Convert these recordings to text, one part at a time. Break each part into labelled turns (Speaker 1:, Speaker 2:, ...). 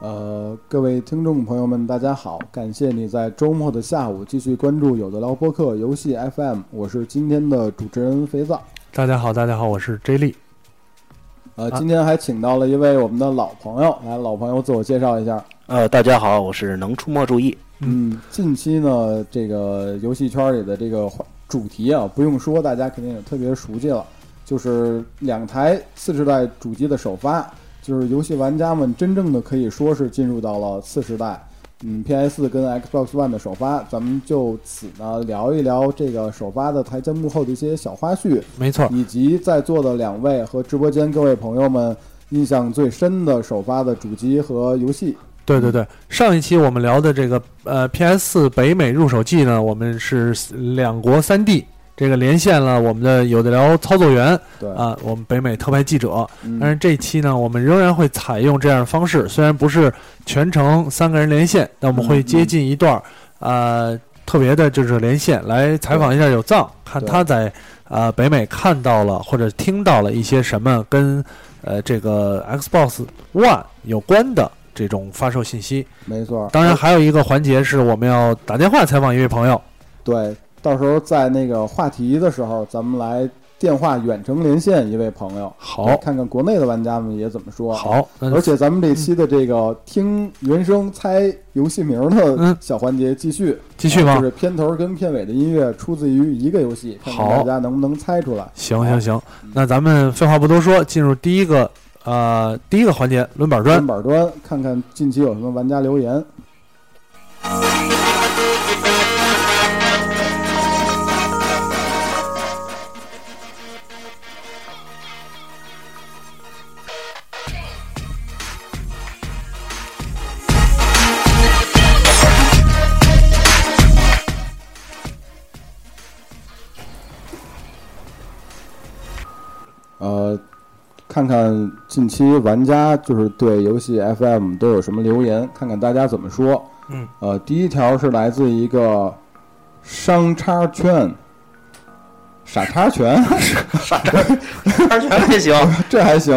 Speaker 1: 呃，各位听众朋友们，大家好！感谢你在周末的下午继续关注有的聊播客游戏 FM，我是今天的主持人肥皂。
Speaker 2: 大家好，大家好，我是 J 莉。
Speaker 1: 呃，今天还请到了一位我们的老朋友，来，老朋友自我介绍一下。
Speaker 3: 呃，大家好，我是能出没注意。
Speaker 1: 嗯，近期呢，这个游戏圈里的这个话主题啊，不用说，大家肯定也特别熟悉了，就是两台次世代主机的首发，就是游戏玩家们真正的可以说是进入到了次世代。嗯，PS 跟 Xbox One 的首发，咱们就此呢聊一聊这个首发的台前幕后的一些小花絮，
Speaker 2: 没错，
Speaker 1: 以及在座的两位和直播间各位朋友们印象最深的首发的主机和游戏。
Speaker 2: 对对对，上一期我们聊的这个呃 PS 四北美入手季呢，我们是两国三地这个连线了我们的有的聊操作员
Speaker 1: 对，
Speaker 2: 啊，我们北美特派记者。
Speaker 1: 嗯
Speaker 2: 但是这期呢，我们仍然会采用这样的方式，虽然不是全程三个人连线，但我们会接近一段儿、呃特别的，就是连线来采访一下有藏，看
Speaker 1: 对
Speaker 2: 他在呃北美看到了或者听到了一些什么跟呃这个 Xbox One 有关的这种发售信息。
Speaker 1: 没错，
Speaker 2: 当然，还有一个环节是我们要打电话采访一位朋友。
Speaker 1: 对，到时候在那个话题的时候，咱们来电话远程连线一位朋友，
Speaker 2: 好，
Speaker 1: 看看国内的玩家们也怎么说。，
Speaker 2: 好，那
Speaker 1: 而且咱们这期的这个听原声猜游戏名的
Speaker 2: 嗯
Speaker 1: 小环节继续，啊
Speaker 2: 继续
Speaker 1: 就
Speaker 2: 吧。
Speaker 1: 是片头跟片尾的音乐出自于一个游戏，看看
Speaker 2: 好
Speaker 1: 大家能不能猜出来。
Speaker 2: 行行行，那咱们废话不多说，进入第一个呃第一个环节轮板砖
Speaker 1: 翻。板砖，看看近期有什么玩家留言。呃，看看近期玩家就是对游戏 FM 都有什么留言，看看大家怎么说。
Speaker 2: 嗯，
Speaker 1: 呃，第一条是来自一个商叉圈，傻叉拳，
Speaker 3: 二全也行，
Speaker 1: 这还行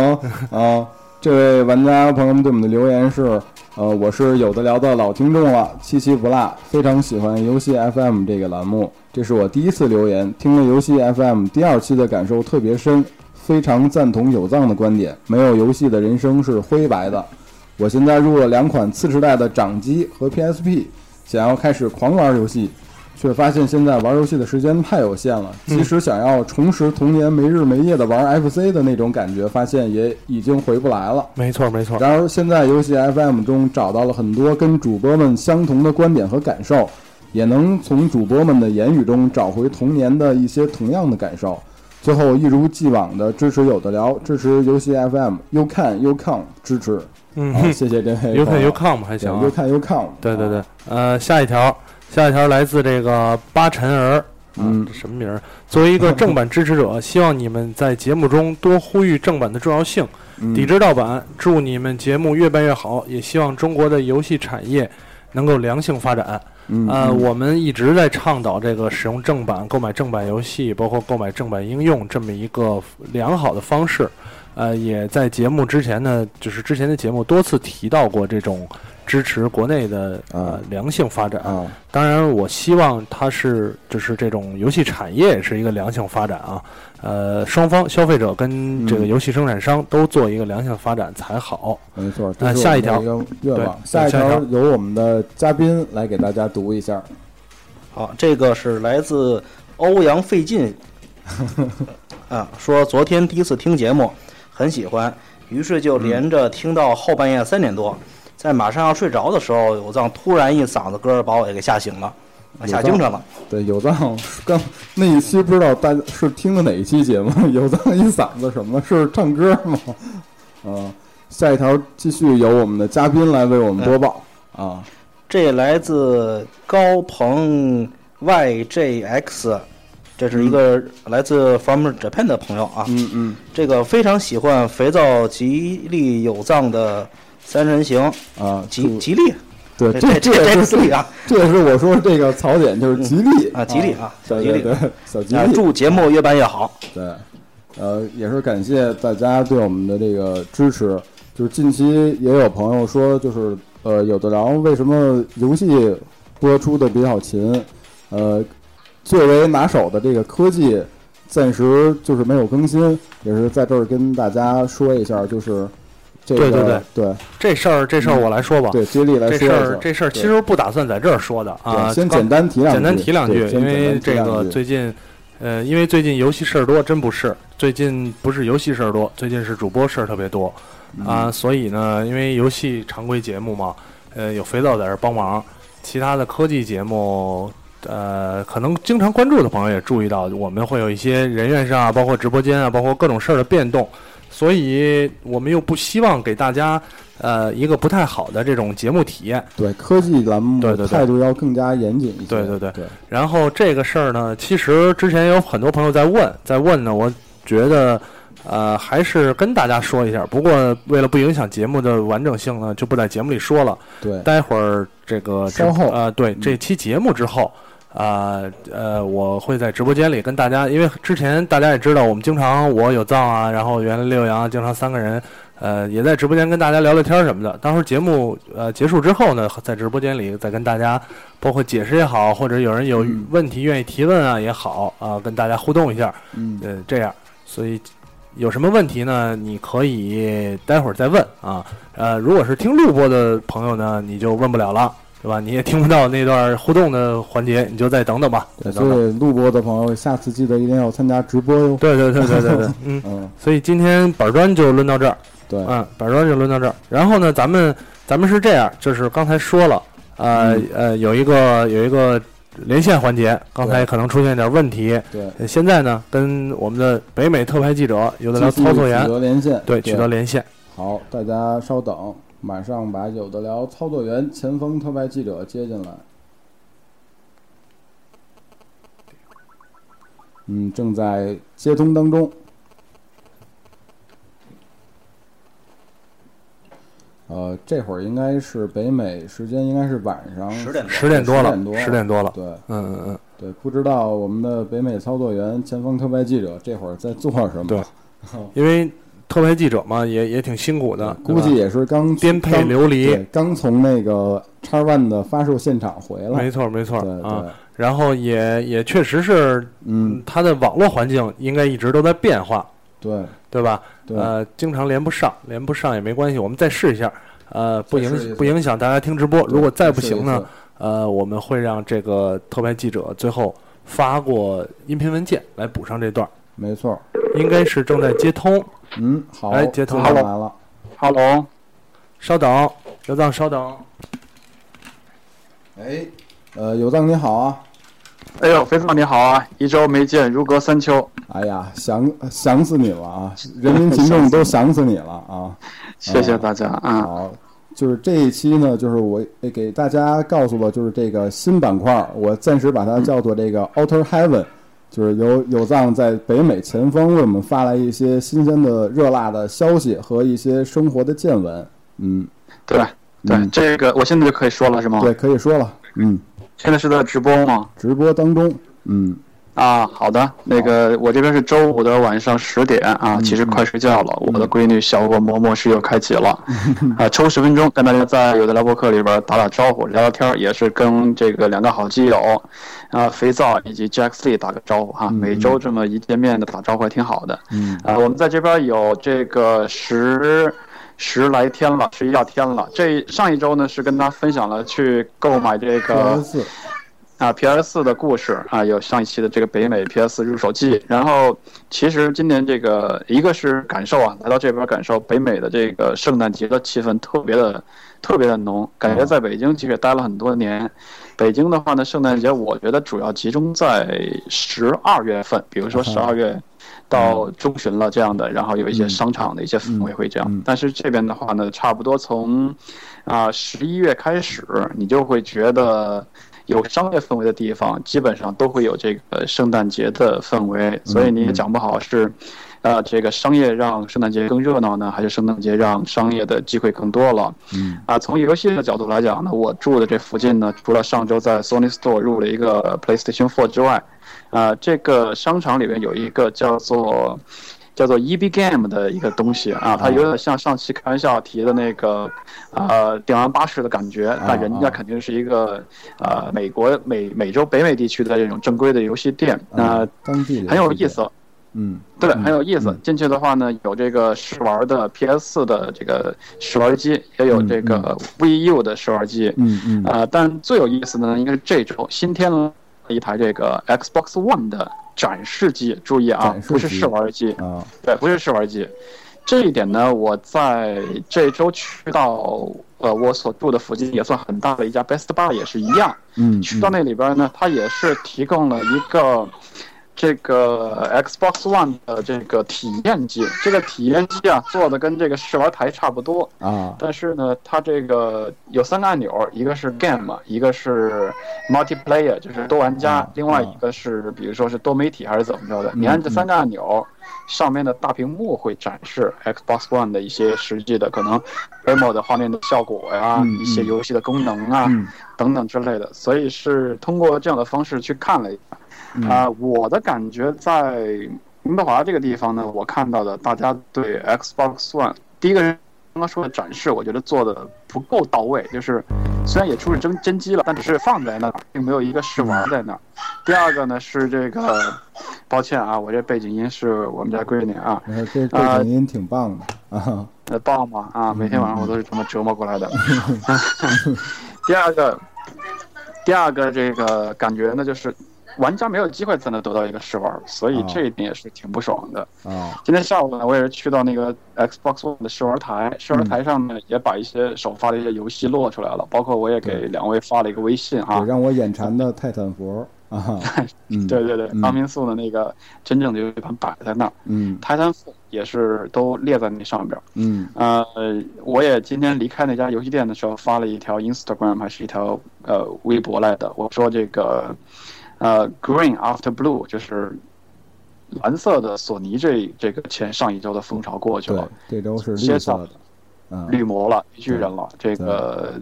Speaker 1: 啊、这位玩家朋友们对我们的留言是：呃，我是有的聊的老听众了，七七不落，非常喜欢游戏 FM 这个栏目，这是我第一次留言，听了游戏 FM 第二期的感受特别深，非常赞同有藏的观点，没有游戏的人生是灰白的。我现在入了两款次时代的掌机和 PSP，想要开始狂玩游戏，却发现现在玩游戏的时间太有限了。
Speaker 2: 嗯
Speaker 1: 即使想要重拾童年没日没夜的玩 FC 的那种感觉，发现也已经回不来了。
Speaker 2: 没错没错，
Speaker 1: 然而，现在游戏 FM 中找到了很多跟主播们相同的观点和感受，也能从主播们的言语中找回童年的一些同样的感受。最后，一如既往的支持有的聊，支持游戏 FM，优看优看支持。
Speaker 2: 嗯
Speaker 1: 好，谢谢这 位朋友。
Speaker 2: ，You can you come 还行啊
Speaker 1: 优。看优看。
Speaker 2: 对对对，呃，下一条，下一条来自这个八晨儿，
Speaker 1: 嗯
Speaker 2: 啊这什么名儿？作为一个正版支持者，希望你们在节目中多呼吁正版的重要性，
Speaker 1: 嗯，
Speaker 2: 抵制盗版。祝你们节目越办越好，也希望中国的游戏产业能够良性发展。
Speaker 1: 嗯
Speaker 2: 呃，
Speaker 1: 嗯
Speaker 2: 我们一直在倡导这个使用正版、购买正版游戏，包括购买正版应用这么一个良好的方式。呃，也在节目之前呢，就是之前的节目多次提到过这种支持国内的
Speaker 1: 啊
Speaker 2: 呃良性发展。
Speaker 1: 啊，
Speaker 2: 当然，我希望它是就是这种游戏产业是一个良性发展啊，呃，双方消费者跟这个
Speaker 1: 嗯
Speaker 2: 游戏生产商都做一个良性发展才好。
Speaker 1: 没错，
Speaker 2: 呃下一条
Speaker 1: 愿
Speaker 2: 对
Speaker 1: 望，下一
Speaker 2: 下一
Speaker 1: 条
Speaker 2: 条
Speaker 1: 由我们的嘉宾来给大家读一下。
Speaker 3: 好，这个是来自欧阳费 劲啊，说昨天第一次听节目，很喜欢，于是就连着听到后半夜三点多，在马上要睡着的时候，有藏突然一嗓子歌把我给吓醒了，啊吓精神了。
Speaker 1: 对，有藏刚那一期不知道大家是听的哪一期节目？ 有藏一嗓子什么？是唱歌吗？啊，下一条继续由我们的嘉宾来为我们播报啊。
Speaker 3: 这来自高鹏 YJX，这是一个来自 From Japan 的朋友啊。
Speaker 1: 嗯嗯，
Speaker 3: 这个非常喜欢肥皂吉利有藏的三人行，
Speaker 1: 啊，
Speaker 3: 嗯吉
Speaker 1: 祝
Speaker 3: 吉利，
Speaker 1: 对，
Speaker 3: 这
Speaker 1: 这
Speaker 3: 这
Speaker 1: 也
Speaker 3: 这
Speaker 1: 是
Speaker 3: 吉利啊
Speaker 1: 这也是我说这个槽点，就是吉利
Speaker 3: 啊吉利啊小
Speaker 1: 对
Speaker 3: 吉
Speaker 1: 对
Speaker 3: 利
Speaker 1: 对，小吉
Speaker 3: 啊
Speaker 1: 利，
Speaker 3: 祝节目越办越好。
Speaker 1: 对，呃，也是感谢大家对我们的这个支持。就是近期也有朋友说，就是呃，有的聊为什么游戏播出的比较勤，呃，最为拿手的这个科技暂时就是没有更新，也是在这儿跟大家说一下，就是这个
Speaker 2: 对对对
Speaker 1: 对
Speaker 2: 这事儿这事儿我来说
Speaker 1: 嗯
Speaker 2: 吧。
Speaker 1: 对接力来
Speaker 2: 这
Speaker 1: 说一
Speaker 2: 事
Speaker 1: 下
Speaker 2: 儿，这事儿
Speaker 1: 对
Speaker 2: 其实不打算在这儿说的啊。
Speaker 1: 对先
Speaker 2: 刚
Speaker 1: 简单提两句，
Speaker 2: 简单提两句
Speaker 1: 对，先
Speaker 2: 因为
Speaker 1: 简
Speaker 2: 这
Speaker 1: 单提
Speaker 2: 个
Speaker 1: 两句
Speaker 2: 最近，呃，因为最近游戏事儿多，真不是最近不是游戏事儿多，最近是主播事儿特别多
Speaker 1: 嗯
Speaker 2: 啊、所以呢，因为游戏常规节目嘛，呃，有肥皂在这儿帮忙，其他的科技节目。呃，可能经常关注的朋友也注意到，我们会有一些人员上啊，包括直播间啊，包括各种事儿的变动，所以我们又不希望给大家呃一个不太好的这种节目体验，
Speaker 1: 对科技栏目
Speaker 2: 对对对
Speaker 1: 态度要更加严谨一些，
Speaker 2: 对对对
Speaker 1: 对，
Speaker 2: 然后这个事儿呢，其实之前有很多朋友在问，在问呢，我觉得呃还是跟大家说一下。不过为了不影响节目的完整性呢，就不在节目里说了。
Speaker 1: 对
Speaker 2: 待会儿这个直
Speaker 1: 稍后嗯
Speaker 2: 呃，对这期节目之后。啊呃，我会在直播间里跟大家，因为之前大家也知道，我们经常我有藏啊，然后原来六阳啊经常三个人，呃，也在直播间跟大家聊聊天儿什么的。当时节目呃结束之后呢，在直播间里再跟大家，包括解释也好，或者有人有
Speaker 1: 嗯
Speaker 2: 问题愿意提问啊也好啊、跟大家互动一下，
Speaker 1: 嗯，
Speaker 2: 呃，这样，所以有什么问题呢？你可以待会儿再问啊。呃，如果是听录播的朋友呢，你就问不了了，对吧？你也听不到那段互动的环节，你就再等等吧，再
Speaker 1: 对，
Speaker 2: 等等。
Speaker 1: 所以录播的朋友下次记得一定要参加直播哟，
Speaker 2: 对对对对对对，嗯。
Speaker 1: 嗯，
Speaker 2: 所以今天板砖就抡到这儿，
Speaker 1: 对，
Speaker 2: 嗯，板砖就抡到这儿。嗯然后呢，咱们咱们是这样，就是刚才说了，呃、
Speaker 1: 嗯
Speaker 2: 呃，有一个有一个连线环节，刚才
Speaker 1: 对
Speaker 2: 可能出现点问题。
Speaker 1: 对，
Speaker 2: 呃现在呢，跟我们的北美特派记者有的聊
Speaker 1: 继续
Speaker 2: 操作员
Speaker 1: 取得连线，
Speaker 2: 对，取得连线。
Speaker 1: 好，大家稍等，马上把有的聊操作员前锋特派记者接进来。嗯，正在接通当中。呃，这会儿应该是北美时间，应该是晚上
Speaker 3: 10点多
Speaker 2: 十点多了
Speaker 1: 10点多，了
Speaker 2: 十点多了。
Speaker 1: 对
Speaker 2: 嗯嗯嗯，
Speaker 1: 对，不知道我们的北美操作员前锋特派记者这会儿在做什么？啊
Speaker 2: 对因为特派记者嘛，也也挺辛苦的，
Speaker 1: 估计
Speaker 2: 啊对吧
Speaker 1: 也是刚
Speaker 2: 颠沛
Speaker 1: 刚
Speaker 2: 流离
Speaker 1: 对。，刚从那个叉 One 的发售现场回来。
Speaker 2: 没错没错
Speaker 1: 对
Speaker 2: 啊
Speaker 1: 对，，
Speaker 2: 然后也也确实是，
Speaker 1: 嗯，
Speaker 2: 它的网络环境应该一直都在变化，
Speaker 1: 对
Speaker 2: 对吧？
Speaker 1: 对
Speaker 2: 呃，经常连不上，连不上也没关系，我们再试一下。呃，不
Speaker 1: 再试一
Speaker 2: 影
Speaker 1: 次
Speaker 2: 不影响大家听直播。如果再不行
Speaker 1: 是的，
Speaker 2: 呢
Speaker 1: 是的
Speaker 2: 呃，我们会让这个特派记者最后发过音频文件来补上这段儿。
Speaker 1: 没错。
Speaker 2: 应该是正在接通，
Speaker 1: 嗯，好，
Speaker 2: 哎接通
Speaker 1: 进来
Speaker 2: 了
Speaker 1: 了。
Speaker 4: Hello，
Speaker 2: 稍等，刘藏稍等。
Speaker 1: 哎，呃，有藏你好啊！
Speaker 4: 哎呦，肥皂你好啊，一周没见，如隔三秋，
Speaker 1: 哎呀，想想死你了啊！人民群众都想死你了啊！
Speaker 4: 谢谢大家啊。
Speaker 1: 好，就是这一期呢，就是我呃给大家告诉了，就是这个新板块儿，我暂时把它叫做这个 Outer Heaven，就是由有藏在北美前方为我们发来一些新鲜的、热辣的消息和一些生活的见闻。嗯，
Speaker 4: 对对，
Speaker 1: 嗯
Speaker 4: 这个我现在就可以说了是吗？
Speaker 1: 对，，可以说了。嗯，
Speaker 4: 现在是在直播吗？
Speaker 1: 直播当中，嗯，
Speaker 4: 啊，好的，那个我这边是周五的晚上十点啊，其实快睡觉了。我的闺女小恶魔模式又开启了，啊，抽十分钟跟大家在有的聊播客里边打打招呼、聊聊天儿，也是跟这个两个好基友，啊，肥皂以及 Jack Lee 打个招呼哈。每周这么一见面的打招呼还挺好的。
Speaker 1: 嗯，
Speaker 4: 啊，我们在这边有这个十。十来天了，十一二天了。这上一周呢是跟大家分享了去购买这个
Speaker 1: PS
Speaker 4: 啊，PS 的故事啊，有上一期的这个北美 PS 入手记。然后，其实今年这个一个是感受啊，来到这边感受北美的这个圣诞节的气氛特别的特别的浓，感觉在北京其实也待了很多年。北京的话呢，圣诞节我觉得主要集中在十二月份，比
Speaker 1: 啊
Speaker 4: 如说十二月到中旬了这样的，然后有一些商场的一些氛围会这
Speaker 1: 嗯嗯嗯
Speaker 4: 样。但是这边的话呢，差不多从啊十一月开始，你就会觉得。有商业氛围的地方，基本上都会有这个圣诞节的氛
Speaker 1: 嗯
Speaker 4: 围，所以你也讲不好是，呃，这个商业让圣诞节更热闹呢，还是圣诞节让商业的机会更多了？
Speaker 1: 嗯，
Speaker 4: 啊，从游戏的角度来讲呢，我住的这附近呢，除了上周在 Sony Store 入了一个 PlayStation 4之外，啊，这个商场里面有一个叫做叫做 EB Game 的一个东西啊，它有点像上期开玩笑提的那个呃电玩巴士的感觉，那人家肯定是一个呃美国美美洲北美地区的这种正规的游戏店，那、
Speaker 1: 啊当地的
Speaker 4: 很有
Speaker 1: 这
Speaker 4: 意
Speaker 1: 个，
Speaker 4: 思。
Speaker 1: 嗯
Speaker 4: 对，
Speaker 1: 嗯
Speaker 4: 很有意思。进去的话呢，有这个试玩的 PS 四的这个试玩机，也有这个 VU 的试玩机。
Speaker 1: 嗯嗯
Speaker 4: 呃，但最有意思的呢，应该是这周新添了一台这个 Xbox One 的展示机。注意啊
Speaker 1: 展，示
Speaker 4: 不是
Speaker 1: 机
Speaker 4: 试玩机，
Speaker 1: 啊
Speaker 4: 对，不是试玩机。这一点呢，我在这周去到呃我所住的附近也算很大的一家 Best Buy 也是一样，
Speaker 1: 嗯，
Speaker 4: 去到那里边呢，它也是提供了一个这个 Xbox One 的这个体验机。这个体验机啊，做的跟这个试玩台差不多，
Speaker 1: 啊
Speaker 4: 但是呢，它这个有三个按钮，一个是 Game，一个是 Multiplayer，就是多玩家
Speaker 1: 嗯，
Speaker 4: 另外一个是比如说是多媒体还是怎么着的。你按这
Speaker 1: 嗯
Speaker 4: 三个按钮。上面的大屏幕会展示 Xbox One 的一些实际的可能 demo 的画面的效果呀，
Speaker 1: 嗯嗯
Speaker 4: 一些游戏的功能啊，
Speaker 1: 嗯
Speaker 4: 等等之类的，所以是通过这样的方式去看了一下。
Speaker 1: 嗯
Speaker 4: 啊、我的感觉在温哥华这个地方呢，我看到的大家对 Xbox One，第一个是刚刚说的展示，我觉得做的不够到位，就是虽然也出是真真机了，但只是放在那儿，并没有一个试玩在那儿。第二个呢是这个，抱歉啊，我这背景音是我们家闺女啊，
Speaker 1: 然后这这
Speaker 4: 啊
Speaker 1: 个音挺棒的啊，
Speaker 4: 呃，棒嘛啊，每天晚上我都是这么折磨过来的。
Speaker 1: 嗯
Speaker 4: 第二个，第二个这个感觉呢，就是玩家没有机会才能得到一个试玩，所以
Speaker 1: 哦
Speaker 4: 这一点也是挺不爽的。
Speaker 1: 啊
Speaker 4: 今天下午呢，我也是去到那个 Xbox One 的试玩台，
Speaker 1: 嗯
Speaker 4: 试玩台上呢也把一些首发的一些游戏落出来了，包括我也给两位发了一个微信啊
Speaker 1: 对，，让我眼馋的泰坦佛 啊，嗯
Speaker 4: 对对对，
Speaker 1: 嗯
Speaker 4: 阿明素的那个真正的游戏盘摆在那儿，
Speaker 1: 嗯
Speaker 4: 泰坦四也是都列在那上边。
Speaker 1: 嗯
Speaker 4: 呃，我也今天离开那家游戏店的时候发了一条 Instagram 还是一条呃微博来的，我说这个呃 Green After Blue 就是蓝色的索尼这这个前上一周的风潮过去
Speaker 1: 对
Speaker 4: 了，，
Speaker 1: 这周是
Speaker 4: 歇
Speaker 1: 绿
Speaker 4: 脚
Speaker 1: 色的，嗯
Speaker 4: 绿魔了，绿巨人了，这个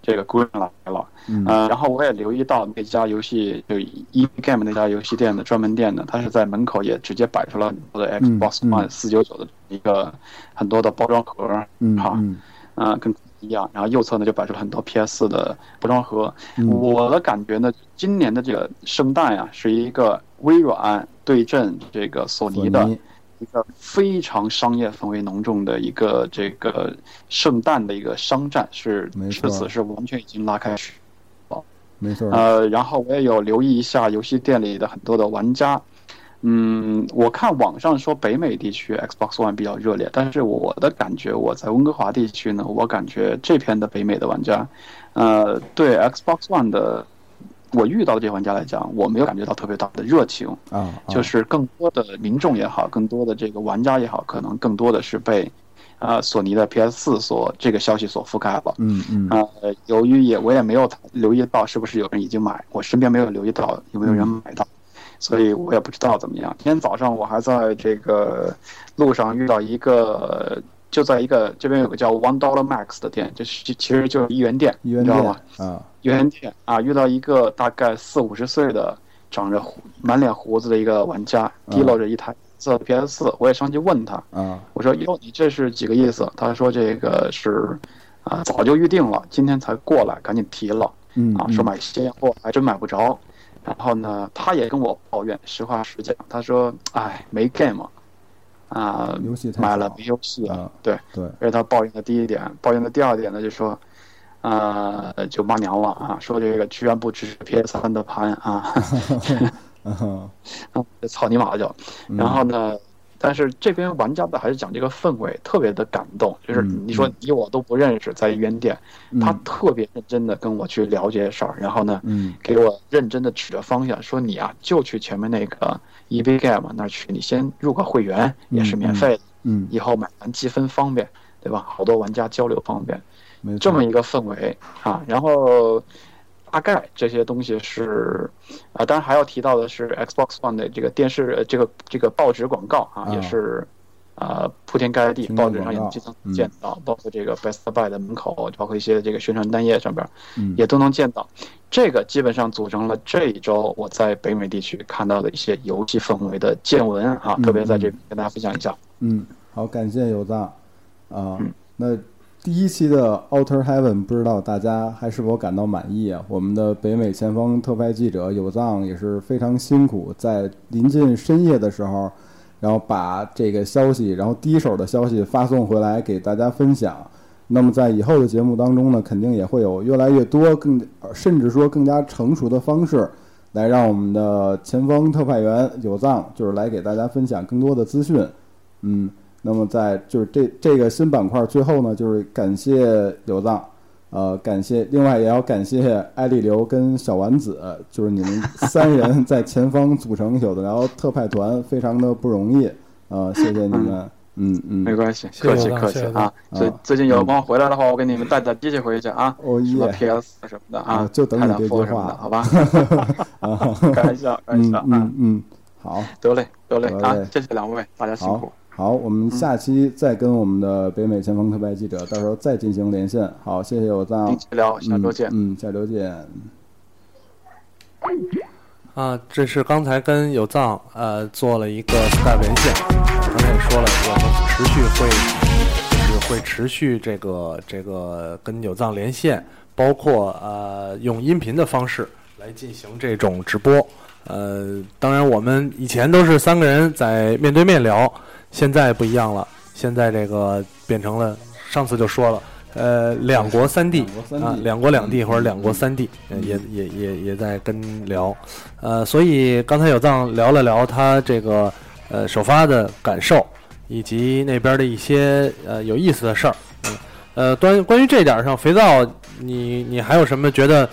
Speaker 4: 这个 Green 来了。
Speaker 1: 嗯
Speaker 4: 呃，然后我也留意到那家游戏就 E Game 那家游戏店的专门店呢，它是在门口也直接摆出了很多的
Speaker 1: 嗯
Speaker 4: Xbox
Speaker 1: 嗯
Speaker 4: One 四九九的一个很多的包装盒，
Speaker 1: 嗯
Speaker 4: 好
Speaker 1: 嗯
Speaker 4: 啊、跟一样，然后右侧呢就摆出了很多 PS 四的包装盒。
Speaker 1: 嗯
Speaker 4: 我的感觉呢，今年的这个圣诞呀、是一个微软对阵这个索
Speaker 1: 索
Speaker 4: 尼的
Speaker 1: 尼
Speaker 4: 一个非常商业氛围浓重的一个这个圣诞的一个商战，是
Speaker 1: 没错
Speaker 4: 至此是完全已经拉开始。
Speaker 1: 没错，
Speaker 4: 呃，然后我也有留意一下游戏店里的很多的玩家。嗯，我看网上说北美地区 Xbox One 比较热烈，但是我的感觉，我在温哥华地区呢，我感觉这片的北美的玩家，呃，对 Xbox One 的我遇到的这些玩家来讲，我没有感觉到特别大的热情，
Speaker 1: 啊啊
Speaker 4: 就是更多的民众也好，更多的这个玩家也好，可能更多的是被，呃，索尼的 PS 四所这个消息所覆盖了。
Speaker 1: 嗯嗯
Speaker 4: 啊、呃，由于也我也没有留意到是不是有人已经买，我身边没有留意到有没有人买到，
Speaker 1: 嗯
Speaker 4: 所以我也不知道怎么样。今天早上我还在这个路上遇到一个，就在一个这边有个叫 One Dollar Max 的店，就是其其实就是一元店，
Speaker 1: 一元
Speaker 4: 你知
Speaker 1: 店
Speaker 4: 道吗？
Speaker 1: 啊
Speaker 4: 一元店啊，遇到一个大概四五十岁的，长着胡满脸胡子的一个玩家，
Speaker 1: 嗯
Speaker 4: 提溜着一台色 PS 四，我也上去问他，
Speaker 1: 啊
Speaker 4: 我说：“哟，你这是几个意思？”他说：“这个是，啊，早就预定了，今天才过来，赶紧提了
Speaker 1: 嗯
Speaker 4: 啊，说买新货还真买不着。”然后呢，他也跟我抱怨，实话实讲，他说：“哎，没 game 啊，
Speaker 1: 嗯游戏太
Speaker 4: 买了
Speaker 1: 少
Speaker 4: 没游戏
Speaker 1: 啊
Speaker 4: 啊。”对，
Speaker 1: 对
Speaker 4: 这是他抱怨的第一点。抱怨的第二点呢，就说，啊，就骂娘了啊，说这个居然不支持 PS 3的盘 啊。
Speaker 1: 啊
Speaker 4: 啊，操你妈的就。
Speaker 1: 嗯
Speaker 4: 然后呢，但是这边玩家的还是讲这个氛围，特别的感动。就是
Speaker 1: 嗯
Speaker 4: 你说你我都不认识，在原点，
Speaker 1: 嗯
Speaker 4: 他特别认真的跟我去聊这些事儿，然后呢，
Speaker 1: 嗯
Speaker 4: 给我认真的指着方向，说你啊，就去前面那个 EB Game 那儿去，你先入个会员，也是免费的，
Speaker 1: 嗯
Speaker 4: 以后买完积分方便，对吧？好多玩家交流方便。
Speaker 1: 没错嗯
Speaker 4: 这么一个氛围啊。然后大概这些东西是啊，当然还要提到的是 Xbox One 的这个电视呃这个这个报纸广告啊，
Speaker 1: 啊
Speaker 4: 也是啊铺天盖地，
Speaker 1: 听到
Speaker 4: 报纸上也能经常
Speaker 1: 广告嗯
Speaker 4: 见到，包括这个 Best Buy 的门口，包括一些这个宣传单页上边
Speaker 1: 嗯
Speaker 4: 也都能见到。这个基本上组成了这一周我在北美地区看到的一些游戏氛围的见闻啊，
Speaker 1: 嗯
Speaker 4: 特别在这边跟大家分享一下。
Speaker 1: 嗯，好，感谢有藏啊。那第一期的 Outer Heaven，不知道大家还是否感到满意啊？我们的北美前方特派记者有藏也是非常辛苦，在临近深夜的时候，然后把这个消息，然后第一手的消息发送回来给大家分享。那么在以后的节目当中呢，肯定也会有越来越多更，呃甚至说更加成熟的方式，来让我们的前方特派员有藏，就是来给大家分享更多的资讯。嗯，那么在就是这这个新板块最后呢，就是感谢有藏，呃，感谢另外也要感谢艾丽刘跟小丸子，就是你 们三人在前方组成有的聊特派团，非常的不容易，呃，谢谢你们，嗯
Speaker 4: 没
Speaker 1: 嗯，
Speaker 4: 关系，
Speaker 2: 谢谢
Speaker 4: 客气
Speaker 2: 大家
Speaker 4: 客气
Speaker 2: 谢谢大
Speaker 4: 啊！
Speaker 1: 家
Speaker 4: 所以
Speaker 1: 啊
Speaker 4: 最近有朋友回来的话，我给你们带带机器回去啊，
Speaker 1: 哦
Speaker 4: 什么
Speaker 1: 耶，
Speaker 4: PS 什么的啊
Speaker 1: 啊，就等你这句话
Speaker 4: Titanfall 什么的，好吧？
Speaker 1: 啊，
Speaker 4: 开玩笑，开玩
Speaker 1: 嗯
Speaker 4: 笑啊
Speaker 1: 嗯，嗯，好。
Speaker 4: 得嘞得嘞
Speaker 1: 得
Speaker 4: 啊
Speaker 1: 嘞！
Speaker 4: 谢谢两位，大家辛苦嗯
Speaker 1: 好。好，我们下期再跟我们的北美前方特派记者，到时候再进行连线。好，谢谢有藏
Speaker 4: 定，期聊，哎下周见。
Speaker 1: 嗯，嗯下周见。
Speaker 2: 啊，这是刚才跟有藏呃做了一个 Skype 连线，刚才也说了，我们持续会就是会持续这个这个跟有藏连线，包括呃用音频的方式来进行这种直播。呃，当然我们以前都是三个人在面对面聊，现在不一样了，现在这个变成了上次就说了。呃，两国三地
Speaker 1: 两国三地
Speaker 2: 啊，两国两地
Speaker 1: 嗯
Speaker 2: 或者两国三地，呃也也也也在跟聊，呃，所以刚才有藏聊了聊他这个呃首发的感受，以及那边的一些呃有意思的事儿。嗯呃，关关于这点儿上，肥皂，你你还有什么觉得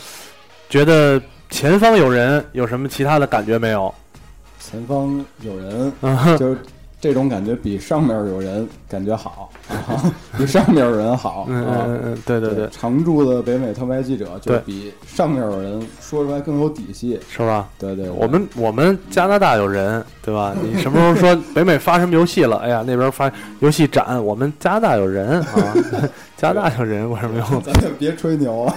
Speaker 2: 觉得前方有人有什么其他的感觉没有？
Speaker 1: 前方有人，
Speaker 2: 嗯哼
Speaker 1: 就是这种感觉比上面有人感觉好，啊、比上面有人好。
Speaker 2: 嗯
Speaker 1: 啊
Speaker 2: 嗯嗯，对对对，
Speaker 1: 常驻的北美特派记者就
Speaker 2: 对
Speaker 1: 比上面有人说出来更有底气。
Speaker 2: 是吧？
Speaker 1: 对对，对
Speaker 2: 我们我们加拿大有人，对吧？ 你什么时候说北美发什么游戏了？哎呀，那边发游戏展，我们加拿大有人啊， 加拿大有人，我什么用？
Speaker 1: 咱也别吹牛啊。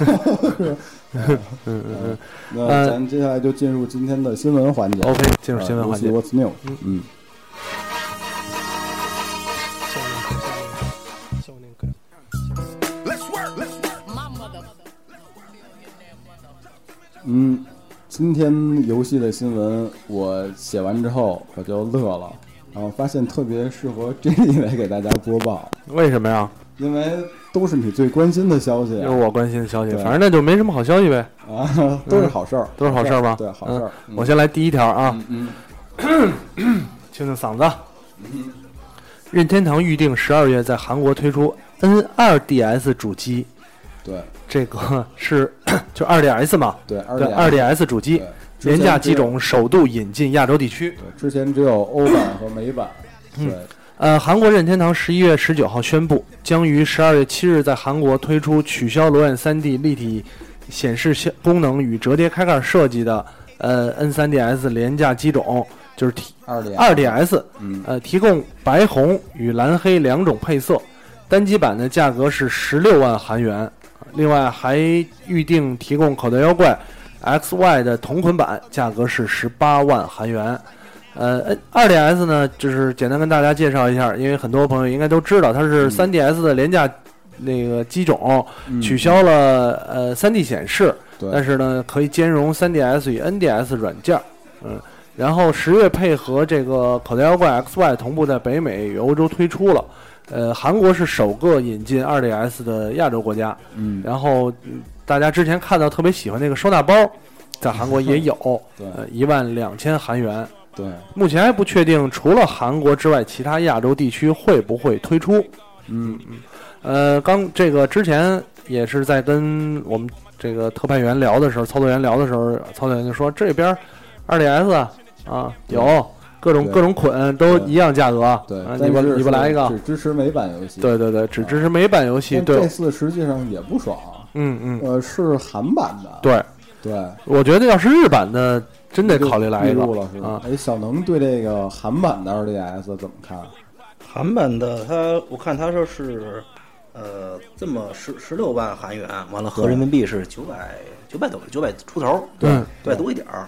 Speaker 2: 嗯嗯嗯
Speaker 1: 那
Speaker 2: 呃
Speaker 1: 咱接下来就进入今天的新闻环节。
Speaker 2: ，OK，进入新闻环节。
Speaker 1: 啊 What's new？嗯，嗯，今天游戏的新闻我写完之后我就乐了，然后发现特别适合 Jenny 来给大家播报，
Speaker 2: 为什么呀？
Speaker 1: 因为都是你最关心的消息
Speaker 2: 就
Speaker 1: 啊
Speaker 2: 是我关心的消息，
Speaker 1: 对
Speaker 2: 反正那就没什么好消息呗，
Speaker 1: 啊，都是好事儿，
Speaker 2: 嗯都是好事儿吧？
Speaker 1: 对，好事儿。
Speaker 2: 嗯我先来第一条啊，
Speaker 1: 嗯嗯
Speaker 2: 清清嗓子。任天堂预定十二月在韩国推出 N 2 DS 主机，
Speaker 1: 对
Speaker 2: 这个是就2 DS 嘛？
Speaker 1: 对，而
Speaker 2: 对，
Speaker 1: 且
Speaker 2: 2 DS 主机
Speaker 1: 对，之前
Speaker 2: 廉价
Speaker 1: 只
Speaker 2: 机
Speaker 1: 有
Speaker 2: 种首度引进亚洲地区。
Speaker 1: 对，之前只有欧版和美版，对，
Speaker 2: 呃，韩国任天堂十一月十九号宣布，将于十二月七日在韩国推出取消裸眼三 D 立体显示效功能与折叠开盖设计的呃 N 3 DS 廉价机种，就是提
Speaker 1: 二点
Speaker 2: 二 DS，
Speaker 1: 嗯
Speaker 2: 呃，提供白红与蓝黑两种配色，单机版的价格是十六万韩元。另外还预定提供口袋妖怪 XY 的同捆版，价格是十八万韩元。呃，二 DS 呢，就是简单跟大家介绍一下，因为很多朋友应该都知道，它是三 DS 的廉价那个机种，
Speaker 1: 嗯
Speaker 2: 取消了呃三 D 显示，
Speaker 1: 对，
Speaker 2: 但是呢，可以兼容 3DS 与 NDS 软件儿，嗯，然后十月配合这个口袋妖怪 XY 同步在北美与欧洲推出了，呃，韩国是首个引进 2DS 的亚洲国家，
Speaker 1: 嗯
Speaker 2: 然后嗯大家之前看到特别喜欢那个收纳包，在韩国也有，
Speaker 1: 对
Speaker 2: 呃，一万两千韩元，
Speaker 1: 对，
Speaker 2: 目前还不确定除了韩国之外，其他亚洲地区会不会推出，
Speaker 1: 嗯
Speaker 2: 呃，刚这个之前也是在跟我们这个特派员聊的时候，操作员聊的时候，操作员就说这边二 DS 啊啊有各种
Speaker 1: 对
Speaker 2: 各种捆都一样价格，
Speaker 1: 对
Speaker 2: 啊，你
Speaker 1: 但
Speaker 2: 不
Speaker 1: 是
Speaker 2: 你不来
Speaker 1: 是
Speaker 2: 一个
Speaker 1: 只？支持美版游戏，
Speaker 2: 对对对，只支持美版游戏，
Speaker 1: 但
Speaker 2: 对
Speaker 1: 这，次实际上也不爽，
Speaker 2: 嗯嗯，
Speaker 1: 呃，是韩版的，
Speaker 2: 对，
Speaker 1: 对，
Speaker 2: 我觉得要是日版的，真得
Speaker 1: 就
Speaker 2: 考虑来一
Speaker 1: 预
Speaker 2: 个
Speaker 1: 录了是吧
Speaker 2: 啊？，
Speaker 1: 哎，小能对这个韩版的 2DS 怎么看？
Speaker 3: 韩版的它，我看它说是，呃，这么十十六万韩元，完了合人民币是九百九百多九百出头，
Speaker 2: 对
Speaker 3: 九百多一点儿。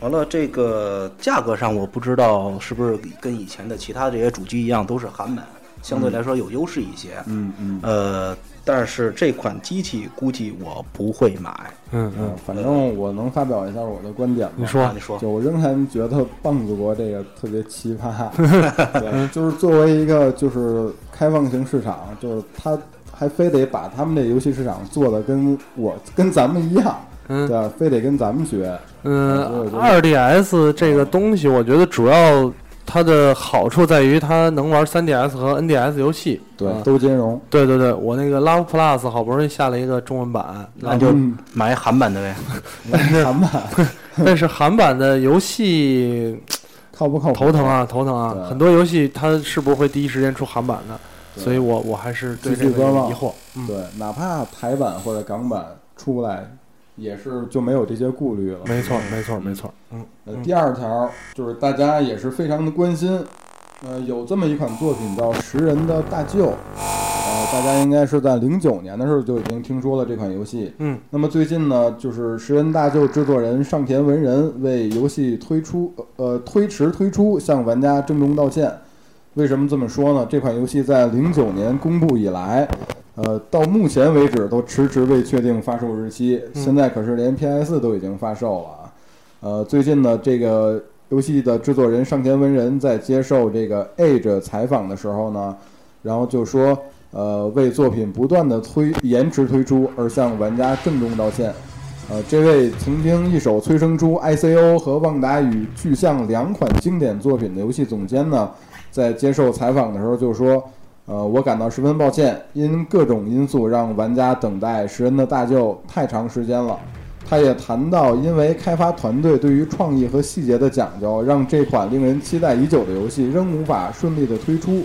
Speaker 3: 完了，这个价格上我不知道是不是跟以前的其他这些主机一样，都是韩版，相对来说有优势一些。
Speaker 1: 嗯嗯
Speaker 3: 呃，但是这款机器估计我不会买。
Speaker 2: 嗯嗯，
Speaker 1: 嗯，反正我能发表一下我的观点吧。
Speaker 2: 你说
Speaker 3: 啊你说，
Speaker 1: 就我仍然觉得棒子国这个特别奇 葩，对，就是作为一个就是开放型市场，就是他还非得把他们这游戏市场做的跟我跟咱们一样，
Speaker 2: 嗯
Speaker 1: 对吧？非得跟咱们学，
Speaker 2: 嗯，二 DS 这个东西，我觉得主要它的好处在于它能玩 3DS 和 NDS 游戏。
Speaker 1: 对，
Speaker 2: 啊
Speaker 1: 都兼 容。
Speaker 2: 对对对，我那个 Love Plus 好不容易下了一个中 文版，
Speaker 3: 那就
Speaker 1: 嗯
Speaker 3: 买韩版的呗。
Speaker 1: 韩版
Speaker 2: 但是韩版的游戏
Speaker 1: 靠不靠谱？
Speaker 2: 头疼！啊，头疼啊！
Speaker 1: 对
Speaker 2: 很多游戏它是不是会第一时间出韩版的？所以我我还是对
Speaker 1: 继续
Speaker 2: 这个
Speaker 1: 观
Speaker 2: 有
Speaker 1: 望
Speaker 2: 疑惑。嗯，
Speaker 1: 对，哪怕台版或者港版出来，也是就没有这些顾虑了。
Speaker 2: 没错，没错，没错。嗯，
Speaker 1: 呃，第二条就是大家也是非常的关心，呃，有这么一款作品叫《食人的大舅》，呃，大家应该是在零九年的时候就已经听说了这款游戏。
Speaker 2: 嗯，
Speaker 1: 那么最近呢，就是《食人大舅》制作人上田文人为游戏推出呃推迟推出向玩家郑重道歉。为什么这么说呢？这款游戏在零九年公布以来，呃，到目前为止都迟迟未确定发售日期，现在可是连 PS 都已经发售了啊。呃，最近呢，这个游戏的制作人上田文人在接受这个 Age 采访的时候呢，然后就说，呃，为作品不断的推延迟推出而向玩家郑重道歉。呃，这位曾经一手催生出 ICO 和旺达与巨像两款经典作品的游戏总监呢，在接受采访的时候就说：“呃，我感到十分抱歉，因各种因素让玩家等待《食人的大舅》太长时间了。”他也谈到，因为开发团队对于创意和细节的讲究，让这款令人期待已久的游戏仍无法顺利的推出。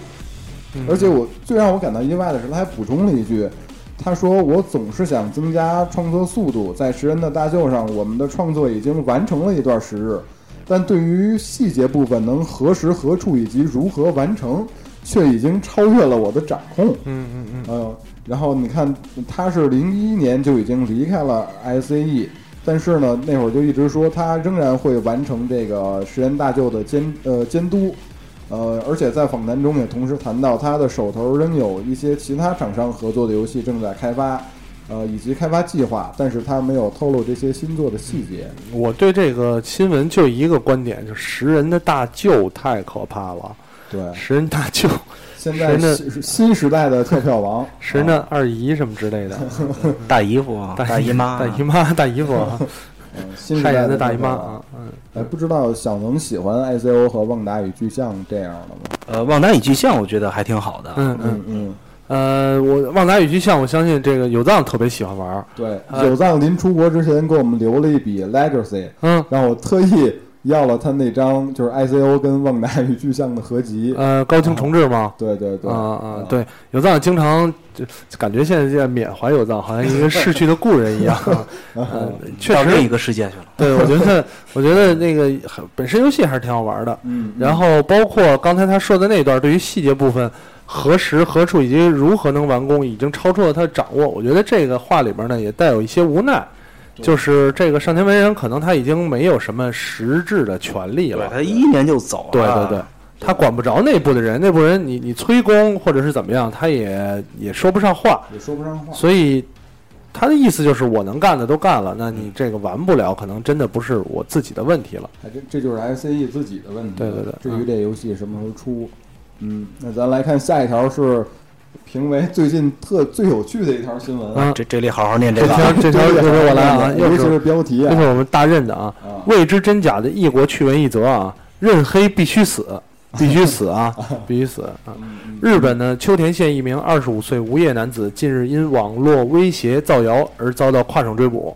Speaker 1: 而且我最让我感到意外的是，他还补充了一句，他说：“我总是想增加创作速度，在《食人的大舅》上，我们的创作已经完成了一段时日，但对于细节部分能何时何处以及如何完成，却已经超越了我的掌控。”
Speaker 2: 嗯嗯嗯，
Speaker 1: 嗯，然后你看，他是零一年就已经离开了 SAE，但是呢，那会儿就一直说他仍然会完成这个石原大舅的监呃监督，呃，而且在访谈中也同时谈到他的手头仍有一些其他厂商合作的游戏正在开发，呃，以及开发计划，但是他没有透露这些新作的细节。
Speaker 2: 我对这个新闻就一个观点，就是食人的大舅太可怕了。
Speaker 1: 对，
Speaker 2: 食人大舅，
Speaker 1: 现在
Speaker 2: 石原
Speaker 1: 新新时代的跳票王，
Speaker 2: 食人的二姨什么之类的，嗯
Speaker 3: 大姨夫啊，大姨妈啊，
Speaker 2: 大姨妈、 大姨夫啊，
Speaker 1: 嗯、新时
Speaker 2: 害
Speaker 1: 代
Speaker 2: 人的大
Speaker 1: 跳
Speaker 2: 姨
Speaker 1: 票
Speaker 2: 妈
Speaker 1: 王
Speaker 2: 啊。，嗯，
Speaker 1: 哎，不知道小能喜欢 ICO 和旺达与巨像这样的吗？
Speaker 3: 呃，旺达与巨像我觉得还挺好的。
Speaker 2: 嗯嗯，
Speaker 1: 嗯嗯，
Speaker 2: 呃，我旺达与巨像，我相信这个有藏特别喜欢玩儿。
Speaker 1: 对，
Speaker 2: 呃
Speaker 1: 有藏临出国之前给我们留了一笔 Legacy，
Speaker 2: 嗯，
Speaker 1: 让我特意要了他那张就是 ICO 跟旺达与巨像的合集。
Speaker 2: 呃，高清重置吗？
Speaker 1: 对对对，
Speaker 2: 啊啊，对，有藏经常就感觉现在在缅怀有藏，好像一个逝去的故人一样。 嗯，确
Speaker 3: 到
Speaker 2: 实
Speaker 3: 另一个世界去了。
Speaker 2: 对，我觉得，我觉得那个很本身游戏还是挺好玩的。
Speaker 1: 嗯，
Speaker 2: 然后包括刚才他说的那段，对于细节部分何时何处以及如何能完工，已经超出了他的掌握。我觉得这个话里边呢，也带有一些无奈，就是这个上天文人可能他已经没有什么实质的权利
Speaker 3: 对
Speaker 2: 了。
Speaker 3: 他一一年就走了。啊
Speaker 2: 对对对，他管不啊着内部的人，内部人你你催工或者是怎么样，他也也说不上话。
Speaker 1: 也说不上话。
Speaker 2: 所以他的意思就是，我能干的都干了，那你这个完不了，可能真的不是我自己的问题了。
Speaker 1: 还真这就是 SCE 自己的问题。
Speaker 2: 对对对
Speaker 1: 至于这游戏什么时候出，嗯，那咱来看下一条是评为最近特最有趣的一条新闻。
Speaker 2: 啊
Speaker 3: 这这里好好念这
Speaker 2: 这
Speaker 3: 个
Speaker 2: 条
Speaker 3: 啊。
Speaker 2: 这条又是我 来啊，又
Speaker 1: 尤其
Speaker 2: 是
Speaker 1: 是标题
Speaker 2: 又是
Speaker 1: 啊，
Speaker 2: 我们大任的啊，
Speaker 1: 啊
Speaker 2: 未知真假的异国趣闻一则啊，任黑必须死，必须死啊，必须死啊！日本呢，秋田县一名二十五岁无业男子近日因网络威胁造谣而遭到跨省追捕。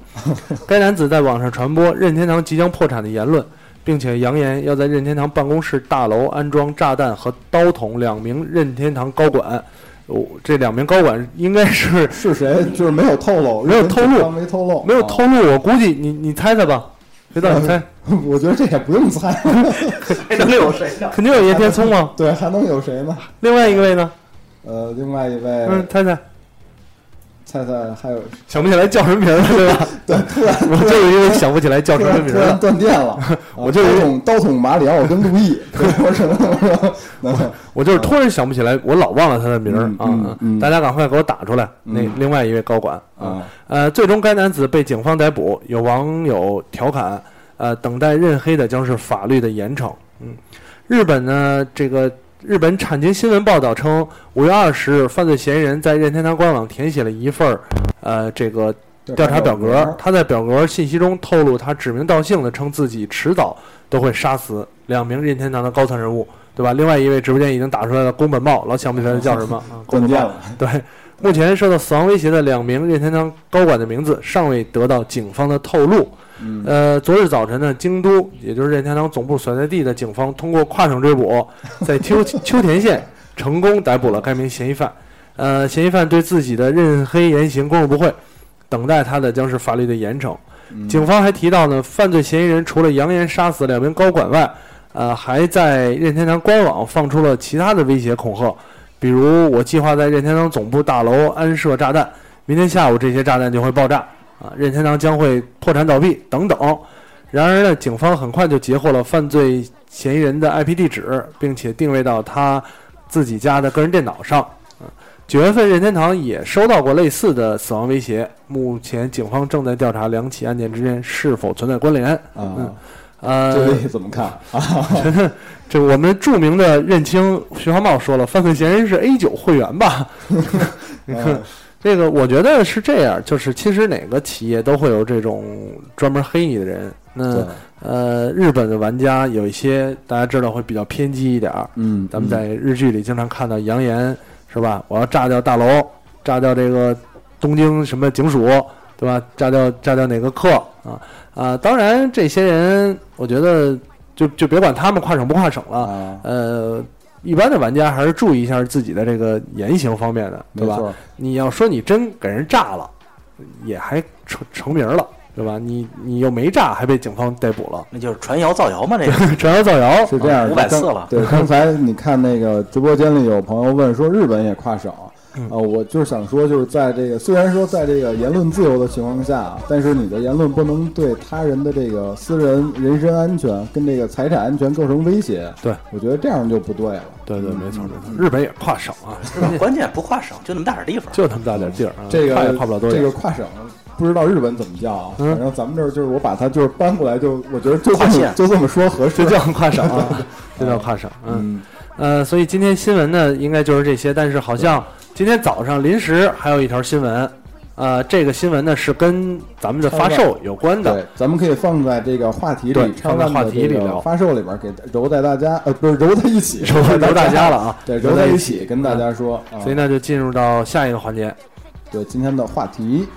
Speaker 2: 该男子在网上传播任天堂即将破产的言论，并且扬言要在任天堂办公室大楼安装炸弹和刀捅两名任天堂高管。哦，这两名高管应该是
Speaker 1: 是谁？就是没有透露，
Speaker 2: 没有透露
Speaker 1: 没透露，
Speaker 2: 没有
Speaker 1: 啊
Speaker 2: 透露，我估计你你猜猜吧，这道你猜，
Speaker 1: 我觉得这也不用猜，
Speaker 3: 还能有谁呢？
Speaker 2: 肯定有叶天聪嘛。
Speaker 1: 对，还能有谁呢？
Speaker 2: 另外一位呢？
Speaker 1: 呃，另外一
Speaker 2: 嗯，哦
Speaker 1: 位，
Speaker 2: 猜猜，
Speaker 1: 猜猜还有，
Speaker 2: 想不起来叫什么名字对吧？
Speaker 1: 对，突然
Speaker 2: 我就是因为想不起来叫
Speaker 1: 突
Speaker 2: 什么
Speaker 1: 然
Speaker 2: 名
Speaker 1: 突然
Speaker 2: 字。
Speaker 1: 断电了，
Speaker 2: 我就
Speaker 1: 就是刀捅刀捅马里奥跟 路易，对我只能说，能
Speaker 2: 我就是突然想不起来，我老忘了他的名儿
Speaker 1: 嗯
Speaker 2: 啊、
Speaker 1: 嗯嗯
Speaker 2: 大家赶快给我打出来。那
Speaker 1: 嗯
Speaker 2: 另外一位高管
Speaker 1: 啊，
Speaker 2: 呃，最终该男子被警方逮捕，有网友调侃，呃，等待认黑的将是法律的严惩。嗯，日本呢，这个日本产经新闻报道称，五月二十日，犯罪嫌疑人在任天堂官网填写了一份儿，呃，这个调查表格，他在表格信息中透露，他指名道姓的称自己迟早都会杀死两名任天堂的高层人物，对吧？另外一位直播间已经打出来了宫本茂，老想不起来他叫什么，啊
Speaker 1: 断
Speaker 2: 宫本
Speaker 1: 电
Speaker 2: 茂。
Speaker 1: 了，
Speaker 2: 对，目前受到死亡威胁的两名任天堂高管的名字尚未得到警方的透露。
Speaker 1: 嗯
Speaker 2: 呃，昨日早晨呢，京都也就是任天堂总部所在地的警方通过跨省追捕， 在秋秋田县成功逮捕了该名嫌疑犯。呃，嫌疑犯对自己的任黑言行供认不讳，等待他的将是法律的严惩。
Speaker 1: 嗯
Speaker 2: 警方还提到呢，犯罪嫌疑人除了扬言杀死两名高管外，呃，还在任天堂官网放出了其他的威胁恐吓，比如我计划在任天堂总部大楼安设炸弹，明天下午这些炸弹就会爆炸啊，任天堂将会破产倒闭等等。然而呢，警方很快就截获了犯罪嫌疑人的 IP 地址，并且定位到他自己家的个人电脑上。啊九月份，任天堂也收到过类似的死亡威胁。目前，警方正在调查两起案件之间是否存在关联。
Speaker 1: 啊，这
Speaker 2: 呃，
Speaker 1: 位怎么看 啊？
Speaker 2: 这我们著名的认清徐华茂说了，犯罪嫌疑人是 A 九会员吧？
Speaker 1: 嗯
Speaker 2: 这个我觉得是这样，就是其实哪个企业都会有这种专门黑你的人。
Speaker 1: 对
Speaker 2: 那呃，日本的玩家有一些大家知道会比较偏激一点儿，
Speaker 1: 嗯，
Speaker 2: 咱们在日剧里经常看到扬言是吧？我要炸掉大楼，炸掉这个东京什么警署，对吧？炸掉炸掉哪个课啊啊！当然，这些人我觉得就就别管他们跨省不跨省了，
Speaker 1: 啊，
Speaker 2: 呃，一般的玩家还是注意一下自己的这个言行方面的，
Speaker 1: 没
Speaker 2: 对吧？
Speaker 1: 错，
Speaker 2: 你要说你真给人炸了，也还成成名了，对吧？你你又没炸，还被警方逮捕了，
Speaker 3: 那就是传谣造谣嘛，这个
Speaker 2: 传谣造谣
Speaker 1: 是这样的，
Speaker 3: 540
Speaker 1: 刚
Speaker 3: 了
Speaker 1: 对，刚才你看那个直播间里有朋友问说日本也跨省。
Speaker 2: 嗯
Speaker 1: 啊、我就是想说，就是在这个虽然说在这个言论自由的情况下啊，但是你的言论不能对他人的这个私人人身安全跟这个财产安全构成威胁。
Speaker 2: 对，
Speaker 1: 我觉得这样就不对了。
Speaker 2: 对对，没错没错，日本也跨省啊，
Speaker 3: 关键不跨省，就那么大点地方。
Speaker 2: 就他么大点地儿啊，
Speaker 1: 这个
Speaker 2: 跨也跨不了多
Speaker 1: 这
Speaker 2: 远
Speaker 1: 个。跨省不知道日本怎么叫啊，
Speaker 2: 嗯
Speaker 1: 反正咱们这儿就是我把它就是搬过来就，我觉得就这
Speaker 3: 跨
Speaker 1: 么
Speaker 3: 线
Speaker 1: 就这么说合适
Speaker 2: 这。叫跨 省啊，这叫跨省。嗯，
Speaker 1: 嗯，
Speaker 2: 呃，所以今天新闻呢，应该就是这些。但是好像今天早上临时还有一条新闻，呃，这个新闻呢是跟咱们的发售有关的
Speaker 1: 对。，咱们可以放在这个话题
Speaker 2: 对
Speaker 1: 里，插
Speaker 2: 放在
Speaker 1: 万的
Speaker 2: 话题里
Speaker 1: 这个
Speaker 2: 聊
Speaker 1: 发售里边给揉在大家，呃，不是揉在一起，
Speaker 2: 揉揉大家了啊
Speaker 1: 对，
Speaker 2: 揉
Speaker 1: 揉在
Speaker 2: 在一
Speaker 1: 一
Speaker 2: 起嗯
Speaker 1: 起跟大家说啊
Speaker 2: 所，以呢，就进入到下一个环节。
Speaker 1: 对今天的话题，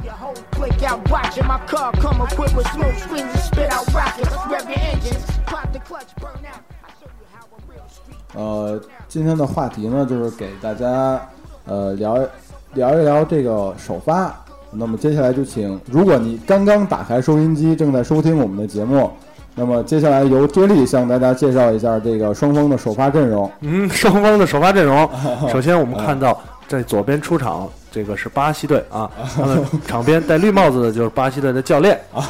Speaker 5: When your whole clique out watching my car come equipped with smoke screens and spit out rockets. Rev your engines, pop the clutch, burn out. I show you how a real street.
Speaker 1: 呃，今天的话题呢，就是给大家呃聊聊一聊这个首发。那么接下来就请，如果你刚刚打开收音机，正在收听我们的节目，那么接下来由接力向大家介绍一下这个双方的首发阵容。
Speaker 2: 嗯，双方的首发阵容，首先我们看到在左边出场这个是巴西队啊，他们场边戴绿帽子的就是巴西队的教练。
Speaker 1: 啊，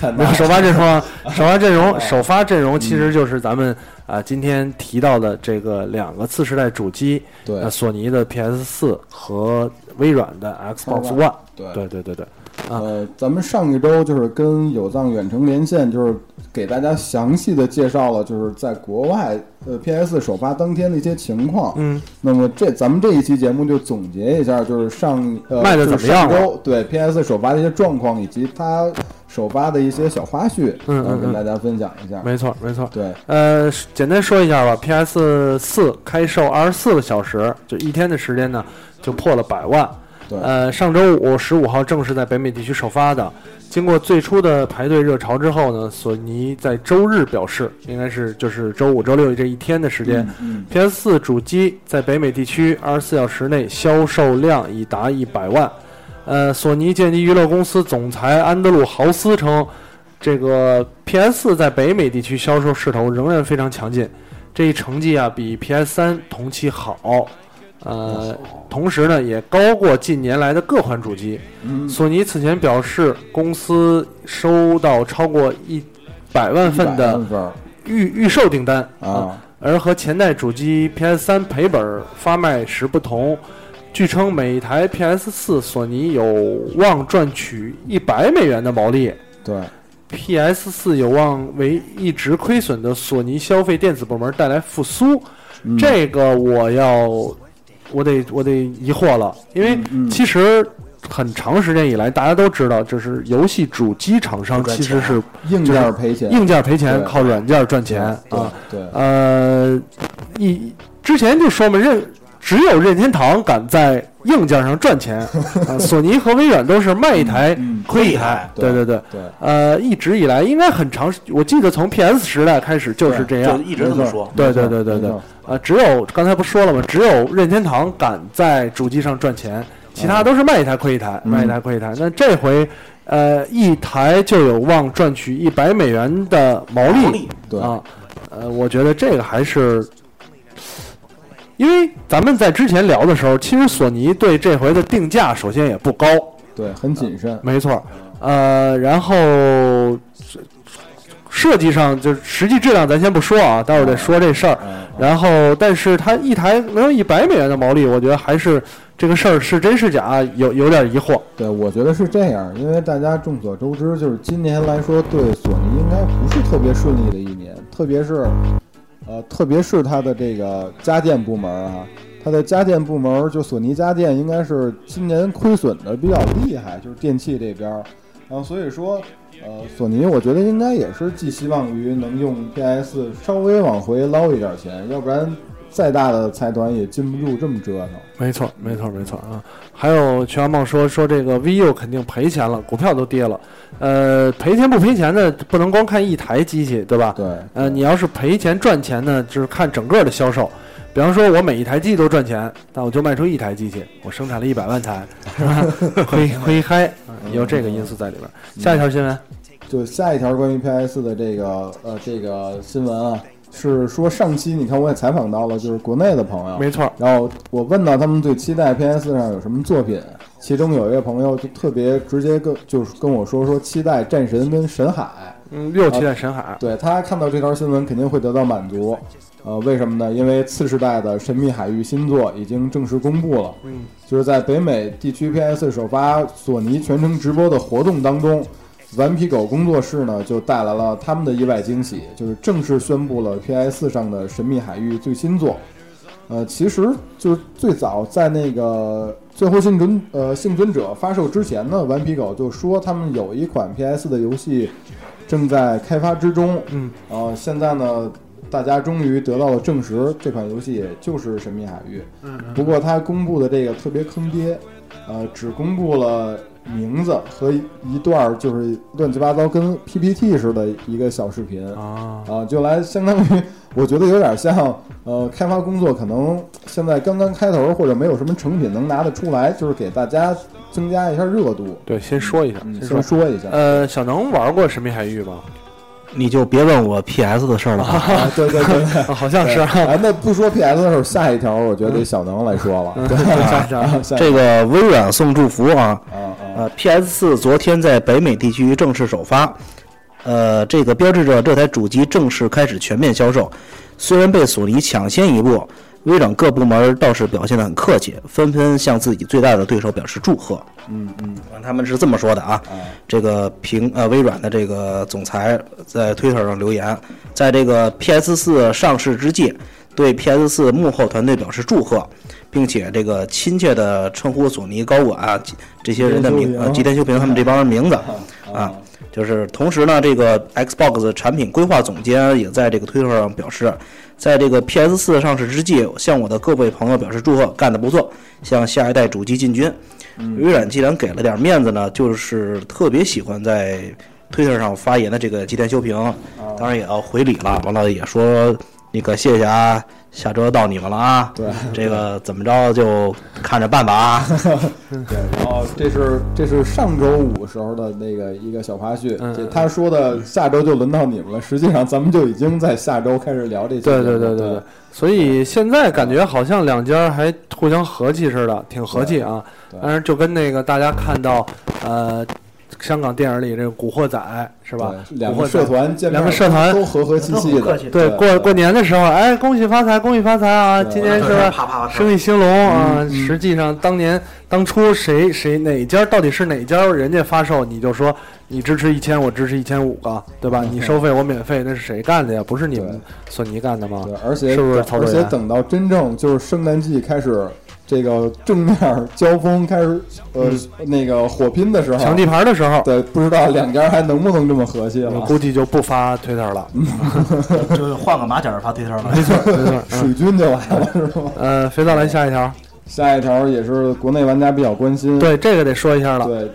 Speaker 1: 看
Speaker 2: 没有首发阵容啊，首发阵容，首发阵容其实就是咱们啊、今天提到的这个两个次世代主机，
Speaker 1: 对
Speaker 2: 呃索尼的 PS 四和微软的 Xbox One，
Speaker 1: 对
Speaker 2: 对对对对，啊
Speaker 1: 呃，咱们上一周就是跟有藏远程连线，就是给大家详细的介绍了，就是在国外呃 PS 首发当天的一些情况。
Speaker 2: 嗯，
Speaker 1: 那么这咱们这一期节目就总结一下，就是上呃
Speaker 2: 卖得怎么样啊了
Speaker 1: 就是上周对 PS 首发的一些状况，以及它首发的一些小花絮，
Speaker 2: 嗯嗯
Speaker 1: 呃跟
Speaker 2: 嗯
Speaker 1: 大家分享一下。
Speaker 2: 没错没错，
Speaker 1: 对，
Speaker 2: 呃，简单说一下吧，PS 四开售二十四个小时，就一天的时间呢，就破了百万。
Speaker 1: 对
Speaker 2: 呃，上周五十五号正式在北美地区首发的。经过最初的排队热潮之后呢，索尼在周日表示，应该是就是周五、周六这一天的时间、
Speaker 1: 嗯
Speaker 2: p s 四主机在北美地区二十四小时内销售量已达一百万。呃，索尼剑击娱乐公司总裁安德鲁·豪斯称，这个 PS 4在北美地区销售势头仍然非常强劲，这一成绩啊比 PS 3同期好，呃，同时呢也高过近年来的各款主机。索尼此前表示，公司收到超过一百万份
Speaker 1: 100
Speaker 2: 的
Speaker 1: 万份儿
Speaker 2: 预预售订单
Speaker 1: 啊
Speaker 2: 而和前代主机 PS 3赔本儿发卖时不同，据称每台 PS 4索尼有望赚取一百美元的毛利。
Speaker 1: 对，
Speaker 2: PS 4有望为一直亏损的索尼消费电子部门带来复苏，
Speaker 1: 嗯
Speaker 2: 这个我要，我得我得疑惑了，因为
Speaker 1: 嗯
Speaker 2: 其实很长时间以来大家都知道，就是游戏主机厂商其实是
Speaker 1: 硬
Speaker 2: 就是
Speaker 1: 件儿赔钱，
Speaker 2: 硬件赔钱，
Speaker 1: 对
Speaker 2: 靠软件赚钱
Speaker 1: 对
Speaker 2: 啊。
Speaker 1: 对
Speaker 2: 呃，一之前就说嘛，任只有任天堂敢在硬件上赚钱，啊索尼和微软都是卖一台亏一台。
Speaker 1: 对
Speaker 2: 对对
Speaker 1: 对
Speaker 2: 对呃，一直以来应该很长时，我记得从 PS 时代开始就是这
Speaker 6: 就
Speaker 2: 样。
Speaker 6: 一直这么说。
Speaker 2: 对
Speaker 1: 没
Speaker 2: 对
Speaker 1: 错
Speaker 2: 对对
Speaker 1: 没
Speaker 2: 对
Speaker 1: 错，
Speaker 2: 呃，只有刚才不说了吗？只有任天堂敢在主机上赚钱，其
Speaker 1: 嗯
Speaker 2: 他都是卖一台亏一台，卖一台亏一台。那这回，呃，一台就有望赚取一百美元的毛利，
Speaker 6: 毛利
Speaker 1: 对
Speaker 2: 啊，呃，我觉得这个还是。因为咱们在之前聊的时候，其实索尼对这回的定价首先也不高，
Speaker 1: 对，很谨慎，
Speaker 2: 没错，呃，然后设设计上就是实际质量咱先不说啊，待会儿再说这事儿。然后，但是它一台能有一百美元的毛利，我觉得还是这个事儿是真是假有有点疑惑。
Speaker 1: 对，我觉得是这样，因为大家众所周知，就是今年来说，对索尼应该不是特别顺利的一年，特别是，呃，特别是它的这个家电部门啊，它的家电部门就索尼家电应该是今年亏损的比较厉害，就是电器这边儿，然后所以说，呃，索尼我觉得应该也是寄希望于能用 PS 稍微往回捞一点钱，要不然再大的财团也禁不住这么折腾。
Speaker 2: 没错，没错，没错啊！还有全安茂说说这个 VU 肯定赔钱了，股票都跌了。呃，赔钱不赔钱呢，不能光看一台机器，对吧？
Speaker 1: 对
Speaker 2: 呃，你要是赔钱赚钱呢，就是看整个的销售。比方说，我每一台机器都赚钱，但我就卖出一台机器，我生产了一百万台，是吧？亏 亏嗨，啊也有这个因素在里边。下一条新闻，
Speaker 1: 就下一条关于 PS 的这个呃这个新闻啊，是说上期你看我也采访到了，就是国内的朋友，
Speaker 2: 没错
Speaker 1: 然后我问到他们最期待 PS 上有什么作品，其中有一位朋友就特别直接跟就是跟我说说期待战神跟神海，
Speaker 2: 嗯，又期待神海，
Speaker 1: 对他看到这条新闻肯定会得到满足。呃，为什么呢？因为次世代的《神秘海域》新作已经正式公布了，嗯，就是在北美地区 PS 首发索尼全程直播的活动当中，顽皮狗工作室呢就带来了他们的意外惊喜，就是正式宣布了 PS 上的《神秘海域》最新作。呃，其实就是最早在那个《最后幸存呃幸存者》发售之前呢，顽皮狗就说他们有一款 PS 的游戏正在开发之中。嗯，呃，现在呢，大家终于得到了证实，这款游戏也就是《神秘海域》。嗯，不过它公布的这个特别坑爹，呃，只公布了名字和一段儿就是乱七八糟跟 PPT 似的一个小视频
Speaker 2: 啊
Speaker 1: 啊，就来相当于，我觉得有点像，呃，开发工作可能现在刚刚开头，或者没有什么成品能拿得出来，就是给大家增加一下热度。
Speaker 2: 对，先说一下，
Speaker 1: 嗯，
Speaker 2: 先
Speaker 1: 先
Speaker 2: 说。
Speaker 1: 说一下，
Speaker 2: 呃，小能玩过《神秘海域》吗？
Speaker 6: 你就别问我 PS 的事儿了 啊。
Speaker 1: 啊，对对对对
Speaker 2: 啊，好像是
Speaker 1: 对。哎，那不说 PS 的时候，下一条我觉得得小能来说
Speaker 2: 嗯
Speaker 1: 了。 对
Speaker 2: 下一条
Speaker 1: 啊下一
Speaker 6: 这个微软送祝福啊，
Speaker 1: 啊啊，
Speaker 6: 呃，PS 四昨天在北美地区正式首发，呃，这个标志着这台主机正式开始全面销售。虽然被索尼抢先一步，微软各部门倒是表现得很客气，纷纷向自己最大的对手表示祝贺。
Speaker 1: 嗯嗯
Speaker 6: 啊他们是这么说的啊，
Speaker 1: 哎
Speaker 6: 这个苹呃微软的这个总裁在 Twitter 上留言，在这个 PS 四上市之际，对 PS 四幕后团队表示祝贺，并且这个亲切的称呼索尼高管、啊、这些人的名呃吉田修平他们这帮人名字啊，就是同时呢，这个 Xbox 产品规划总监也在这个 Twitter 上表示，在这个 PS 四上市之际，向我的各位朋友表示祝贺，干得不错，向下一代主机进军。微软既然给了点面子呢，就是特别喜欢啊在推特上发言的这个吉田修平，当然也要回礼了。完了也说
Speaker 3: 那个谢谢啊，下周到你们了啊。
Speaker 1: 对，
Speaker 3: 这个怎么着就看着办吧啊。
Speaker 1: 对，然后这是这是上周五时候的那个一个小花絮，
Speaker 2: 嗯
Speaker 1: 这他说的下周就轮到你们了，实际上咱们就已经在下周开始聊这期节
Speaker 2: 对
Speaker 1: 目。
Speaker 2: 对对对对，所以现在感觉好像两家还互相和气似的，挺和气啊
Speaker 1: 对。对
Speaker 2: 但是就跟那个大家看到，呃，香港电影里这个《古惑仔》是吧？
Speaker 1: 对两
Speaker 2: 古
Speaker 1: 个
Speaker 2: 惑仔
Speaker 1: 社团见面，
Speaker 2: 两个社团
Speaker 1: 都和和气气
Speaker 3: 都很客
Speaker 1: 的
Speaker 3: 气，
Speaker 2: 对，过过年的时候，哎，恭喜发财，恭喜发财啊！
Speaker 1: 对嗯
Speaker 2: 今年是不
Speaker 3: 啪啪啪
Speaker 2: 是生意兴隆啊？实际上，当年当初谁谁哪家到底是哪家，人家发售，你就说你支持一千，我支持一千五个，对吧？你收费，我免费，那是谁干的呀？不是你
Speaker 1: 对
Speaker 2: 们索尼干的吗
Speaker 1: 对，？而且
Speaker 2: 是不是曹啊
Speaker 1: 而
Speaker 2: 主
Speaker 1: 且
Speaker 2: 任
Speaker 1: 等到真正就是圣诞季开始，这个正面交锋开始，呃，
Speaker 2: 嗯
Speaker 1: 那个火拼的时候，
Speaker 2: 抢地盘的时候，
Speaker 1: 哦对，不知道两家还能不能这么和气
Speaker 2: 我
Speaker 1: 了。
Speaker 2: 估计就不发 Twitter 了。
Speaker 1: 嗯
Speaker 3: 就是换个马甲儿发推特 了。
Speaker 2: 没错
Speaker 1: 水军就来了，是吧？
Speaker 2: 呃，肥皂来下一条，
Speaker 1: 下一条也是国内玩家比较关心，
Speaker 2: 对这个得说一下了。
Speaker 1: 嗯对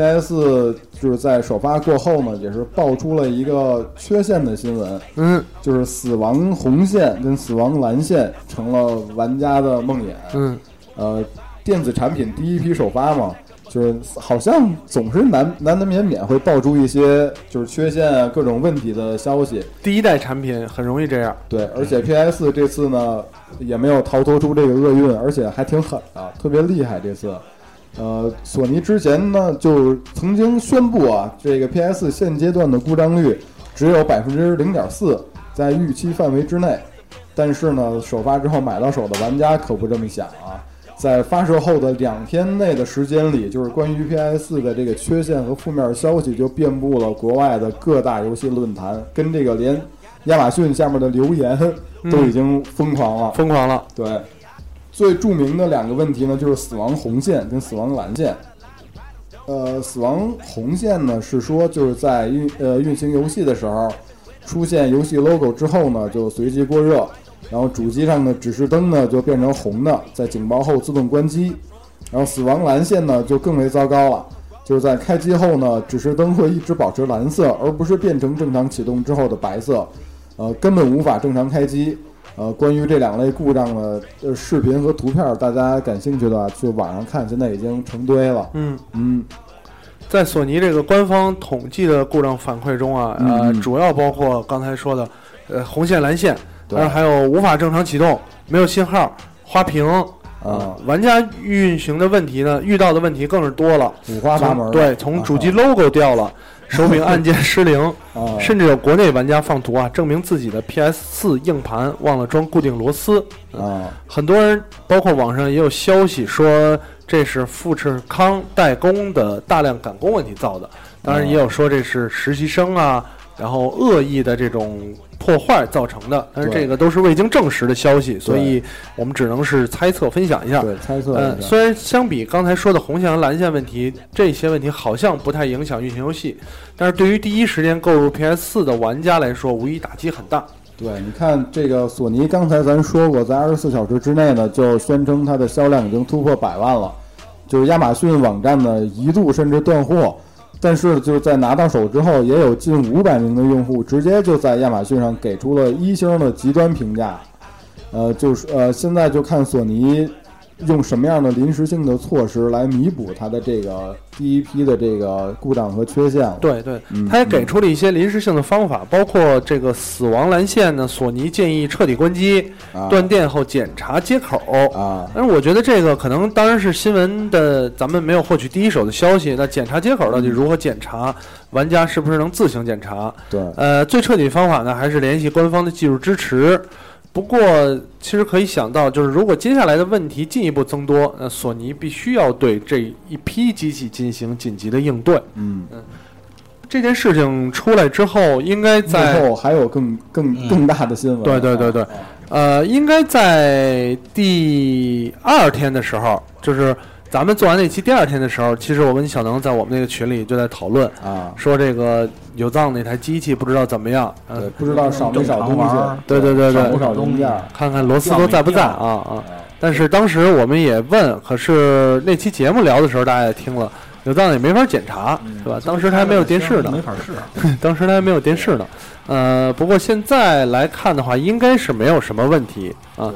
Speaker 1: ，PS 就是在首发过后呢，也是爆出了一个缺陷的新闻，
Speaker 2: 嗯
Speaker 1: 就是死亡红线跟死亡蓝线成了玩家的梦魇。
Speaker 2: 嗯，
Speaker 1: 呃，电子产品第一批首发嘛，就是好像总是难难难免免会爆出一些就是缺陷啊各种问题的消息。
Speaker 2: 第一代产品很容易这样。
Speaker 1: 对，而且 PS 这次呢也没有逃脱出这个厄运，而且还挺狠的，特别厉害这次。呃，索尼之前呢就曾经宣布啊，这个 PS 现阶段的故障率只有百分之零点四，在预期范围之内。但是呢，首发之后买到手的玩家可不这么想啊，在发售后的两天内的时间里，就是关于 PS 的这个缺陷和负面消息就遍布了国外的各大游戏论坛，跟这个连亚马逊下面的留言 都已经疯狂了。
Speaker 2: 疯狂了，
Speaker 1: 对，最著名的两个问题呢，就是死亡红线跟死亡蓝线。呃，死亡红线呢是说就是在运呃运行游戏的时候，出现游戏 logo 之后呢，就随即过热，然后主机上的指示灯呢就变成红的，在警报后自动关机。然后死亡蓝线呢就更为糟糕了，就是在开机后呢，指示灯会一直保持蓝色，而不是变成正常启动之后的白色，呃，根本无法正常开机。呃，关于这两类故障的呃视频和图片，大家感兴趣的话去网上看，现在已经成堆了。
Speaker 2: 嗯，
Speaker 1: 嗯，
Speaker 2: 在索尼这个官方统计的故障反馈中啊，呃，
Speaker 1: 嗯
Speaker 2: 主要包括刚才说的，呃，红线、蓝线，
Speaker 1: 对
Speaker 2: 然后还有无法正常启动、没有信号、花屏。
Speaker 1: 啊
Speaker 2: 呃玩家运行的问题呢，遇到的问题更是多了，
Speaker 1: 五花八门。
Speaker 2: 从对，从主机 logo 掉了，手柄按键失灵，
Speaker 1: 啊，
Speaker 2: 甚至有国内玩家放图啊，证明自己的 PS 四硬盘忘了装固定螺丝。
Speaker 1: 啊，
Speaker 2: 很多人，包括网上也有消息说这是富士康代工的大量赶工问题造的，当然也有说这是实习生啊，然后恶意的这种破坏造成的，但是
Speaker 1: 对
Speaker 2: 这个都是未经证实的消息，所以我们只能是猜测分享一下。
Speaker 1: 对，猜测
Speaker 2: 嗯，
Speaker 1: 一下。
Speaker 2: 虽然相比刚才说的红线和蓝线问题，这些问题好像不太影响运行游戏，但是对于第一时间购入 PS 四的玩家来说，无疑打击很大。
Speaker 1: 对，你看这个索尼，刚才咱说过，在二十四小时之内呢，就宣称它的销量已经突破百万了，就是亚马逊网站呢一度甚至断货，但是就是在拿到手之后，也有近五百名的用户直接就在亚马逊上给出了一星的极端评价，呃，就是呃，现在就看索尼用什么样的临时性的措施来弥补它的这个第一批的这个故障和缺陷了。
Speaker 2: 对对
Speaker 1: 嗯，
Speaker 2: 他也给出了一些临时性的方法，包括这个死亡蓝线呢，索尼建议彻底关机
Speaker 1: 啊，
Speaker 2: 断电后检查接口。
Speaker 1: 啊，
Speaker 2: 但是我觉得这个可能当然是新闻的，咱们没有获取第一手的消息。那检查接口到底如何检查？玩家是不是能自行检查？
Speaker 1: 对，
Speaker 2: 呃，最彻底的方法呢，还是联系官方的技术支持。不过，其实可以想到，就是如果接下来的问题进一步增多，那索尼必须要对这一批机器进行紧急的应对。
Speaker 1: 嗯。
Speaker 2: 这件事情出来之后，应该
Speaker 1: 最
Speaker 2: 在
Speaker 1: 后还有更更更大的新闻。
Speaker 2: 对对对对，呃，应该在第二天的时候，就是咱们做完那期第二天的时候，其实我跟小能在我们那个群里就在讨论，
Speaker 1: 啊，
Speaker 2: 说这个有藏那台机器不知道怎么样，嗯、
Speaker 1: 对，不知道少没
Speaker 3: 正
Speaker 1: 少东
Speaker 3: 常玩
Speaker 1: 西啊
Speaker 3: 儿，
Speaker 2: 对对对对
Speaker 1: 少不啊少零件儿，
Speaker 2: 看看螺丝都在不在啊啊！但是当时我们也问，可是那期节目聊的时候大家也听了，有档也没法检查，是吧？当时嗯它还没有电视呢，
Speaker 6: 没法试。
Speaker 2: 当时它还没有电视呢。呃，不过现在来看的话，应该是没有什么问题啊。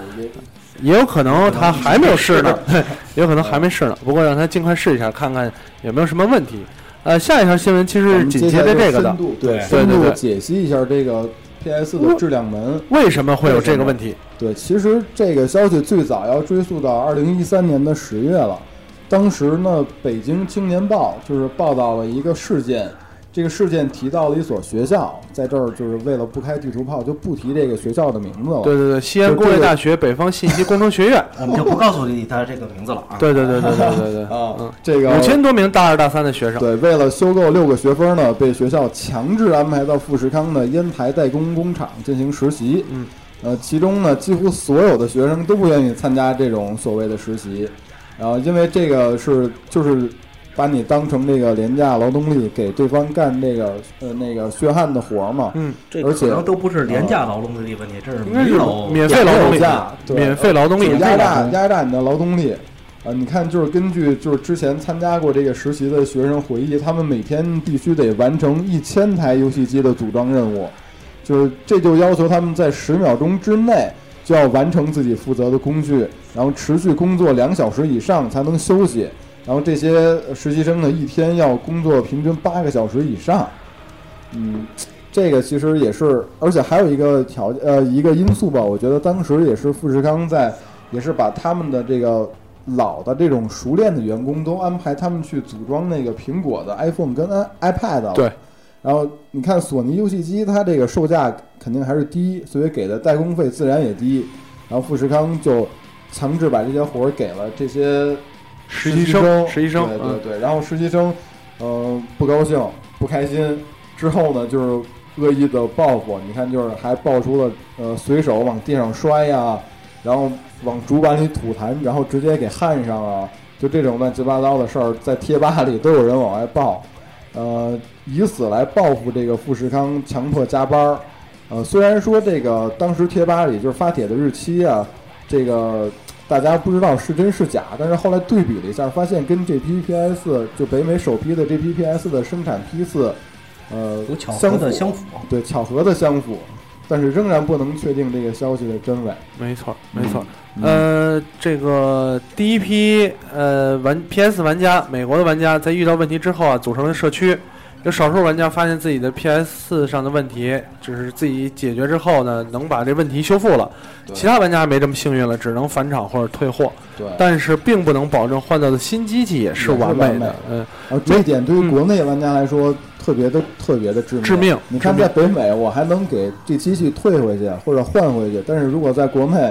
Speaker 2: 也有可能它还没有试呢，对， 也有可能还没试呢。不过让它尽快试一下，看看有没有什么问题。呃，下一条新闻其
Speaker 1: 我
Speaker 2: 实
Speaker 1: 们
Speaker 2: 紧
Speaker 1: 接
Speaker 2: 接
Speaker 1: 下来
Speaker 2: 着
Speaker 1: 就
Speaker 2: 这个的
Speaker 1: 深，度
Speaker 6: 对
Speaker 1: 深
Speaker 2: 对对
Speaker 1: 度
Speaker 2: 对
Speaker 1: 解析一下这个 PS 的质量门。
Speaker 2: 为什么会有这个问题？
Speaker 1: 对，其实这个消息最早要追溯到二零一三年的十月了。当时呢，《北京青年报》就是报道了一个事件，这个事件提到了一所学校，在这儿就是为了不开地图炮，就不提这个学校的名字了。
Speaker 2: 对对对，西安
Speaker 1: 就
Speaker 2: 工
Speaker 1: 这
Speaker 2: 业
Speaker 1: 个
Speaker 2: 大学北方信息工程学院。
Speaker 6: 我们就不告诉你他这个名字了啊。
Speaker 2: 对对对对对 对对，
Speaker 1: 啊，
Speaker 2: 嗯，
Speaker 1: 这个
Speaker 2: 五千多名大二大三的学生，
Speaker 1: 对，为了修够六个学分呢，被学校强制安排到富士康的烟台代工工厂进行实习。
Speaker 2: 嗯，
Speaker 1: 呃，其中呢，几乎所有的学生都不愿意参加这种所谓的实习，然后因为这个是就是把你当成这个廉价劳动力，给对方干这个呃那个血汗的活儿嘛。
Speaker 2: 嗯，
Speaker 3: 这
Speaker 1: 而
Speaker 6: 可
Speaker 1: 且
Speaker 6: 能都不是廉价劳动力问题，这是
Speaker 2: 应该
Speaker 6: 没
Speaker 2: 是
Speaker 6: 有
Speaker 2: 免费劳动
Speaker 1: 有
Speaker 2: 力
Speaker 1: 价，对
Speaker 2: 免费劳动力
Speaker 1: 就，
Speaker 2: 嗯免费
Speaker 1: 压
Speaker 2: 劳动
Speaker 1: 榨
Speaker 2: 力
Speaker 1: 压榨你的劳动力。呃，你看，就是根据就是之前参加过这个实习的学生回忆，他们每天必须得完成一千台游戏机的组装任务，就是这就要求他们在十秒钟之内就要完成自己负责的工序，然后持续工作两小时以上才能休息，然后这些呃实习生呢一天要工作平均八个小时以上，嗯，这个其实也是，而且还有一个条呃一个因素吧，我觉得当时也是富士康在，也是把他们的这个老的这种熟练的员工都安排他们去组装那个苹果的 iPhone 跟 i- iPad 啊了。
Speaker 2: 对。
Speaker 1: 然后你看索尼游戏机，它这个售价肯定还是低，所以给的代工费自然也低。然后富士康就强制把这些活儿给了这些
Speaker 2: 实
Speaker 1: 习
Speaker 2: 习生，实习生，
Speaker 1: 对对
Speaker 2: 嗯
Speaker 1: 对。然后实习生，呃，不高兴，不开心，之后呢，就是恶意的报复。你看，就是还爆出了呃，随手往地上摔呀、然后往主管里吐痰，然后直接给焊上啊，就这种乱七八糟的事儿，在贴吧里都有人往外爆，呃，以此来报复这个富士康强迫加班儿。呃，虽然说这个当时贴吧里就是发帖的日期啊，这个大家不知道是真是假，但是后来对比了一下，发现跟这批 PS 就北美首批的这批 PS 的生产批次，呃
Speaker 6: 有，巧合的
Speaker 1: 相
Speaker 6: 相
Speaker 1: 符
Speaker 6: 符。
Speaker 1: 对巧合的相符，但是仍然不能确定这个消息的真伪。
Speaker 2: 没错没错。呃，这个第一批呃玩 PS 玩家，美国的玩家在遇到问题之后啊，组成了社区。有少数玩家发现自己的 PS 上的问题，只是自己解决之后呢，能把这问题修复了。其他玩家没这么幸运了，只能返厂或者退货，
Speaker 1: 对，
Speaker 2: 但是并不能保证换到的新机器也是
Speaker 1: 也是
Speaker 2: 完
Speaker 1: 完美
Speaker 2: 美
Speaker 1: 的
Speaker 2: 的。嗯，
Speaker 1: 然啊后这一点对于国内玩家来说，特别的特别的致命。
Speaker 2: 致命
Speaker 1: 你看，
Speaker 2: 致
Speaker 1: 在
Speaker 2: 命
Speaker 1: 北美，我还能给这机器退回去或者换回去，但是如果在国内，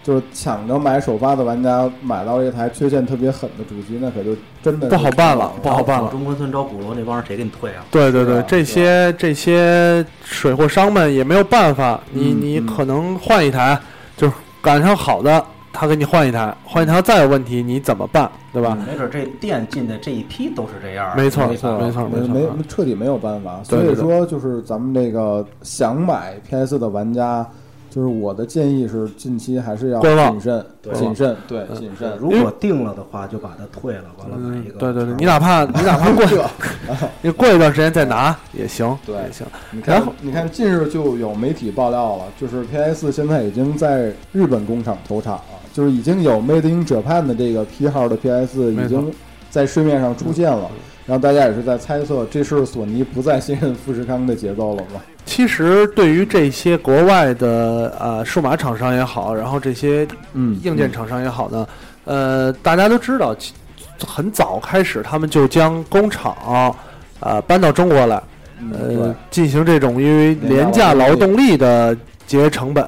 Speaker 1: 就是抢着买首发的玩家买到一台缺陷特别狠的主机，那可就真的
Speaker 2: 不好办了，不好办了。
Speaker 6: 中关村招鼓楼那帮人谁给你退啊？
Speaker 2: 对对
Speaker 1: 是
Speaker 2: 对
Speaker 1: 啊，
Speaker 2: 这些这些水货商们也没有办法，你
Speaker 1: 嗯
Speaker 2: 你
Speaker 1: 嗯
Speaker 2: 可能换一台，就是赶上好的，他给你换一台，换一台再有问题你怎么办，对吧？
Speaker 6: 没准这店进的这一批都是这样儿。
Speaker 2: 啊没错，
Speaker 1: 没
Speaker 2: 没
Speaker 1: 错
Speaker 2: 错，没错，
Speaker 1: 没
Speaker 2: 没错。
Speaker 1: 没彻底没有办法。
Speaker 2: 对
Speaker 1: 所以
Speaker 2: 对对
Speaker 1: 说，就是咱们这个想买 PS 的玩家，就是我的建议是，近期还是要
Speaker 2: 观望
Speaker 1: 谨慎，
Speaker 6: 对
Speaker 1: 谨慎，对，谨慎。
Speaker 6: 如果定了的话，就把它退了，完了买
Speaker 2: 嗯
Speaker 6: 一个。，
Speaker 2: 对对对，你哪怕你哪怕过，你过一段时间再拿也行，
Speaker 1: 对
Speaker 2: 也行。
Speaker 1: 你看
Speaker 2: 然后，
Speaker 1: 你看，近日就有媒体爆料了，就是 PS 现在已经在日本工厂投产了，就是已经有 Made in Japan 的这个批号的 PS 已
Speaker 2: 没错嗯
Speaker 1: 经在市面上出现了。然后大家也是在猜测，这是索尼不再信任富士康的节奏了吗？
Speaker 2: 其实对于这些国外的呃数码厂商也好，然后这些
Speaker 1: 嗯
Speaker 2: 硬件厂商也好呢，呃，大家都知道，其很早开始他们就将工厂啊、呃搬到中国来，
Speaker 1: 嗯
Speaker 2: 呃，进行这种因为
Speaker 1: 廉
Speaker 2: 廉
Speaker 1: 价
Speaker 2: 价
Speaker 1: 劳
Speaker 2: 劳
Speaker 1: 动
Speaker 2: 动力的节约成本。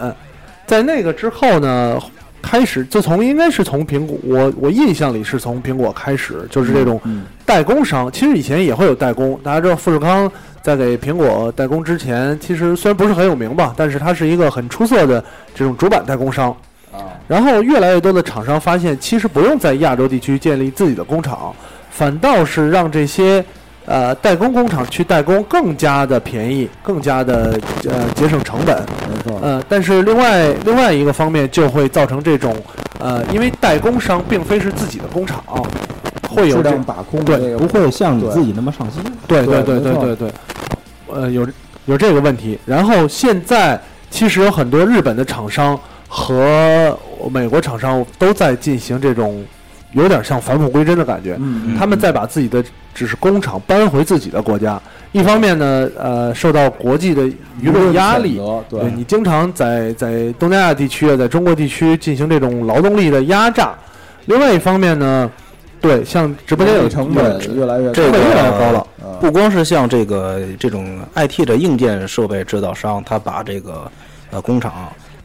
Speaker 2: 在那个之后呢，开始自从应该是从苹果，我我印象里是从苹果开始，就是这种
Speaker 1: 嗯
Speaker 2: 代工商。其实以前也会有代工，大家知道富士康在给苹果代工之前，其实虽然不是很有名吧，但是它是一个很出色的这种主板代工商。
Speaker 1: 对啊，
Speaker 2: 然后越来越多的厂商发现，其实不用在亚洲地区建立自己的工厂，反倒是让这些呃代工工厂去代工更加的便宜，更加的呃节省成本。
Speaker 1: 没错，
Speaker 2: 呃，但是另外另外一个方面就会造成这种呃，因为代工商并非是自己的工厂，会有
Speaker 1: 质
Speaker 2: 这
Speaker 1: 量把控的
Speaker 2: 对
Speaker 1: 这个
Speaker 7: 不会像你
Speaker 1: 对
Speaker 7: 自己那么上心。
Speaker 2: 对
Speaker 1: 对
Speaker 2: 对
Speaker 1: 没错
Speaker 2: 对对对，呃，有有这个问题。然后现在其实有很多日本的厂商和美国厂商都在进行这种有点像返璞归真的感觉，
Speaker 1: 嗯
Speaker 2: 他们在把自己的只是工厂搬回自己的国家。一方面呢，呃，受到国际的舆论压力，
Speaker 1: 舆论选择对
Speaker 2: 你经常在在东南亚地区啊，在中国地区进行这种劳动力的压榨。另外一方面呢，对，像直播间有
Speaker 1: 成
Speaker 2: 有
Speaker 1: 本越来越
Speaker 3: 这
Speaker 1: 高
Speaker 3: 个
Speaker 2: 越来越高了。
Speaker 3: 呃
Speaker 6: 嗯
Speaker 3: 不光是像这个这种 IT 的硬件设备制造商，他把这个呃工厂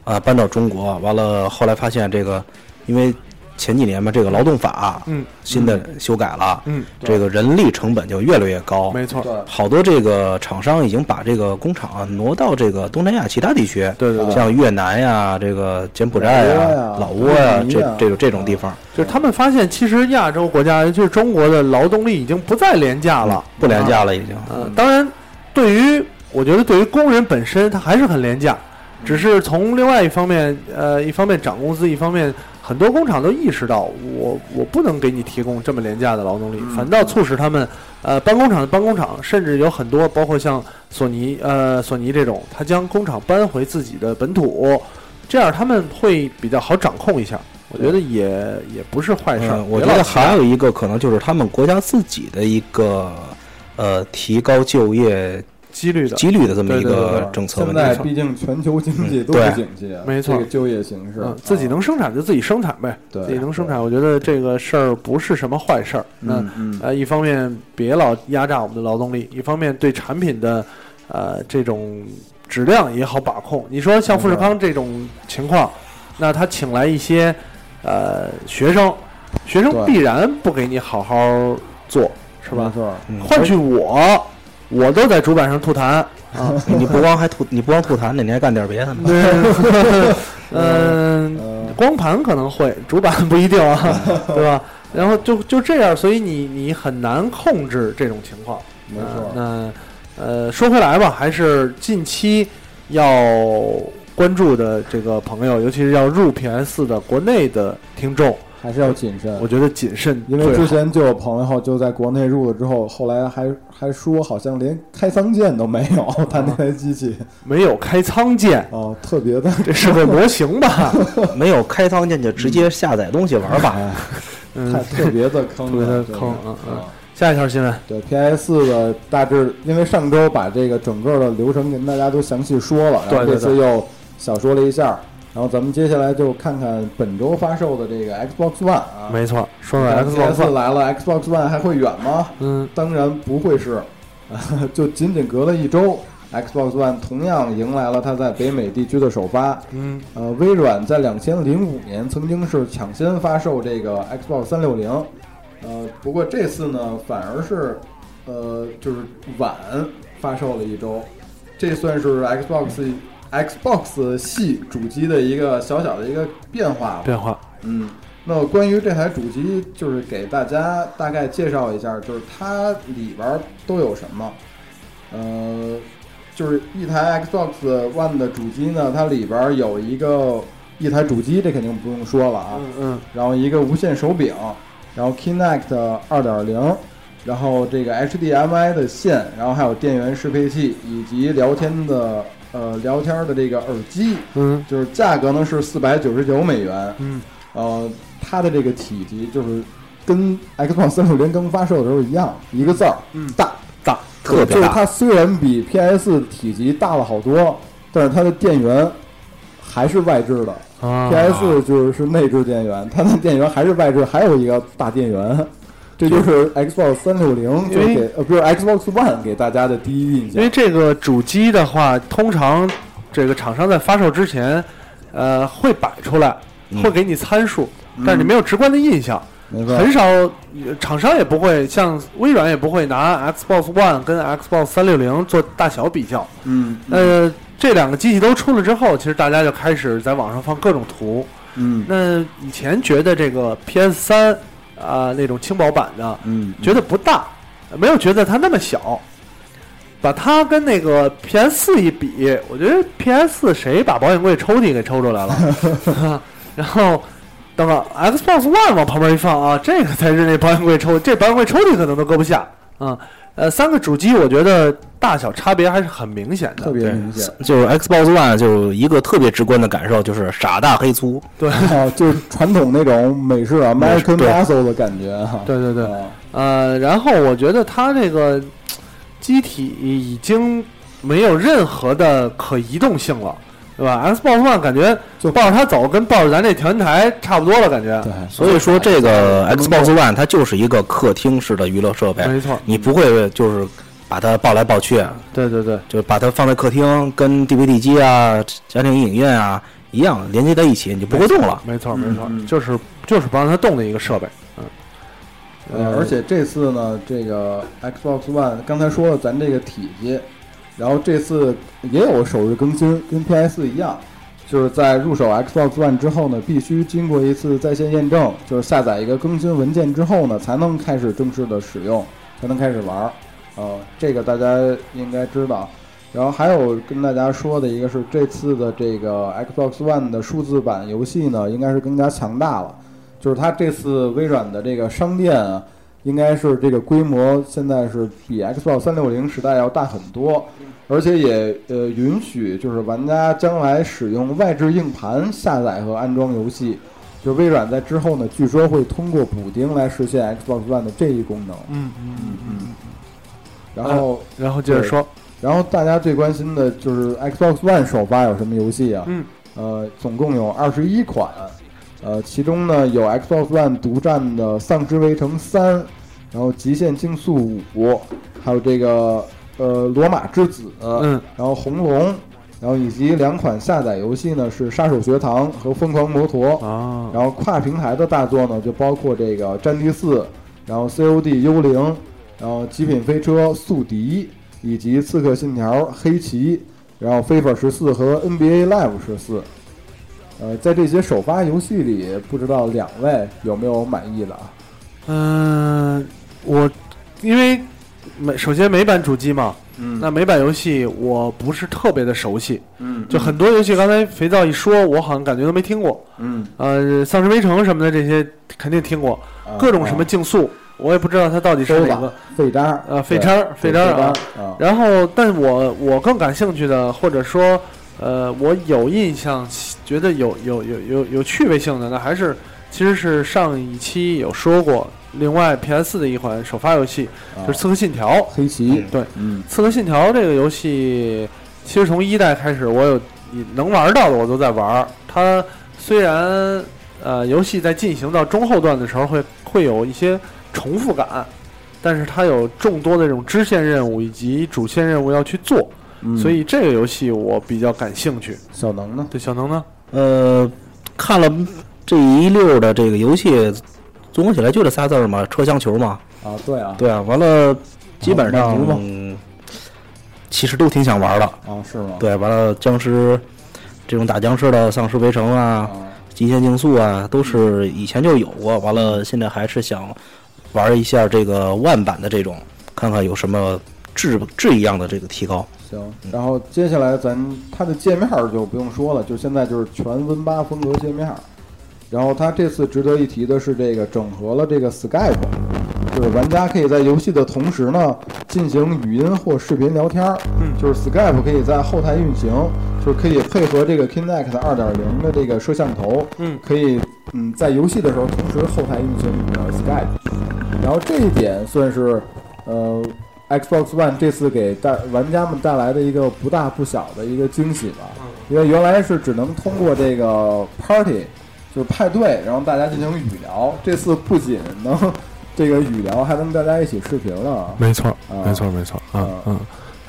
Speaker 3: 啊、搬到中国，完了后来发现这个，因为前几年嘛，这个劳动法
Speaker 2: 嗯
Speaker 3: 新的修改了，
Speaker 2: 嗯
Speaker 3: 这个人力成本就越来越高，
Speaker 2: 没错，
Speaker 1: 对
Speaker 3: 好多这个厂商已经把这个工厂啊挪到这个东南亚其他地区，
Speaker 2: 对对对
Speaker 3: 像越南呀、这个柬埔寨
Speaker 6: 哎
Speaker 3: 呀、
Speaker 1: 老
Speaker 3: 老
Speaker 1: 挝
Speaker 3: 挝
Speaker 1: 呀
Speaker 3: 呀
Speaker 1: 印尼
Speaker 3: 这
Speaker 1: 呀
Speaker 3: 这种
Speaker 6: 嗯
Speaker 3: 这种地方
Speaker 2: 就是他们发现，其实亚洲国家，就是中国的劳动力已经不再廉价了。
Speaker 3: 不廉价了已经。
Speaker 2: 呃，当然，对于我觉得对于工人本身，他还是很廉价，只是从另外一方面，呃，一方面涨工资，一方面很多工厂都意识到，我我不能给你提供这么廉价的劳动力，反倒促使他们，呃，搬工厂的搬工厂，甚至有很多包括像索尼，呃，索尼这种，他将工厂搬回自己的本土，这样他们会比较好掌控一下。我觉得也也不是坏事儿、
Speaker 3: 嗯，我
Speaker 2: 别
Speaker 3: 觉得
Speaker 2: 老期
Speaker 3: 还
Speaker 2: 待
Speaker 3: 有一个可能就是他们国家自己的一个呃提高就业
Speaker 2: 几率的，
Speaker 3: 几率的这么一
Speaker 2: 对对
Speaker 3: 个
Speaker 2: 对
Speaker 3: 政策
Speaker 1: 现
Speaker 3: 问
Speaker 1: 在
Speaker 3: 题。嗯
Speaker 1: 毕竟全球经济都不
Speaker 3: 对
Speaker 1: 景气啊，
Speaker 2: 没错
Speaker 1: 这个就业形势
Speaker 2: 嗯，，自己
Speaker 1: 啊
Speaker 2: 能生产就自己生产呗，
Speaker 1: 对
Speaker 2: 自己能生产，我觉得这个事儿不是什么坏事儿。那
Speaker 1: 嗯
Speaker 2: 呃，一方面别老压榨我们的劳动力，一方面对产品的呃这种质量也好把控。你说像富士康这种情况，那他请来一些呃学生，学生
Speaker 1: 对
Speaker 2: 必然不给你好好做，是
Speaker 1: 没
Speaker 2: 吧？
Speaker 1: 错，
Speaker 3: 嗯
Speaker 2: 换去我，我都在主板上吐痰啊。
Speaker 3: 你不光还吐，你不光吐痰，你还干点别的呢。
Speaker 2: 嗯，光盘可能会，主板不一定 啊，对吧？然后就就这样，所以你你很难控制这种情况。
Speaker 1: 没错
Speaker 2: 呃那呃，说回来吧，还是近期要关注的这个朋友，尤其是要入 PS 的国内的听众，
Speaker 1: 还是要谨慎
Speaker 2: 我。觉得谨慎
Speaker 1: 嗯因
Speaker 2: 最好，
Speaker 1: 为之前就有朋友就在国内入了之后，后来还还说好像连开仓键都没 有，他那台机器
Speaker 2: 没有开仓键，
Speaker 1: 哦，特别的
Speaker 2: 这是个模型 吧？
Speaker 3: 没有开仓进去，直接下载东西玩吧。
Speaker 2: 嗯
Speaker 1: 太，特别的坑了，
Speaker 2: 特别的坑
Speaker 1: 这个
Speaker 2: 嗯嗯下一条新闻，
Speaker 1: 对 PS 的大致，因为上周把这个整个的流程跟大家都详细说了，然后
Speaker 2: 对对
Speaker 1: 这次又小说了一下，然后咱们接下来就看看本周发售的这个 Xbox One 啊，
Speaker 2: 没错，说到哦 Xbox
Speaker 1: PS
Speaker 2: One，
Speaker 1: 来了，Xbox One 还会远吗？
Speaker 2: 嗯，
Speaker 1: 当然不会是， 就仅仅隔了一周，Xbox One 同样迎来了它在北美地区的首发。
Speaker 2: 嗯，
Speaker 1: 呃，微软在两千零五年曾经是抢先发售这个 Xbox 三六零，呃，不过这次呢反而是，呃，就是晚发售了一周，这算是 Xbox Xbox 系主机的一个小小的一个变化吧。
Speaker 2: 变化，
Speaker 1: 嗯，那关于这台主机，就是给大家大概介绍一下，就是它里边儿都有什么。呃，就是一台 Xbox One 的主机呢，它里边儿有一个一台主机，这肯定不用说了啊。
Speaker 2: 嗯嗯，
Speaker 1: 然后一个无线手柄，然后 Kinect 二点零，然后这个 HDMI 的线，然后还有电源适配器以及聊天的呃聊天儿的这个耳机，
Speaker 2: 嗯，
Speaker 1: 就是价格呢是四百九十九美元，
Speaker 2: 嗯，
Speaker 1: 呃，它的这个体积就是跟 Xbox 三六零刚发售的时候一样，一个字儿，嗯，大。
Speaker 2: 大，
Speaker 3: 特别大
Speaker 1: 就是它虽然比 PS 体积大了好多，但是它的电源还是外置的，
Speaker 2: 啊
Speaker 1: PS 就是内置电源，它的电源还是外置，还有一个大电源，这就是 Xbox 三六零就
Speaker 2: 因为
Speaker 1: 给呃不是 Xbox One 给大家的第一印
Speaker 2: 因
Speaker 1: 象
Speaker 2: 为。这个主机的话，通常这个厂商在发售之前，呃，会摆出来，
Speaker 1: 嗯
Speaker 2: 会给你参数，但是你没有直观的印象。
Speaker 1: 没错
Speaker 2: 很少，呃厂商也不会像微软也不会拿 Xbox One 跟 Xbox 三六零做大小比较。
Speaker 1: 嗯
Speaker 2: 呃，这两个机器都出了之后，其实大家就开始在网上放各种图，
Speaker 1: 嗯
Speaker 2: 那以前觉得这个 PS 三啊、那种轻薄版的，
Speaker 1: 嗯
Speaker 2: 觉得不大，没有觉得它那么小。把它跟那个 PS 四一比， 我觉得 PS 四谁把保险柜抽屉给抽出来了？然后等等，Xbox One 往旁边一放啊，这个才是那保险柜抽，这保险柜抽屉可能都搁不下啊。呃，三个主机我觉得大小差别还是很明显的，
Speaker 1: 特别明显，
Speaker 3: 就是 Xbox One 就一个特别直观的感受，就是傻大黑粗。
Speaker 2: 对
Speaker 1: 啊，就是传统那种美式啊 American
Speaker 3: 对
Speaker 1: Muscle 的感觉哈。
Speaker 2: 对对对，
Speaker 1: 啊
Speaker 2: 呃，然后我觉得它这个机体已经没有任何的可移动性了，对吧？Xbox One 感觉
Speaker 1: 就
Speaker 2: 抱着它走跟抱着咱这调音台差不多了，感觉。
Speaker 1: 对，
Speaker 3: 所以说，这个 Xbox One 它就是一个客厅式的娱乐设备，
Speaker 2: 没错
Speaker 3: 你不会就是把它抱来抱去，啊
Speaker 2: 对对对，
Speaker 3: 就是把它放在客厅，跟 DVD 机啊、家庭影院啊一样连接在一起，你就不会动了。
Speaker 2: 没错没错，
Speaker 1: 嗯
Speaker 2: 就是就是不让它动的一个设备。嗯，
Speaker 1: 呃，而且这次呢，这个 Xbox One 刚才说了咱这个体积，然后这次也有首日更新，跟 PS 一样，就是在入手 Xbox One 之后呢，必须经过一次在线验证，就是下载一个更新文件之后呢，才能开始正式的使用，才能开始玩儿。呃，这个大家应该知道。然后还有跟大家说的一个是，这次的这个 Xbox One 的数字版游戏呢，应该是更加强大了。就是它这次微软的这个商店啊，应该是这个规模现在是比 Xbox 三六零时代要大很多，而且也呃允许就是玩家将来使用外置硬盘下载和安装游戏。就微软在之后呢，据说会通过补丁来实现 Xbox One 的这一功能。嗯嗯嗯。然后，
Speaker 2: 然后接着说，
Speaker 1: 然后大家最关心的就是 Xbox One 首发有什么游戏啊？
Speaker 2: 嗯，
Speaker 1: 呃，总共有二十一款，呃，其中呢有 Xbox One 独占的《丧尸围城三》，然后《极限竞速五》，还有这个呃《罗马之子》，
Speaker 2: 嗯，
Speaker 1: 然后《红龙》，然后以及两款下载游戏呢是《杀手学堂》和《疯狂摩托》
Speaker 2: 啊，
Speaker 1: 然后跨平台的大作呢，就包括这个《战地四》，然后《COD 幽灵》，然后《极品飞车》《宿敌》，以及《刺客信条》《黑旗》，然后《FIFA 十四》和《NBA Live 十四》。呃，在这些首发游戏里，不知道两位有没有满意的啊？
Speaker 2: 嗯、我因为美首先美版主机嘛，
Speaker 1: 嗯
Speaker 2: 那美版游戏我不是特别的熟悉，
Speaker 1: 嗯
Speaker 2: 就很多游戏刚才肥皂一说，我好像感觉都没听过。
Speaker 1: 嗯，
Speaker 2: 呃，丧尸围城什么的这些肯定听过，
Speaker 1: 啊
Speaker 2: 各种什么竞速，我也不知道它到底是
Speaker 1: 收
Speaker 2: 哪
Speaker 1: 吧
Speaker 2: 个。，
Speaker 1: 废渣儿
Speaker 2: 呃，废渣儿，
Speaker 1: 对
Speaker 2: 废渣儿啊。
Speaker 1: 啊，
Speaker 2: 然后，但我我更感兴趣的，或者说，呃，我有印象，觉得有有有有有趣味性的，那还是其实是上一期有说过，另外 PS 的一款首发游戏
Speaker 1: 啊
Speaker 2: 就是《刺客信条》。
Speaker 1: 黑棋，
Speaker 2: 对，
Speaker 1: 嗯
Speaker 2: 《刺客信条》这个游戏，其实从一代开始，我有能玩到的我都在玩儿。它虽然呃，游戏在进行到中后段的时候会会有一些重复感，但是它有众多的这种支线任务以及主线任务要去做，
Speaker 1: 嗯，
Speaker 2: 所以这个游戏我比较感兴趣。
Speaker 1: 小能呢？
Speaker 2: 对小能呢？
Speaker 3: 呃，看了这一溜的这个游戏，综合起来就这仨字儿嘛，车厢球嘛。
Speaker 1: 啊，对啊，
Speaker 3: 对啊，完了，基本
Speaker 1: 好满足吧
Speaker 3: 上、其实都挺想玩的。
Speaker 1: 啊是吗？
Speaker 3: 对，完了僵尸这种打僵尸的《丧尸围城》啊，
Speaker 1: 啊，
Speaker 3: 《极限竞速》啊，都是以前就有过。完了，现在还是想玩一下这个万版的这种，看看有什么质质一样的这个提高。
Speaker 1: 行，然后接下来咱它的界面儿就不用说了，就现在就是全 Win 八风格界面儿。然后它这次值得一提的是，这个整合了这个 Skype，就是玩家可以在游戏的同时呢进行语音或视频聊天儿。
Speaker 2: 嗯
Speaker 1: 就是 Skype 可以在后台运行，就是可以配合这个 Kinect 2.0的这个摄像头，
Speaker 2: 嗯
Speaker 1: 可以嗯在游戏的时候同时后台运行你的 Skype。然后这一点算是呃 Xbox One 这次给带玩家们带来的一个不大不小的一个惊喜吧，
Speaker 2: 嗯
Speaker 1: 因为原来是只能通过这个 Party 就是派对，然后大家进行语聊，这次不仅能 这个语聊，还能大家一起视频了啊。
Speaker 2: 没错，
Speaker 1: 没错，
Speaker 2: 没错
Speaker 1: 啊
Speaker 2: 嗯。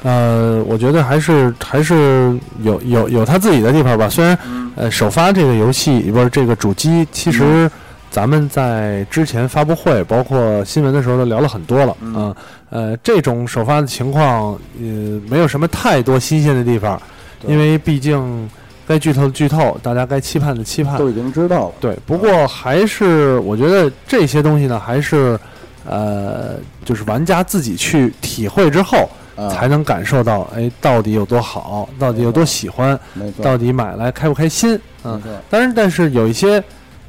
Speaker 2: 呃，我觉得还是还是有有有他自己的地方吧。虽然
Speaker 1: 嗯
Speaker 2: 呃，首发这个游戏不是这个主机，其实咱们在之前发布会包括新闻的时候都聊了很多了
Speaker 1: 嗯
Speaker 2: 啊、呃，这种首发的情况，呃，没有什么太多新鲜的地方，
Speaker 1: 对
Speaker 2: 因为毕竟该剧透的剧透，大家该期盼的期盼，
Speaker 1: 都已经知道了，
Speaker 2: 对，不过还是我觉得这些东西呢，还是呃，就是玩家自己去体会之后，
Speaker 1: 啊、
Speaker 2: 才能感受到，哎，到底有多好，到底有多喜欢，
Speaker 1: 没错，
Speaker 2: 到底买来开不开心，
Speaker 1: 没
Speaker 2: 嗯。
Speaker 1: 错，
Speaker 2: 当然，但是有一些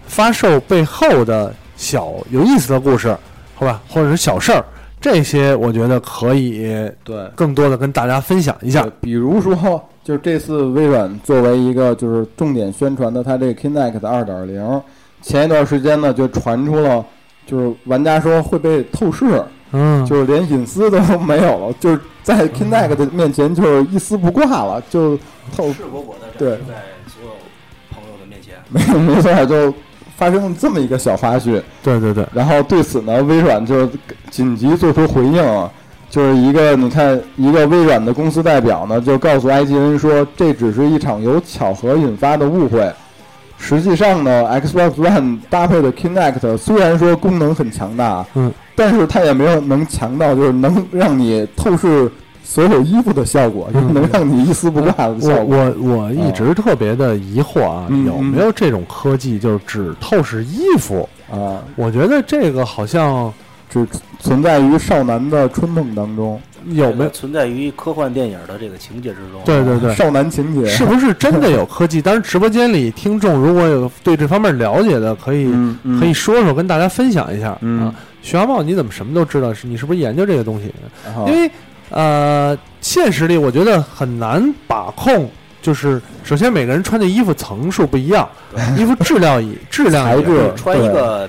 Speaker 2: 发售背后的小有意思的故事，好吧，或者是小事儿，这些我觉得可以
Speaker 1: 对，
Speaker 2: 更多的跟大家分享一下
Speaker 1: 对。比如说，就是这次微软作为一个就是重点宣传的它这个 Kinect 二点零，前一段时间呢就传出了，就是玩家说会被透视，
Speaker 2: 嗯，
Speaker 1: 就是连隐私都没有了，就是在 Kinect 的面前就是一丝不挂了，就透
Speaker 6: 赤果果的展
Speaker 1: 对
Speaker 6: 示在所有朋友的面前，
Speaker 1: 没有没错，就发生了这么一个小花絮。
Speaker 2: 对对对，
Speaker 1: 然后对此呢，微软就紧急做出回应啊，就是一个你看一个微软的公司代表呢，就告诉 IGN 说，这只是一场由巧合引发的误会。实际上呢，Xbox One 搭配的 Kinect 虽然说功能很强大，
Speaker 2: 嗯，
Speaker 1: 但是它也没有能强到就是能让你透视所有衣服的效果，
Speaker 2: 嗯
Speaker 1: 就是能让你一丝不挂的
Speaker 2: 我
Speaker 1: 效果。
Speaker 2: 我我一直特别的疑惑啊，
Speaker 1: 嗯
Speaker 2: 有没有这种科技就是只透视衣服？
Speaker 1: 啊，
Speaker 2: 我觉得这个好像
Speaker 1: 只存在于少男的春梦当中。
Speaker 2: 有没有？
Speaker 6: 存在于科幻电影的这个情节之中？
Speaker 2: 对对对，
Speaker 1: 啊少男情节
Speaker 2: 是不是真的有科技？当然，直播间里听众如果有对这方面了解的，可以、
Speaker 1: 嗯嗯
Speaker 2: 可以说说，跟大家分享一下。
Speaker 1: 嗯
Speaker 2: 啊，徐小茂，你怎么什么都知道？是你是不是研究这个东西？
Speaker 1: 啊
Speaker 2: 因为呃，现实里我觉得很难把控。就是首先每个人穿的衣服层数不一 样，衣服质量也质量
Speaker 1: 材
Speaker 2: 也
Speaker 1: 质
Speaker 2: 不
Speaker 6: 穿一个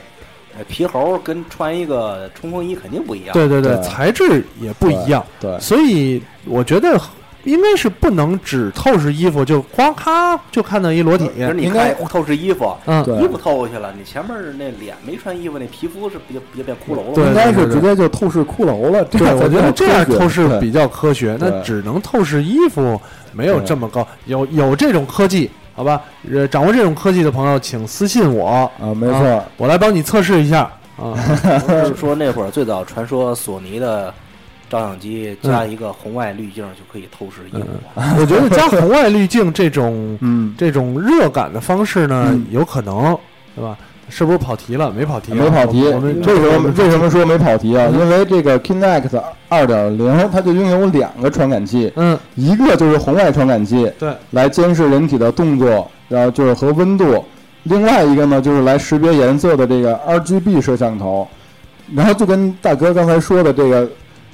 Speaker 6: 呃皮猴跟穿一个冲锋衣肯定不一样。
Speaker 2: 对对对，
Speaker 1: 对
Speaker 2: 材质也不一样，
Speaker 1: 对，
Speaker 2: 所以我觉得应该是不能只透视衣服就光咔就看到一裸体。
Speaker 6: 可是你
Speaker 1: 应该
Speaker 6: 看透视衣服，
Speaker 2: 嗯，
Speaker 1: 对
Speaker 6: 衣服透过去了，你前面那脸没穿衣服，那皮肤是不就不就变骷髅了吗？
Speaker 2: 对
Speaker 1: 应该是直接就透视骷髅了。这
Speaker 2: 对，
Speaker 1: 样才
Speaker 2: 我觉得
Speaker 1: 叫
Speaker 2: 这样
Speaker 1: 科学
Speaker 2: 透视
Speaker 1: 对
Speaker 2: 比较科学。
Speaker 1: 对
Speaker 2: 那只能透视衣服，没有
Speaker 1: 对
Speaker 2: 这么高。有有这种科技，好吧？呃，掌握这种科技的朋友，请私信我，
Speaker 1: 啊，没错，
Speaker 2: 我来帮你测试一下啊。
Speaker 6: 不是说那会儿最早传说索尼的照相机加
Speaker 2: 嗯
Speaker 6: 一个红外滤镜就可以透视衣服，
Speaker 2: 我觉得加红外滤镜这种
Speaker 1: 嗯，
Speaker 2: 这种热感的方式呢
Speaker 1: 嗯，
Speaker 2: 有可能，对吧？是不是跑题了？没跑题啊，
Speaker 1: 没跑题。
Speaker 2: 我我们
Speaker 1: 为什么为什么说没跑题啊？
Speaker 2: 嗯
Speaker 1: 因为这个 Kinect 二点零，它就拥有两个传感器，
Speaker 2: 嗯，
Speaker 1: 一个就是红外传感器，
Speaker 2: 对，
Speaker 1: 来监视人体的动作，然后就是和温度；另外一个呢，就是来识别颜色的这个 RGB 摄像头。然后就跟大哥刚才说的这个，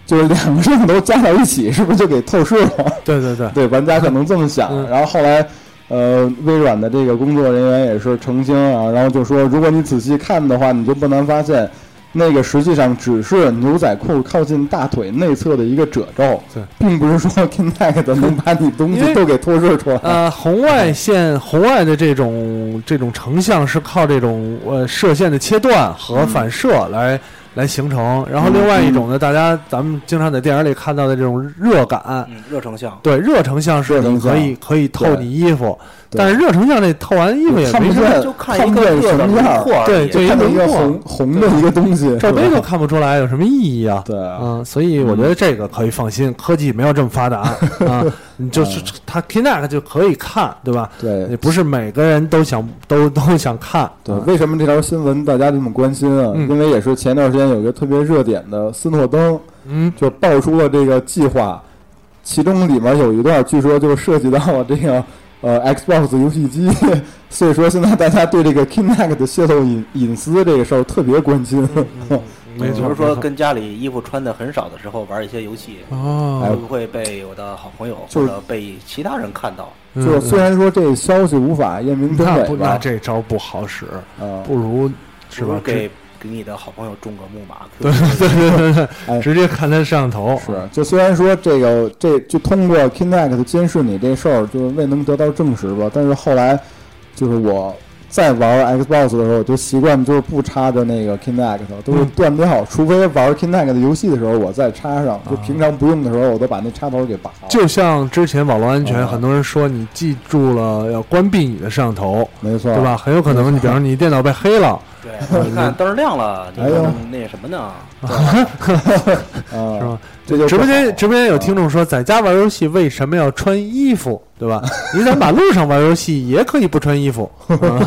Speaker 1: 就是两个摄像头加到一起，是不是就给透视了？
Speaker 2: 对对对，
Speaker 1: 对，玩家可能这么想。
Speaker 2: 嗯
Speaker 1: 然后后来，呃，微软的这个工作人员也是澄清啊，然后就说，如果你仔细看的话，你就不难发现，那个实际上只是牛仔裤靠近大腿内侧的一个褶皱
Speaker 2: 对，
Speaker 1: 并不是说 Kinect 能把你东
Speaker 2: 因为
Speaker 1: 西都给透视出来。
Speaker 2: 呃，红外线、红外的这种这种成像是靠这种呃射线的切断和反射
Speaker 1: 嗯
Speaker 2: 来、来形成。然后另外一种呢，大家咱们经常在电影里看到的这种热感，
Speaker 6: 嗯，热成像。
Speaker 2: 对，热成像是
Speaker 1: 热成
Speaker 2: 你可
Speaker 1: 像
Speaker 2: 以可以透
Speaker 1: 对
Speaker 2: 你衣服，
Speaker 1: 对
Speaker 2: 但是热成像这透完衣服也
Speaker 1: 看
Speaker 2: 没
Speaker 1: 不
Speaker 2: 事
Speaker 1: 见，
Speaker 6: 就看
Speaker 1: 看
Speaker 6: 一
Speaker 1: 不
Speaker 6: 个
Speaker 1: 见
Speaker 6: 个
Speaker 1: 什
Speaker 6: 的
Speaker 1: 么样
Speaker 6: 轮廓
Speaker 1: 儿，
Speaker 6: 而
Speaker 2: 对
Speaker 6: 已
Speaker 2: 就
Speaker 1: 看见
Speaker 2: 一
Speaker 1: 一个
Speaker 2: 轮廓
Speaker 1: 红红的一个东 西，
Speaker 2: 罩杯
Speaker 1: 是吧
Speaker 2: 都看不出来，有什么意义啊？
Speaker 1: 对啊嗯
Speaker 2: 嗯，所以我觉得这个可以放心，科技没有这 么发达啊，你就是它 Kinect 就可以看，对吧？
Speaker 1: 对
Speaker 2: 也不是每个人都想都都想看，啊
Speaker 1: 对，为什么这条新闻大家这么关心啊？
Speaker 2: 嗯
Speaker 1: 因为也是前段时间有一个特别热点的斯诺登，
Speaker 2: 嗯，
Speaker 1: 就爆出了这个计划，其中里面有一段据说就涉及到了这个 呃 Xbox 游戏机，所以说现在大家对这个 Kinect 泄露隐隐私这个事儿特别关心。
Speaker 2: 嗯没
Speaker 6: 比
Speaker 2: 错，
Speaker 6: 如说
Speaker 2: 没错
Speaker 6: 跟家里衣服穿的很少的时候玩一些游戏，
Speaker 2: 哦，
Speaker 6: 会不会被我的好朋友
Speaker 1: 啊就
Speaker 6: 或
Speaker 1: 是
Speaker 6: 者被其他人看到？
Speaker 2: 嗯
Speaker 1: 就是虽然说这消息无法验明真
Speaker 2: 那
Speaker 1: 伪
Speaker 2: 不
Speaker 1: 吧
Speaker 2: 那，这招不好使，
Speaker 1: 啊，
Speaker 2: 不如是
Speaker 6: 不
Speaker 2: 吧
Speaker 6: 如？
Speaker 2: 直
Speaker 6: 给给你的好朋友种个木马，
Speaker 2: 对对对对
Speaker 1: 哎
Speaker 2: 对，直接看他摄像头
Speaker 1: 是，就虽然说这个这就通过 Kinect 监视你这事儿，就是未能得到证实吧，但是后来就是我在玩 Xbox 的时候，我就习惯就是不插着那个 Kinect，都是
Speaker 2: 嗯
Speaker 1: 断掉，除非玩 Kinect 的游戏的时候我再插上，就
Speaker 2: 啊
Speaker 1: 平常不用的时候我都把那插头给拔了。
Speaker 2: 就像之前网络安全，
Speaker 1: 啊
Speaker 2: 很多人说你记住了要关闭你的摄像头，
Speaker 1: 没错，
Speaker 2: 对吧？？很有可能，你比方说你电脑被黑了，
Speaker 6: 对，你看灯儿亮了，你
Speaker 1: 哎呦
Speaker 6: 能那什么呢？
Speaker 1: 啊，
Speaker 2: 是吧？
Speaker 1: 这就
Speaker 2: 直播
Speaker 1: 不好
Speaker 2: 间直播间有听众说，在家玩游戏为什么要穿衣 服，对吧？你在马路上玩游戏也可以不穿衣服，啊、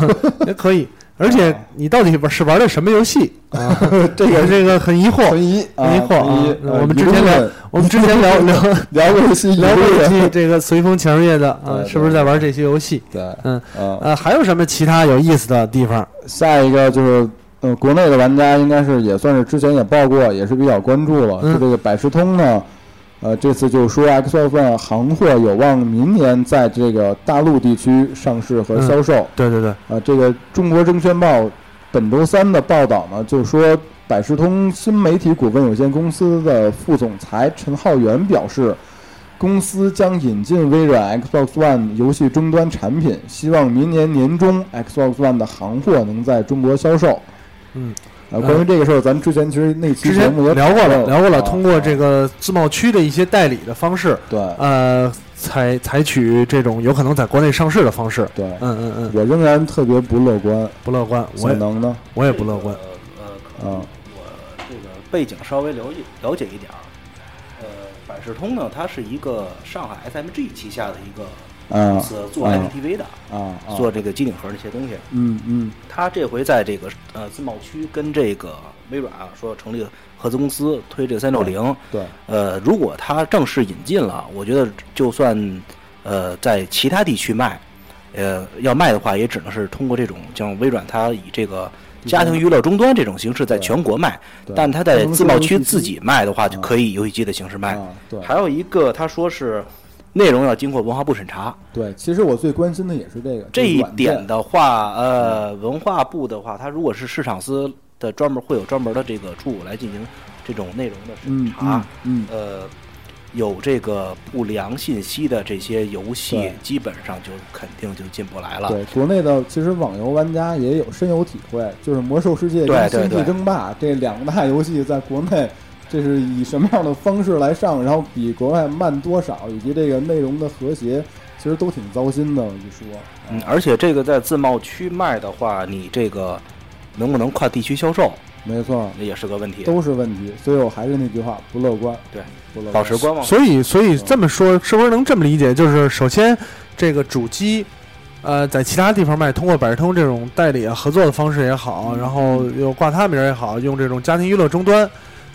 Speaker 2: 也可以而且你到底玩是玩的什么游戏？啊、这个这个很疑惑
Speaker 1: 存。疑啊，
Speaker 2: 疑惑啊
Speaker 1: 存疑！
Speaker 2: 那
Speaker 1: 呃
Speaker 2: 我们
Speaker 1: 一
Speaker 2: 之
Speaker 1: 部
Speaker 2: 前聊
Speaker 1: 分
Speaker 2: 我们之前 聊聊
Speaker 1: 聊过游戏，
Speaker 2: 聊
Speaker 1: 一部
Speaker 2: 过
Speaker 1: 分
Speaker 2: 一期 这个《随风情人夜》的啊，
Speaker 1: 对
Speaker 2: 是不是在玩这些游戏？
Speaker 1: 对，
Speaker 2: 嗯
Speaker 1: 啊，
Speaker 2: 呃，还有什么其他有意思的地方？
Speaker 1: 下一个就是。呃，国内的玩家应该是也算是之前也报过，也是比较关注了。
Speaker 2: 嗯
Speaker 1: 就这个百事通呢，呃，这次就说 Xbox 行货有望明年在这个大陆地区上市和
Speaker 2: 嗯
Speaker 1: 销售。
Speaker 2: 对对对，
Speaker 1: 啊，这个《中国证券报》本周三的报道呢，就说百事通新媒体股份有限公司的副总裁陈浩源表示，公司将引进微软 Xbox One 游戏终端产品，希望明年年中 Xbox One 的行货能在中国销售。
Speaker 2: 嗯，
Speaker 1: 啊，关于这个事儿，咱们之前其实那期
Speaker 2: 之
Speaker 1: 节
Speaker 2: 前
Speaker 1: 目也
Speaker 2: 聊过
Speaker 1: 讨论
Speaker 2: 了，聊过了。
Speaker 1: 啊
Speaker 2: 通过这个自贸区的一些代理的方式，
Speaker 1: 对
Speaker 2: 呃，采采取这种有可能在国内上市的方式。
Speaker 1: 对，
Speaker 2: 嗯嗯嗯，
Speaker 1: 我仍然特别不乐观，
Speaker 2: 不乐观，我
Speaker 1: 所
Speaker 2: 也
Speaker 1: 能呢，
Speaker 2: 我也不乐观。
Speaker 6: 呃，可能
Speaker 1: 啊
Speaker 6: 我这个背景稍微了解了解一点儿。呃，百事通呢，它是一个上海 SMG 旗下的一个公
Speaker 1: 啊
Speaker 6: 司，做
Speaker 1: 啊
Speaker 6: IPTV 的，
Speaker 1: 啊啊，
Speaker 6: 做这个机顶盒这些东西。
Speaker 1: 嗯嗯
Speaker 6: 它这回在这个呃自贸区跟这个微软啊说成立合资公司，推这个三六零。
Speaker 1: 对，
Speaker 6: 呃，如果它正式引进了，我觉得就算呃在其他地区卖，呃要卖的话，也只能是通过这种像微软它以这个家庭娱乐终端这种形式在全国卖
Speaker 1: 对，
Speaker 6: 但它在自贸区自己卖的话，就可以游戏机的形式卖
Speaker 1: 啊。对。
Speaker 6: 还有一个，他说是内容要经过文化部审查，
Speaker 1: 对，其实我最关心的也是这个
Speaker 6: 这一点
Speaker 1: 的
Speaker 6: 的话，呃，文化部的话，它如果是市场司的专门会有专门的这个处来进行这种内容的审
Speaker 1: 嗯
Speaker 6: 查
Speaker 1: 嗯，嗯，
Speaker 6: 呃，有这个不良信息的这些游戏
Speaker 1: 对，
Speaker 6: 基本上就肯定就进不来了。
Speaker 1: 对，国内的其实网游玩家也有深有体会，就是《魔兽世界》
Speaker 6: 对
Speaker 1: 跟《
Speaker 6: 对
Speaker 1: 星际
Speaker 6: 对
Speaker 1: 争霸》这两大游戏在国内。这是以什么样的方式来上，然后比国外慢多少，以及这个内容的和谐，其实都挺糟心的。我就说，
Speaker 6: 嗯，而且这个在自贸区卖的话，你这个能不能跨地区销售，
Speaker 1: 没错，
Speaker 6: 那也是个问题。
Speaker 1: 都是问题。所以我还是那句话，不乐观，
Speaker 6: 对，
Speaker 1: 不乐观，
Speaker 6: 保持观望。
Speaker 2: 所以，所以这么说，是不是能这么理解？就是首先，这个主机，呃，在其他地方卖，通过百事通这种代理啊、合作的方式也
Speaker 1: 嗯
Speaker 2: 好，然后又挂他名儿也好，用这种家庭娱乐终端，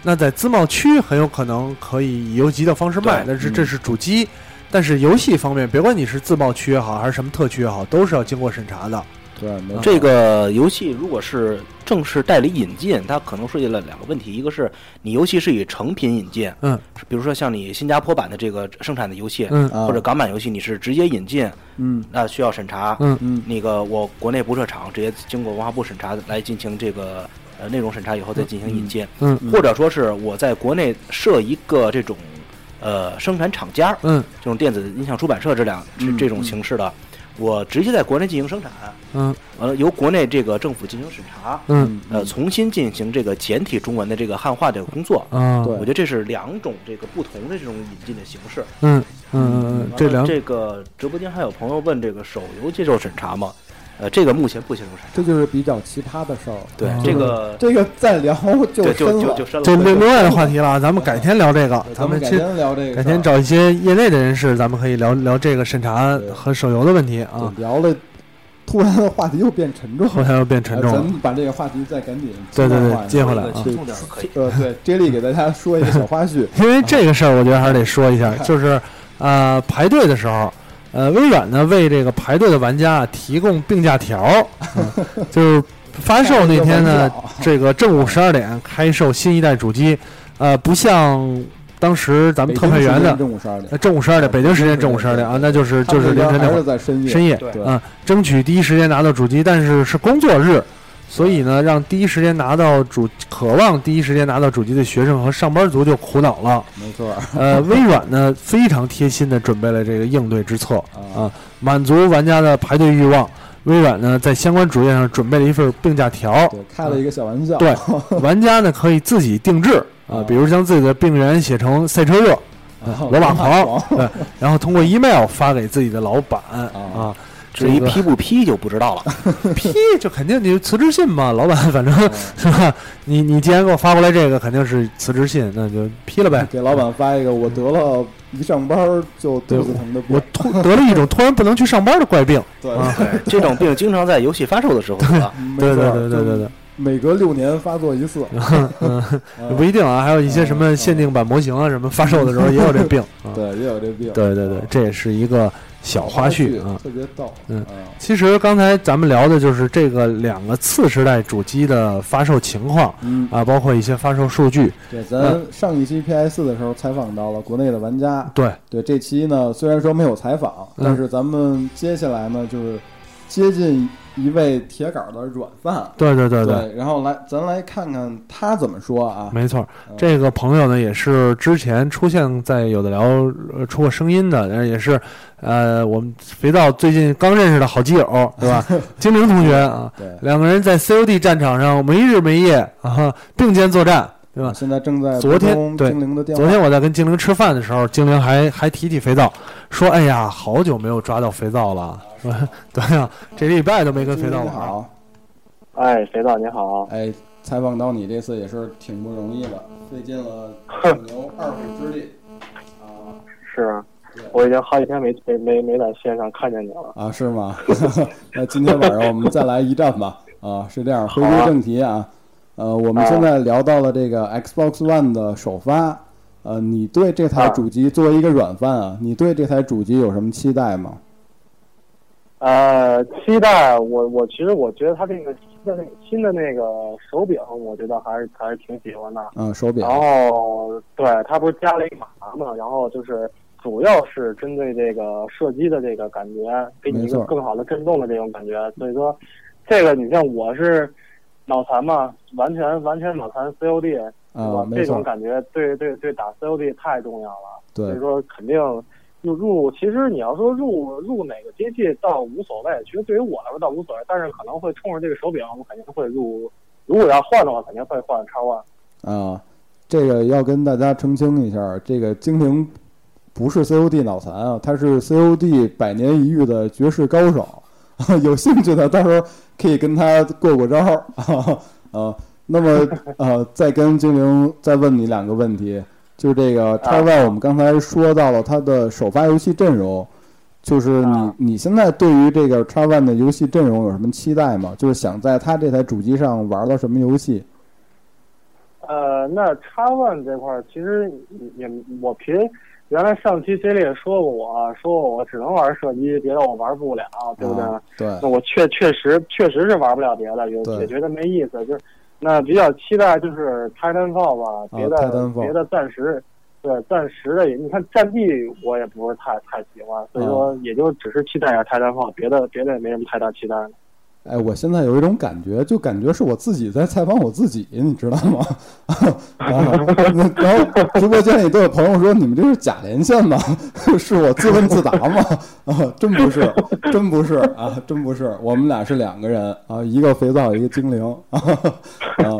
Speaker 2: 那在自贸区很有可能可以以邮集的方式卖，
Speaker 6: 对
Speaker 2: 但是
Speaker 1: 嗯
Speaker 2: 这是主机。但是游戏方面，别管你是自贸区也好，还是什么特区也好，都是要经过审查的。
Speaker 1: 对，
Speaker 2: 嗯
Speaker 1: 没错，
Speaker 6: 这个游戏如果是正式代理引进，它可能涉及了两个问题，一个是你游戏是以成品引进，
Speaker 2: 嗯，
Speaker 6: 比如说像你新加坡版的这个生产的游戏，
Speaker 2: 嗯
Speaker 1: 啊
Speaker 6: 或者港版游戏，你是直接引进，
Speaker 1: 嗯
Speaker 6: 那需要审查，
Speaker 2: 嗯
Speaker 1: 嗯
Speaker 6: 那个我国内不设厂，直接经过文化部审查来进行这个呃内容审查以后再进行引进，
Speaker 2: 嗯
Speaker 1: 嗯
Speaker 6: 或者说是我在国内设一个这种呃生产厂家，
Speaker 2: 嗯
Speaker 6: 这种电子音像出版社这两这
Speaker 1: 嗯
Speaker 6: 这种
Speaker 1: 嗯
Speaker 6: 形式的，我直接在国内进行生产。
Speaker 2: 嗯
Speaker 6: 完了由国内这个政府进行审查，
Speaker 2: 嗯
Speaker 6: 呃，重新进行这个简体中文的这个汉化这个工作。
Speaker 2: 啊，
Speaker 1: 嗯对
Speaker 6: 我觉得这是两种这个不同的这种引进的形式。
Speaker 2: 嗯嗯嗯，这
Speaker 6: 完了
Speaker 2: 两
Speaker 6: 这个直播间还有朋友问这个手游接受审查吗？呃，这个目前不接受审查。
Speaker 1: 这就是比较奇葩的事儿。啊
Speaker 6: 对
Speaker 2: 哦，
Speaker 6: 这个
Speaker 1: 这个再聊就
Speaker 6: 对
Speaker 1: 深
Speaker 6: 就
Speaker 1: 了
Speaker 6: 就。就深
Speaker 2: 这
Speaker 6: 了。
Speaker 2: 另另外的话题了，咱们改天聊这个
Speaker 1: 对，
Speaker 2: 咱
Speaker 1: 们
Speaker 2: 们
Speaker 1: 改
Speaker 2: 这
Speaker 1: 天聊这个事儿，
Speaker 2: 改天找一些业内的人士，咱们可以聊聊这个审查
Speaker 1: 对
Speaker 2: 和手游的问题啊。
Speaker 1: 对聊了，突然的话题又变沉重
Speaker 2: 后
Speaker 1: 了，
Speaker 2: 台又变沉重
Speaker 1: 咱
Speaker 2: 了，
Speaker 1: 们把这个话题再赶紧
Speaker 2: 对对对，
Speaker 1: 接
Speaker 2: 接
Speaker 1: 着
Speaker 2: 回来
Speaker 6: 这个
Speaker 2: 啊。
Speaker 6: 轻松点儿可以。
Speaker 1: 换呃，对 j e 给大家说一个小花絮，
Speaker 2: 因为这个事儿，我觉得还是得说 一下，就是呃，排队的时候，呃，微软呢为这个排队的玩家提供病假条儿， 嗯就是发售那天呢，这个正午十二点开售新一代主机，呃，不像当时 咱们特派员的
Speaker 1: 正午十二
Speaker 2: 呃
Speaker 1: 点，
Speaker 2: 正午十二点，北京时间正午十二点啊，那就是就是凌晨
Speaker 1: 他
Speaker 2: 那
Speaker 1: 们那边
Speaker 2: 会
Speaker 1: 还是
Speaker 2: 儿
Speaker 1: 在深夜，
Speaker 2: 深夜，
Speaker 6: 对
Speaker 1: 对
Speaker 2: 啊，争取第一时间拿到主机，但是是工作
Speaker 1: 嗯
Speaker 2: 日，所以呢，让第一时间拿到主，渴望第一时间拿到主机的学生和上班族就苦恼 了。
Speaker 1: 没错儿
Speaker 2: 呃，微软呢非常贴心的准备了这个应对之策啊，满足玩家的排队欲望。微软呢在相关主页上准备了一份病假条，
Speaker 1: 对，开了一个小玩 笑，
Speaker 2: 对，玩家呢可以自己定制啊，比如将自己的病源写成赛车热、
Speaker 1: 啊
Speaker 2: 哦罗马
Speaker 1: 罗
Speaker 2: 狂
Speaker 1: 马，
Speaker 2: 对，然后通过 email 发给自己的老板啊
Speaker 1: 啊。
Speaker 6: 至于
Speaker 2: 这个
Speaker 6: 批不批就不知道了。
Speaker 2: 批就肯定你辞职信嘛，老板反正 是吧？你你既然给我发过来这个，肯定是辞职信，那就批了呗。
Speaker 1: 给老板发一个，我得了一上班儿就肚子疼的不
Speaker 2: 我突得了一种突然不能去上班的怪病。
Speaker 1: 对
Speaker 2: 啊
Speaker 6: 对，这种病经常在游戏发售的时候得。
Speaker 1: 没
Speaker 2: 对
Speaker 1: 错
Speaker 2: 对
Speaker 1: 儿
Speaker 2: 对对对啊对，
Speaker 1: 每隔六年发作一次，
Speaker 2: 不一定啊，还有一些什么限定版模型啊，什么发售的时候也有这病。啊
Speaker 1: 对，也有这病。
Speaker 2: 对对对，这也是一个小花絮啊。
Speaker 1: 特别逗。
Speaker 2: 嗯
Speaker 1: 啊，
Speaker 2: 其实刚才咱们聊的就是这个两个次时代主机的发售情况
Speaker 1: 嗯，
Speaker 2: 啊，包括一些发售数据。
Speaker 1: 对，咱上一期 PS 的时候采访到了国内的玩家，
Speaker 2: 对，
Speaker 1: 对这期呢虽然说没有采访，
Speaker 2: 嗯
Speaker 1: 但是咱们接下来呢就是接近一位铁杆儿的软饭，
Speaker 2: 对对对
Speaker 1: 对
Speaker 2: 对，
Speaker 1: 然后来咱来看看他怎么说啊，
Speaker 2: 没错儿
Speaker 1: 嗯。
Speaker 2: 这个朋友呢，也是之前出现在有的聊呃出过声音的，然后也是呃我们肥皂最近刚认识的好基友，对吧？精灵同学啊，
Speaker 1: 对，
Speaker 2: 两个人在 COD 战场上没日没夜啊，并肩作战，对吧？
Speaker 1: 现在正在
Speaker 2: 昨
Speaker 1: 拨
Speaker 2: 天
Speaker 1: 通
Speaker 2: 对
Speaker 1: 精灵的电话
Speaker 2: 昨，天我在跟精灵吃饭的时候，精灵还还提起肥皂，说：“哎呀，好久没有抓到肥皂了，说 对呀，这礼拜都没跟肥皂
Speaker 1: 精灵你
Speaker 2: 玩。
Speaker 1: 好，
Speaker 7: 哎，肥皂你好，
Speaker 1: 哎，采访到你这次也是挺不容易的，费尽 了九牛二虎之力啊
Speaker 7: 是
Speaker 1: 对
Speaker 7: 我已经好几天没没没没在线上看见你了。
Speaker 1: 啊，是吗？ 那今天晚上我们再来一战吧。啊，是这样，回归正题啊，呃，我们现在聊到了这个 Xbox One 的首发，呃，你对这台主机作为一个软饭啊，你对这台主机有什么期待吗？
Speaker 7: 呃，期待我我其实我觉得它这个新的那新的那个手柄，我觉得还是还是挺喜欢的。
Speaker 1: 嗯，手
Speaker 7: 然
Speaker 1: 表，
Speaker 7: 后对它不是加了一马达嘛，然后就是主要是针对这个射击的这个感觉，给你一
Speaker 1: 没
Speaker 7: 个
Speaker 1: 错
Speaker 7: 更好的震动的这种感觉。所以说，这个你像我是脑残嘛，完全完全脑残 COD，对吧
Speaker 1: 啊，没
Speaker 7: 这种
Speaker 1: 错，
Speaker 7: 感觉对对对打 COD 太重要了，所以
Speaker 1: 对，
Speaker 7: 说肯定入入。其实你要说入入哪个机器倒无所谓，其实对于我来说倒无所谓，但是可能会冲着这个手柄，我肯定会入。如果要换的话，肯定会换叉 one。
Speaker 1: 啊，这个要跟大家澄清一下，这个精灵不是 COD 脑残啊，他是 COD 百年一遇的绝世高手，啊有兴趣的到时候可以跟他过过招儿啊那么呃，再跟精灵再问你两个问题，就这个
Speaker 7: 啊
Speaker 1: X Y，我们刚才说到了他的首发游戏阵容。就是你
Speaker 7: 啊，
Speaker 1: 你现在对于这个 X One 的游戏阵容有什么期待吗？就是想在他这台主机上玩到什么游戏？
Speaker 7: 呃，那叉 one 这块儿其实也也我凭原来上期 J 也说过我，啊说我只能玩射击，别的我玩不了，对不对？
Speaker 1: 啊对，
Speaker 7: 那我确确实确实是玩不了别的，也
Speaker 1: 对
Speaker 7: 也觉得没意思。就是那比较期待就是 Titanfall 吧，别的、
Speaker 1: 啊 Titanfall
Speaker 7: 别的暂时，对暂时的也，你看战地我也不是太太喜欢，所以
Speaker 1: 啊
Speaker 7: 说也就只是期待一下 Titanfall，别的别的也没什么太大期待了。
Speaker 1: 哎，我现在有一种感觉，就感觉是我自己在采访我自己，你知道吗？ 啊，那然后直播间里都有朋友说：“你们这是假连线吗？ 是我自问自答吗？” 啊，真不是，真不是啊，真不是，我们俩是两个人啊，一个肥皂，一个精灵 啊啊，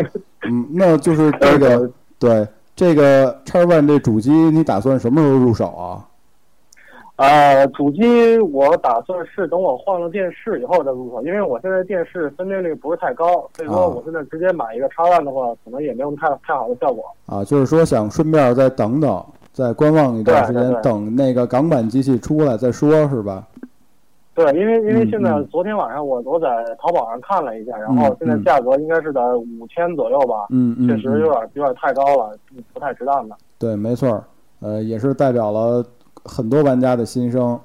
Speaker 1: 嗯，那就是这个对这个叉 One 这主机，你打算什么时候入手啊？
Speaker 7: 呃，主机我打算是等我换了电视以后再入手，因为我现在电视分辨率不是太高，所以
Speaker 1: 啊
Speaker 7: 说我现在直接买一个叉 one 的话，可能也没有太太好的效果。
Speaker 1: 啊，就是说想顺便再等等，再观望一段时
Speaker 7: 对对
Speaker 1: 间，
Speaker 7: 对
Speaker 1: 等那个港版机器出来再说，是吧？
Speaker 7: 对，因为因为现在
Speaker 1: 嗯嗯
Speaker 7: 昨天晚上我我在淘宝上看了一下，然
Speaker 1: 嗯
Speaker 7: 后现在
Speaker 1: 嗯
Speaker 7: 价格应该是在五千左右吧，
Speaker 1: 嗯，嗯
Speaker 7: 确实有
Speaker 1: 嗯
Speaker 7: 点有点太高了，不不太值当的。
Speaker 1: 对，没错儿，呃，也是代表了很多玩家的心声，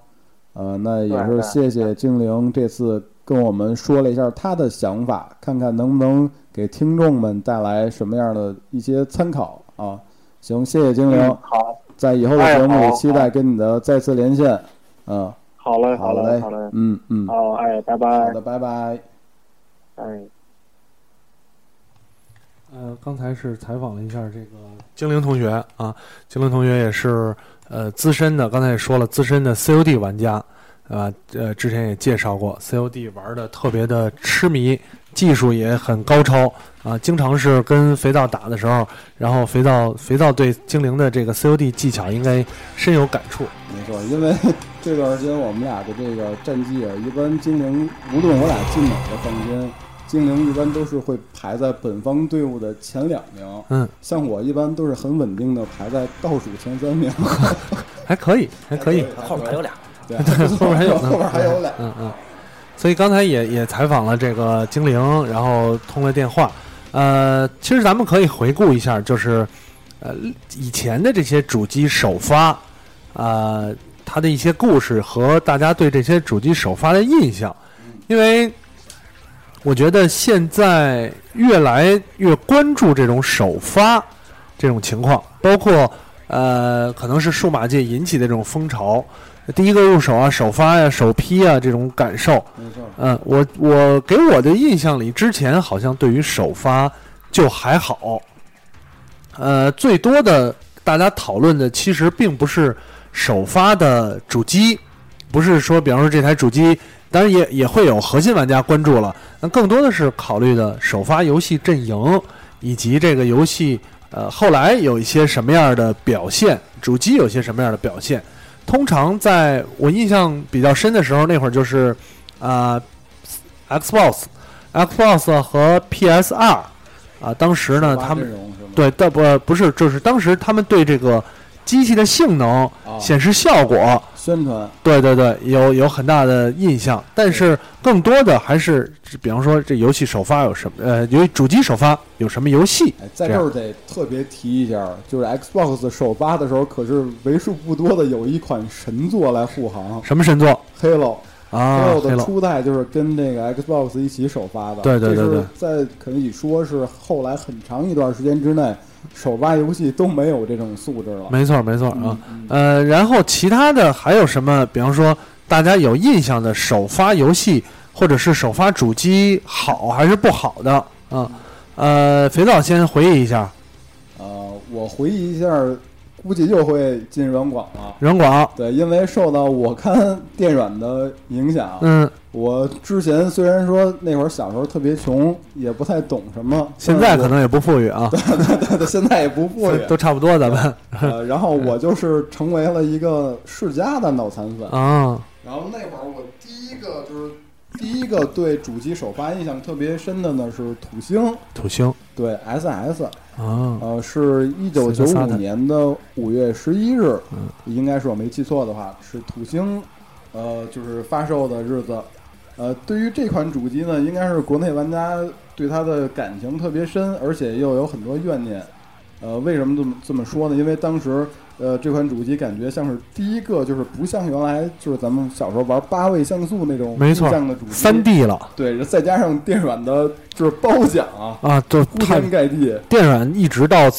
Speaker 1: 呃，那也
Speaker 7: 对
Speaker 1: 是
Speaker 7: 对
Speaker 1: 谢谢精灵这次跟我们说了一下他的想法，看看能不能给听众们带来什么样的一些参考啊。行，谢谢精灵，
Speaker 7: 好，
Speaker 1: 在以后的
Speaker 7: 嗯哎
Speaker 1: 节目
Speaker 7: 好
Speaker 1: 里期待
Speaker 7: 好
Speaker 1: 跟你的再次连线。嗯，
Speaker 7: 好嘞，好
Speaker 1: 嘞
Speaker 7: 嘞，好嘞，，
Speaker 1: 嗯嗯，
Speaker 7: 好，哎，拜
Speaker 1: 好
Speaker 7: 拜，
Speaker 1: 的，拜拜。
Speaker 7: 哎。
Speaker 2: 呃，刚才是采访了一下这个精灵同学啊，精灵同学也是呃资深的，刚才也说了资深的 COD 玩家，啊呃之前也介绍过 COD 玩的特别的痴迷，技术也很高超啊，经常是跟肥皂打的时候，然后肥皂肥皂对精灵的这个 COD 技巧应该深有感触。
Speaker 1: 没错，因为 这段时间我们俩的这个战绩啊，一般精灵无论我俩进哪个房间，精灵一般都是会排在本方队伍的前两名。
Speaker 2: 嗯，
Speaker 1: 像我一般都是很稳定的排在倒数前三名。
Speaker 2: 还可以，还可以。
Speaker 6: 后边还有俩，
Speaker 1: 对，
Speaker 2: 后边还 有呢
Speaker 1: 后边还有俩，
Speaker 2: 嗯嗯，所以刚才也也采访了这个精灵，然后通了电话。呃，其实咱们可以回顾一下，就是呃以前的这些主机首发，呃，它的一些故事和大家对这些主机首发的印象，因为我觉得现在越来越关注这种首发这种情况，包括呃，可能是数码界引起的这种风潮，第一个入手啊、首发呀、首批啊这种感受。
Speaker 1: 没错，
Speaker 2: 嗯，我我给我的印象里，之前好像对于首发就还好。呃，最多的大家讨论的其实并不是首发的主机，不是说比方说这台主机，当然也也会有核心玩家关注了，那更多的是考虑的首发游戏阵营以及这个游戏呃后来有一些什么样的表现，主机有些什么样的表现。通常在我印象比较深的时候，那会儿就是啊、Xbox、Xbox 和 PS 二啊、当时呢，他们
Speaker 1: 阵容是吗？
Speaker 2: 对，但不呃不是，就是当时他们对这个机器的性能、
Speaker 1: 啊
Speaker 2: 显示效果，
Speaker 1: 宣传
Speaker 2: 对对对，有有很大的印象。但是更多的还是，比方说这游戏首发有什么，呃，游戏主机首发有什么游戏？
Speaker 1: 哎，在这儿得特别提一下，就是 Xbox 首发的时候，可是为数不多的有一款神作来护航
Speaker 2: 什么神作
Speaker 1: ，Halo。
Speaker 2: 啊？
Speaker 1: Halo
Speaker 2: 黑
Speaker 1: 的
Speaker 2: 了，
Speaker 1: 初代就是跟那个 Xbox 一起首发的，
Speaker 2: 对对对对
Speaker 1: 这是在可以说是后来很长一段时间之内，首发游戏都没有这种素质了。
Speaker 2: 没错没
Speaker 1: 嗯
Speaker 2: 错啊。呃，然后其他的还有什么？比方说大家有印象的首发游戏，或者是首发主机好还是不好的啊？呃，肥皂先回忆一下，
Speaker 1: 呃，我回忆一下，估计又会进软广了。
Speaker 2: 任广，
Speaker 1: 对，因为受到我看电软的影响，
Speaker 2: 嗯，
Speaker 1: 我之前虽然说那会儿小时候特别穷，也不太懂什么，
Speaker 2: 现在
Speaker 1: 但
Speaker 2: 可
Speaker 1: 是
Speaker 2: 能也不富裕啊，
Speaker 1: 我 对对，现在也不富 裕
Speaker 2: 都。差不多，咱们
Speaker 1: 呃，然后我就是成为了一个世嘉的脑残粉，
Speaker 2: 啊，
Speaker 1: 然后那会儿我第一个就是第一个对主机首发印象特别深的呢是土星，
Speaker 2: 土星
Speaker 1: 对 SS，
Speaker 2: 啊，
Speaker 1: 呃，是一九九五年的五月十一日，
Speaker 2: 嗯
Speaker 1: 应该是我没记错的话，是土星，呃，就是发售的日子。呃，对于这款主机呢，应该是国内玩家对它的感情特别深，而且又有很多怨念。呃，为什么这么这么说呢？因为当时，呃，这款主机感觉像是第一个，就是不像原来就是咱们小时候玩八位像素那种
Speaker 2: 没错
Speaker 1: 印象的主机，
Speaker 2: 三 D 了
Speaker 1: 对，再加上电软的就是褒奖啊，
Speaker 2: 啊，就
Speaker 1: 铺
Speaker 2: 太
Speaker 1: 天盖地，
Speaker 2: 电软一直到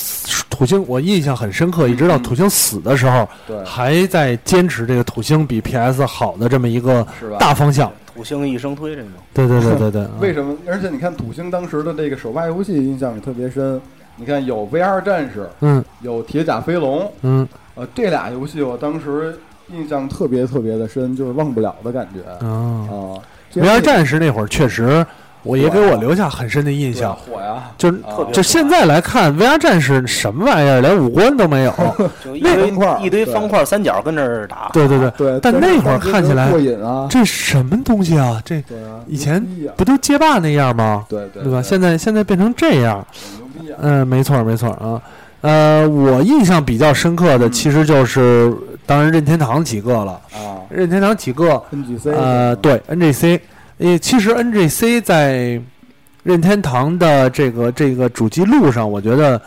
Speaker 2: 土星，我印象很深刻，一直到土星死的时候，
Speaker 1: 对
Speaker 2: 还在坚持这个土星比 PS 好的这么一个
Speaker 1: 是吧？
Speaker 2: 大方向。
Speaker 6: 土星一生推这种。
Speaker 2: 对对对对对，啊
Speaker 1: 为什么？而且你看土星当时的这个首发游戏印象也特别深。你看有 VR 战士，
Speaker 2: 嗯
Speaker 1: 有铁甲飞龙，
Speaker 2: 嗯
Speaker 1: 呃，这俩游戏我当时印象特别特别的深，就是忘不了的感觉啊。
Speaker 2: 啊
Speaker 1: 这
Speaker 2: ，VR 战士那会儿确实，我也给
Speaker 1: 对啊
Speaker 2: 我留下很深的印
Speaker 1: 对啊
Speaker 2: 象。
Speaker 1: 火呀，啊
Speaker 2: 就
Speaker 1: 特别
Speaker 2: 就现在来看，VR 战士什么玩意儿，连五官都 没有。
Speaker 6: 就一
Speaker 1: 那
Speaker 6: 堆
Speaker 1: 方块儿
Speaker 6: 一堆
Speaker 1: 对
Speaker 6: 方块三角跟这儿打，
Speaker 2: 对对对，
Speaker 1: 对，
Speaker 2: 但那会儿看起来
Speaker 1: 过瘾啊，
Speaker 2: 这什么东西啊？这
Speaker 1: 对啊，
Speaker 2: 以前
Speaker 1: 牛逼呀
Speaker 2: 不都街霸那样吗？
Speaker 1: 对对
Speaker 2: 对吧？现在现在变成这样，
Speaker 1: 牛逼啊，
Speaker 2: 嗯，没错没错啊。呃，我印象比较深刻的其实就是，当然任天堂几个了，
Speaker 1: 啊
Speaker 2: 任天堂几个，
Speaker 1: ，NGC
Speaker 2: 嗯呃，对 NGC，呃，其实 NGC 在任天堂的这个这个主机路上，我觉得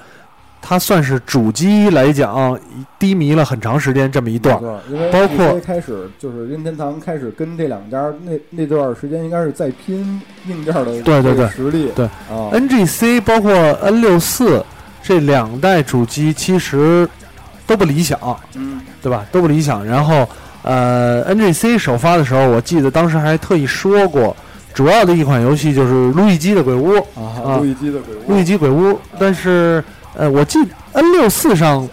Speaker 2: 它算是主机来讲低迷了很长时间这么一段
Speaker 1: 没
Speaker 2: 儿。
Speaker 1: 错，因为
Speaker 2: 包括
Speaker 1: NGC 开始就是任天堂开始跟这两家那那段时间应该是在拼硬件的
Speaker 2: 对对对
Speaker 1: 实力
Speaker 2: 对哎
Speaker 1: 啊，
Speaker 2: NGC 包括 N 六四这两代主机其实都不理想，
Speaker 1: 嗯，
Speaker 2: 对吧？都不理想。然后呃，NGC 首发的时候，我记得当时还特意说过，主要的一款游戏就是路易基的鬼屋。
Speaker 1: 啊，路易基的鬼屋，
Speaker 2: 路易基鬼屋，但是呃，我记 N 六四上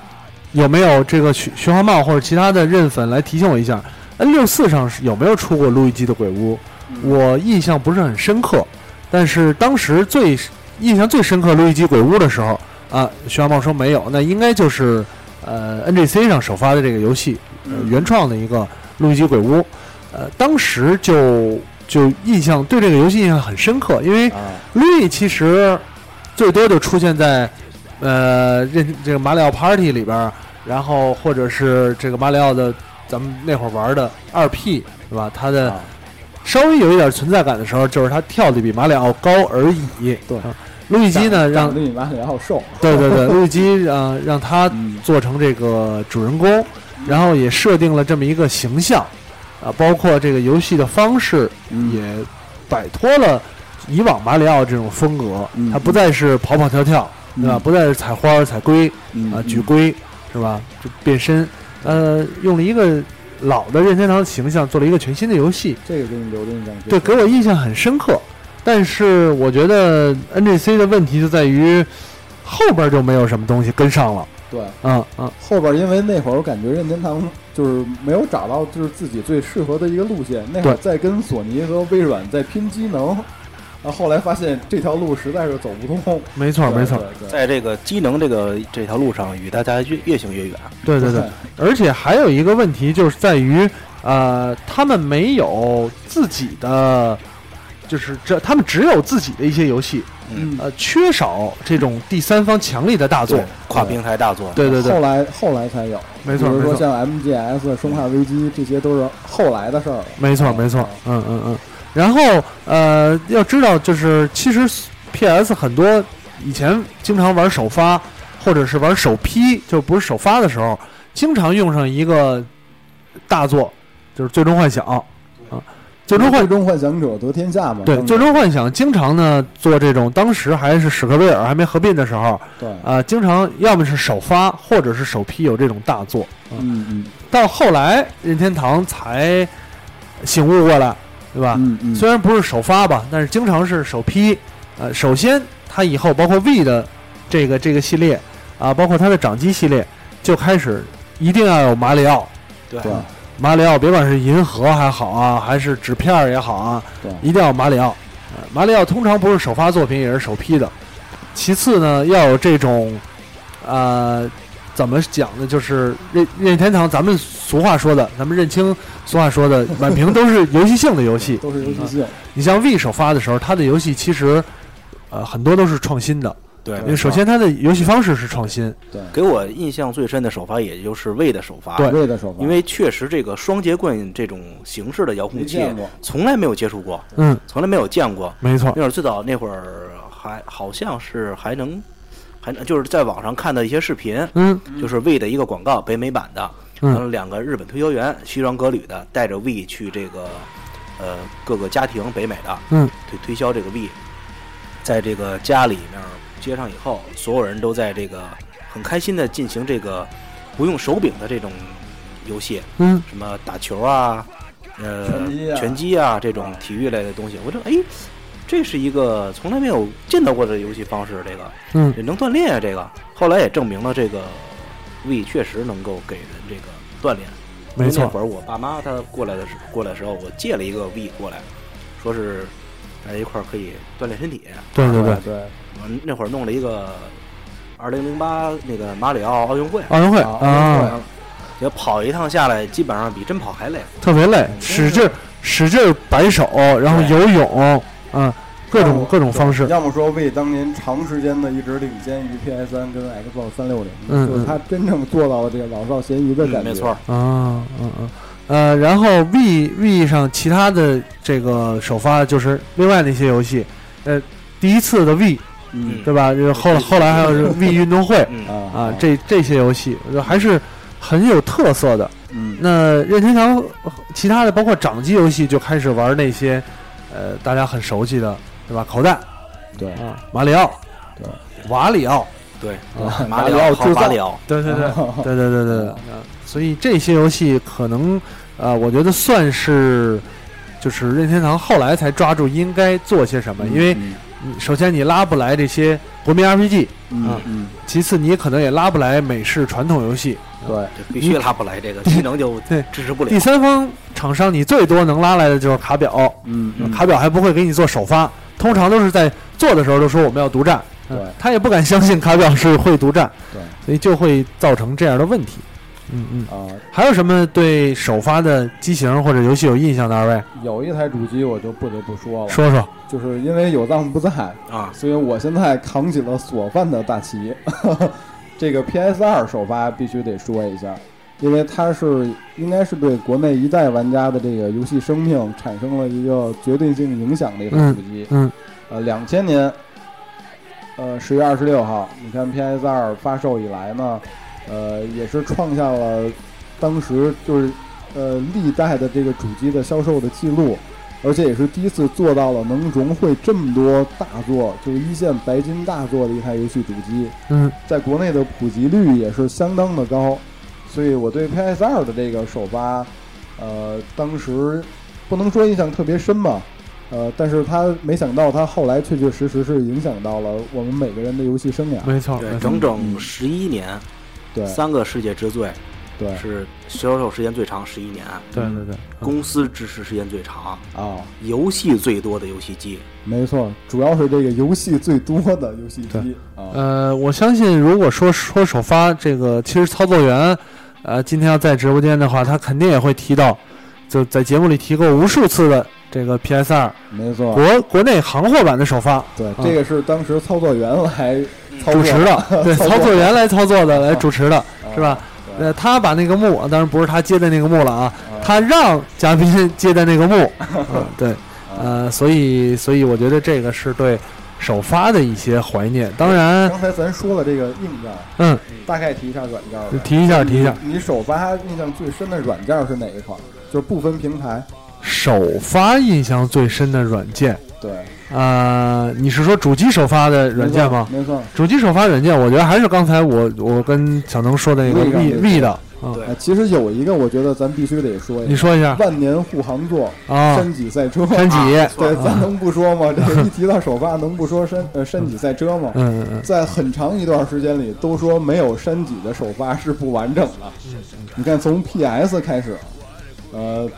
Speaker 2: 有没有这个徐徐浩茂或者其他的任粉来提醒我一下？N 六四上是有没有出过路易基的鬼屋？我印象不是很深刻，但是当时最印象最深刻路易基鬼屋的时候啊，徐浩茂说没有，那应该就是呃 NGC 上首发的这个游戏、呃原创的一个路易基鬼屋，呃，当时就就印象对这个游戏印象很深刻，因为
Speaker 1: 啊，
Speaker 2: 路易其实最多就出现在呃任这个马里奥 Party 里边儿，然后或者是这个马里奥的，咱们那会儿玩的二 P 是吧？它的
Speaker 1: 啊
Speaker 2: 稍微有一点存在感的时候，就是它跳的比马里奥高而已。
Speaker 1: 对
Speaker 2: 啊，路易基呢
Speaker 1: 长
Speaker 2: 让
Speaker 1: 得比马里奥瘦，啊
Speaker 2: 对对对，路易基让让他
Speaker 1: 嗯
Speaker 2: 做成这个主人公，然后也设定了这么一个形象，啊，包括这个游戏的方式
Speaker 1: 嗯
Speaker 2: 也摆脱了以往马里奥这种风格
Speaker 1: 嗯，
Speaker 2: 它不再是跑跑跳跳，对吧？
Speaker 1: 嗯
Speaker 2: 不再是采花儿采龟
Speaker 1: 嗯
Speaker 2: 啊，举龟是吧？就变身，呃，用了一个老的任天堂的形象做了一个全新的游戏，
Speaker 1: 这个给你留的印象最
Speaker 2: 对，给我印象很深刻。但是我觉得 NGC 的问题就在于后边就没有什么东西跟上了。
Speaker 1: 对
Speaker 2: 嗯嗯，
Speaker 1: 后边，因为那会儿我感觉任天堂就是没有找到就是自己最适合的一个路线，那会儿在跟索尼和微软在拼机能，然后后来发现这条路实在是走不通。
Speaker 2: 没错没错，
Speaker 1: 对，
Speaker 6: 在这个机能这个这条路上，与大家越越行越远。
Speaker 2: 对
Speaker 1: 对
Speaker 2: 对对。，而且还有一个问题就是在于，呃，他们没有自己的，就是这他们只有自己的一些游戏，
Speaker 1: 嗯，
Speaker 2: 呃，缺少这种第三方强力的大作嗯
Speaker 6: 对。跨平台大作，
Speaker 2: 对对对
Speaker 1: 后，来后来才有，
Speaker 2: 没错
Speaker 1: 比如
Speaker 2: 没
Speaker 1: 说
Speaker 2: 错
Speaker 1: 像 MGS、生化危机这些都是后来的事儿了。
Speaker 2: 没错，没错，嗯嗯嗯。然后呃，要知道，就是其实 PS 很多以前经常玩首发，或者是玩首批，就不是首发的时候，经常用上一个大作，就是《最终幻想》啊，《最终幻
Speaker 1: 最终幻想者得天下嘛。
Speaker 2: 对，
Speaker 1: 当年
Speaker 2: 《最终幻想》经常呢做这种，当时还是史克威尔还没合并的时候，
Speaker 1: 对，
Speaker 2: 啊，经常要么是首发，或者是首批有这种大作。
Speaker 1: 嗯嗯
Speaker 2: 到后来，任天堂才醒悟过来，对吧？
Speaker 1: 嗯嗯，
Speaker 2: 虽然不是首发吧，但是经常是首批。呃，首先它以后包括 V 的这个这个系列啊，包括它的掌机系列，就开始一定要有马里奥。
Speaker 6: 对
Speaker 1: 对
Speaker 2: 马里奥，别管是银河还好啊，还是纸片儿也好啊，
Speaker 1: 对
Speaker 2: 一定要马里奥。呃马里奥通常不是首发作品，也是首批的。其次呢，要有这种，呃，怎么讲呢？就是任任天堂，咱们俗话说的，咱们认清俗话说的，满屏都是游戏性的游戏。
Speaker 1: 都是游戏性。
Speaker 2: 你像 V 首发的时候，它的游戏其实，呃，很多都是创新的。
Speaker 6: 对
Speaker 2: 因为首先它的游戏方式是创新，
Speaker 6: 给我印象最深的首发，也就是魏的首发。
Speaker 2: 对
Speaker 1: 对的手法，
Speaker 6: 因为确实这个双节棍这种形式的遥控
Speaker 1: 没
Speaker 6: 器
Speaker 1: 见过
Speaker 6: 从来没有接触过，
Speaker 2: 嗯，
Speaker 6: 从来没有见过。
Speaker 2: 没错，
Speaker 6: 那会儿最早那会儿还好像是还能，还能就是在网上看到一些视频，
Speaker 2: 嗯，
Speaker 6: 就是 V 的一个广告，北美版的，
Speaker 2: 嗯
Speaker 6: 然后两个日本推销员西装革履的，带着 V 去这个呃各个家庭北美的，
Speaker 2: 嗯，
Speaker 6: 推推销这个 V，在这个家里面接上以后，所有人都在这个很开心的进行这个不用手柄的这种游戏，
Speaker 2: 嗯，
Speaker 6: 什么打球啊，呃，
Speaker 1: 拳击啊
Speaker 6: 拳击啊这种体育类的东西，我说哎。这是一个从来没有见到过的游戏方式，这个，
Speaker 2: 嗯
Speaker 6: 这能锻炼啊，这个。后来也证明了这个 V 确实能够给人这个锻炼。
Speaker 2: 没
Speaker 6: 因为那
Speaker 2: 错
Speaker 6: 会，儿我爸妈他过来的时过来的时候，我借了一个 V 过来，说是大家一块儿可以锻炼身体。
Speaker 2: 对对对，
Speaker 1: 对，
Speaker 6: 我那会儿弄了一个二零零八那个马里奥奥运会，
Speaker 2: 奥运会
Speaker 1: 好
Speaker 2: 啊，，
Speaker 6: 也跑一趟下来，基本上比真跑还累。
Speaker 2: 特别累，使劲儿使劲儿摆手，然后游泳，嗯，各种各种方式，
Speaker 1: 要么说为当年长时间的一直领先于 PS 3跟 Xbox 三六零，
Speaker 2: 嗯
Speaker 1: 就是他真正做到了这个老少咸宜的感觉。
Speaker 6: 嗯，没错，，
Speaker 2: 啊，嗯嗯，呃，然后 V V 上其他的这个首发就是另外的一些游戏，呃，第一次的 V
Speaker 1: 嗯
Speaker 2: 对吧？就是后后来还有是 V 运动会
Speaker 6: 嗯，
Speaker 1: 啊
Speaker 2: 啊，这这些游戏我觉得还是很有特色的。
Speaker 1: 嗯
Speaker 2: 那任天堂呃其他的包括掌机游戏就开始玩那些，呃，大家很熟悉的，对吧？口袋
Speaker 1: 对
Speaker 2: 啊，马里奥，
Speaker 1: 对，
Speaker 2: 瓦里奥，
Speaker 6: 对，
Speaker 1: 啊
Speaker 6: 马
Speaker 1: 马
Speaker 6: 里奥
Speaker 1: 里奥
Speaker 6: 好
Speaker 1: 制造
Speaker 6: 马里奥，
Speaker 2: 对对对，
Speaker 1: 啊
Speaker 2: 对对 对对对，啊所以这些游戏可能，呃，我觉得算是，就是任天堂后来才抓住应该做些什么， 因为
Speaker 1: 嗯
Speaker 2: 你首先你拉不来这些国民 RPG，
Speaker 1: 嗯
Speaker 2: 啊
Speaker 1: 嗯，
Speaker 2: 其次你可能也拉不来美式传统游戏，
Speaker 1: 对，
Speaker 6: 这必须拉不来这个技能就
Speaker 2: 对
Speaker 6: 支持不了
Speaker 2: 第。三方厂商你最多能拉来的就是卡表，
Speaker 1: 嗯嗯
Speaker 2: 卡表还不会给你做首发，通常都是在做的时候就说我们要独占，嗯
Speaker 1: 对
Speaker 2: 他也不敢相信卡表是会独占，
Speaker 1: 对
Speaker 2: 所以就会造成这样的问题，嗯嗯。
Speaker 1: 啊，
Speaker 2: 还有什么对首发的机型或者游戏有印象的二位
Speaker 1: 有一台主机我就不得不说了，
Speaker 2: 说说？
Speaker 1: 就是因为有藏不在，
Speaker 6: 啊，
Speaker 1: 所以我现在扛起了索饭的大旗。 这个 PS 二首发必须得说一下，因为它是应该是对国内一代玩家的这个游戏生命产生了一个决定性影响的一款主机。
Speaker 2: 嗯嗯
Speaker 1: 呃，两千年，呃，十月二十六号，你看 PS 二发售以来呢，呃，也是创下了当时就是呃历代的这个主机的销售的记录。而且也是第一次做到了能融汇这么多大作，就是一线白金大作的一台游戏主机。
Speaker 2: 嗯，
Speaker 1: 在国内的普及率也是相当的高，所以我对 PS 二的这个首发，呃，当时不能说印象特别深吧，呃，但是他没想到他后来确确实实是影响到了我们每个人的游戏生涯。
Speaker 2: 没错，没
Speaker 6: 啊对，
Speaker 2: 错
Speaker 6: 整整十一年，
Speaker 1: 对
Speaker 6: 三个世界之最
Speaker 1: 对
Speaker 6: 是销售时间最长，十一年，
Speaker 2: 对对对，嗯
Speaker 6: 公司支持时间最长，
Speaker 1: 啊，
Speaker 6: 游戏最多的游戏机，
Speaker 1: 没错，主要是这个游戏最多的游戏机啊，
Speaker 2: 呃，我相信如果说说首发这个，其实操作员，呃，今天要在直播间的话，他肯定也会提到，就在节目里提过无数次的这个 PS 二
Speaker 1: 没错，
Speaker 2: 国国内行货版的首发，
Speaker 1: 对，这个是当时操作员来操作
Speaker 2: 主持的，对，
Speaker 1: 操作啊
Speaker 2: 操作员来操作的，来主持的，是吧？
Speaker 1: 对
Speaker 2: 呃，他把那个幕，当然不是他接的那个幕了啊，
Speaker 1: 啊
Speaker 2: 他让嘉宾接的那个幕，啊对，呃，所以所以我觉得这个是对首发的一些怀念。当然，
Speaker 1: 刚才咱说了这个硬件，
Speaker 2: 嗯，
Speaker 1: 大概提一下软件吧。
Speaker 2: 提一下啊提一下，
Speaker 1: 你首发印象最深的软件是哪一款？就是不分平台。
Speaker 2: 首发印象最深的软件，
Speaker 1: 对，
Speaker 2: 呃，你是说主机首发的软件吗？
Speaker 1: 没错。
Speaker 2: 主机首发软件，我觉得还是刚才我我跟小能说的那个
Speaker 1: V 上
Speaker 2: V
Speaker 1: 那个
Speaker 2: V 的，嗯，
Speaker 1: 哎，其实有一个，我觉得咱必须得说一
Speaker 2: 你
Speaker 1: 下，
Speaker 2: 说一下
Speaker 1: 万年护航座
Speaker 2: 啊，
Speaker 1: 山脊赛车。啊
Speaker 2: 山脊，
Speaker 1: 对，咱能不说 吗？这个一提到首发，能不说山呃山脊赛车吗？
Speaker 2: 嗯嗯嗯，
Speaker 1: 在很长一段时间里，都说没有山脊的首发是不完整的。你看，从 PS 开始，呃，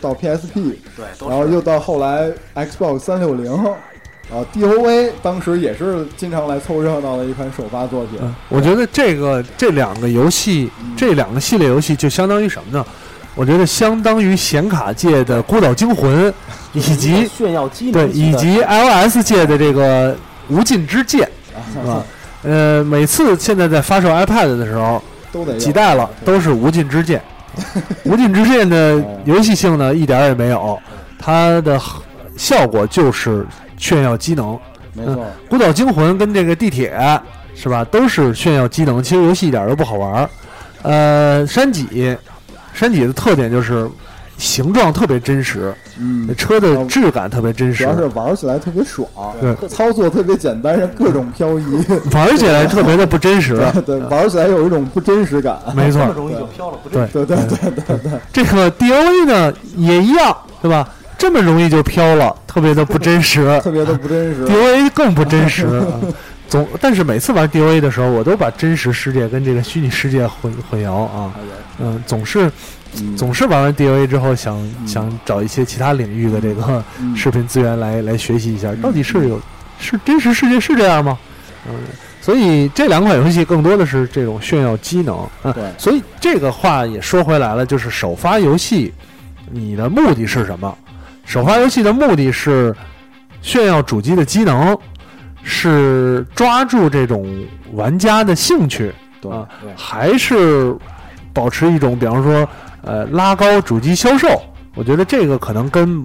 Speaker 1: 到 PSP，
Speaker 6: 对，都
Speaker 1: 然后又到后来 Xbox 三六零，啊，DOA 当时也是经常来凑热闹的一款首发作品。
Speaker 2: 嗯，我觉得这个这两个游戏，这两个系列游戏就相当于什么呢？我觉得相当于显卡界的《孤岛惊魂》，以及
Speaker 3: 炫耀机
Speaker 2: 对
Speaker 3: 能
Speaker 2: 以及 iOS 界的这个《无尽之界》啊。呃，每次现在在发售 iPad 的时候，
Speaker 1: 都得有
Speaker 2: 几代了都是《无尽之界》，《无尽之界》的游戏性呢一点儿也没有，它的效果就是炫耀机能。
Speaker 1: 没错，
Speaker 2: 《孤岛惊魂》跟这个地铁是吧，都是炫耀机能，其实游戏一点都不好玩儿。呃，山脊，山脊的特点就是形状特别真实，
Speaker 1: 嗯，
Speaker 2: 车的质感特别真
Speaker 1: 主
Speaker 2: 实，
Speaker 1: 要是玩起来特别爽，
Speaker 2: 对
Speaker 1: 操作特别简单，是各种漂移，
Speaker 2: 玩起来特别的不真实。
Speaker 1: 对，玩起来有一种不真实感。
Speaker 2: 嗯没嗯错
Speaker 3: 这么，容易就飘了，不对，
Speaker 1: 对对对对对，
Speaker 2: 这个 D O A 呢也一样，对吧？这么容易就飘了，特别的不真实。
Speaker 1: 特别的不真实
Speaker 2: D。O A 更不真实。 啊总，但是每次玩 D O A 的时候，我都把真实世界跟这个虚拟世界混混淆啊。嗯，总是
Speaker 1: 嗯
Speaker 2: 总是玩完 D O A 之后想，想找一些其他领域的这个
Speaker 1: 嗯
Speaker 2: 视频资源来来学习一下，到底是有是真实世界是这样吗？嗯，所以这两款游戏更多的是这种炫耀机能。嗯
Speaker 1: 对，
Speaker 2: 所以这个话也说回来了，就是首发游戏，你的目的是什么？首发游戏的目的是炫耀主机的机能，是抓住这种玩家的兴趣，
Speaker 1: 对
Speaker 2: 啊，还是保持一种，比方说，呃，拉高主机销售。我觉得这个可能跟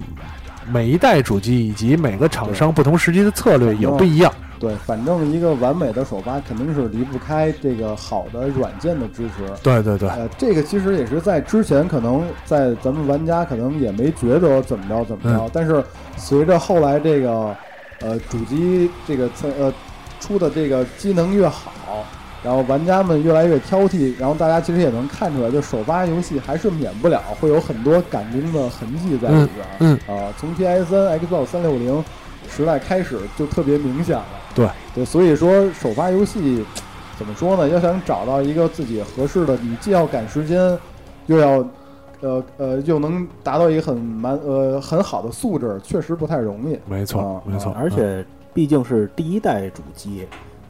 Speaker 2: 每一代主机以及每个厂商不同时期的策略也不一样。
Speaker 1: 对，反正一个完美的首发肯定是离不开这个好的软件的支持。
Speaker 2: 对对对，
Speaker 1: 呃，这个其实也是在之前，可能在咱们玩家可能也没觉得怎么着怎么着，
Speaker 2: 嗯
Speaker 1: 但是随着后来这个呃主机这个测呃出的这个机能越好，然后玩家们越来越挑剔，然后大家其实也能看出来，就首发游戏还是免不了会有很多赶工的痕迹在里边儿。
Speaker 2: 嗯
Speaker 1: 啊、从 PSN、Xbox 三六零时代开始就特别明显了。
Speaker 2: 对
Speaker 1: 对，所以说首发游戏怎么说呢？要想找到一个自己合适的，你既要赶时间，又要呃呃又能达到一个很蛮呃很好的素质，确实不太容易。
Speaker 2: 没错
Speaker 1: 啊
Speaker 2: 没错，
Speaker 6: 哦而且毕竟是第一代主机，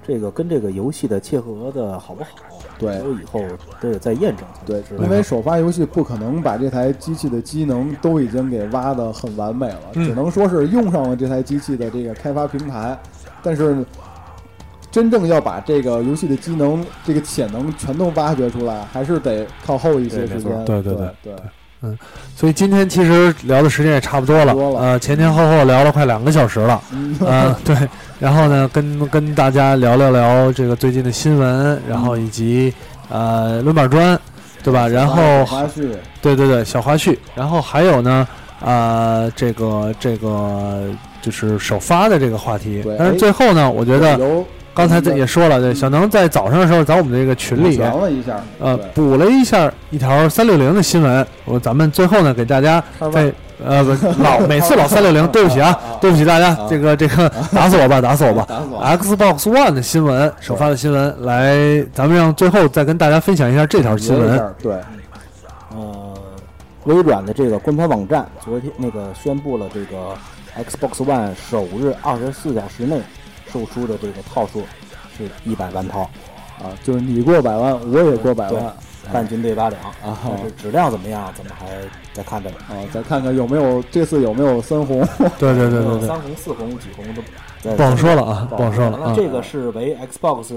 Speaker 6: 这个跟这个游戏的切合的好不好，
Speaker 1: 对
Speaker 6: 都以后都得再验证才
Speaker 1: 对
Speaker 6: 知，道
Speaker 1: 因为首发游戏不可能把这台机器的机能都已经给挖得很完美了，
Speaker 2: 嗯
Speaker 1: 只能说是用上了这台机器的这个开发平台，但是真正要把这个游戏的机能、这个潜能全都挖掘出来，还是得靠后一些时间。
Speaker 2: 对
Speaker 1: 对
Speaker 2: 没错对
Speaker 1: 对，
Speaker 2: 所以今天其实聊的时间也差不多了，
Speaker 1: 差不多了
Speaker 2: 呃，前前后后聊了快两个小时了，
Speaker 1: 嗯
Speaker 2: 呃， 对，然后呢，跟跟大家聊聊聊这个最近的新闻，然后以及呃轮板砖，对吧？啊然后
Speaker 1: 花絮，
Speaker 2: 对对对，小花絮。然后还有呢，啊，这个这个就是首发的这个话题
Speaker 1: 对。哎
Speaker 2: 但是最后呢，我觉得
Speaker 1: 由
Speaker 2: 刚才这也说了，对，小能在早上的时候，在我们这个群里
Speaker 1: 聊了一下，
Speaker 2: 呃
Speaker 1: 对
Speaker 2: 补了一下一条三六零的新闻。我咱们最后呢，给大家
Speaker 1: 叉八
Speaker 2: 在呃 不老每次老三六零，对不起啊
Speaker 1: 啊啊，
Speaker 2: 对不起大家
Speaker 1: 啊，
Speaker 2: 这个这个打死我吧，打死我 吧。
Speaker 1: 打死我
Speaker 2: Xbox One 的新闻，首发的新闻，来，咱们让最后再跟大家分享一下这条新
Speaker 1: 聊了一
Speaker 2: 闻。
Speaker 1: 下，对，
Speaker 6: 呃，微软的这个官方网站昨天那个宣布了这个 Xbox One 首日二十四小时内售出的这个套数是一百万套，
Speaker 1: 啊，就是你过百万，我也过百万，啊，
Speaker 6: 对，半军对八两
Speaker 1: 啊
Speaker 6: 但是质量怎么样，咱们还再看着吧。
Speaker 1: 咱啊看看有没有这次有没有三红，
Speaker 2: 对对对对对，
Speaker 6: 三红四红几红都不
Speaker 2: 不好说了啊，不好说了
Speaker 6: 那
Speaker 2: 啊。
Speaker 6: 这个是为 Xbox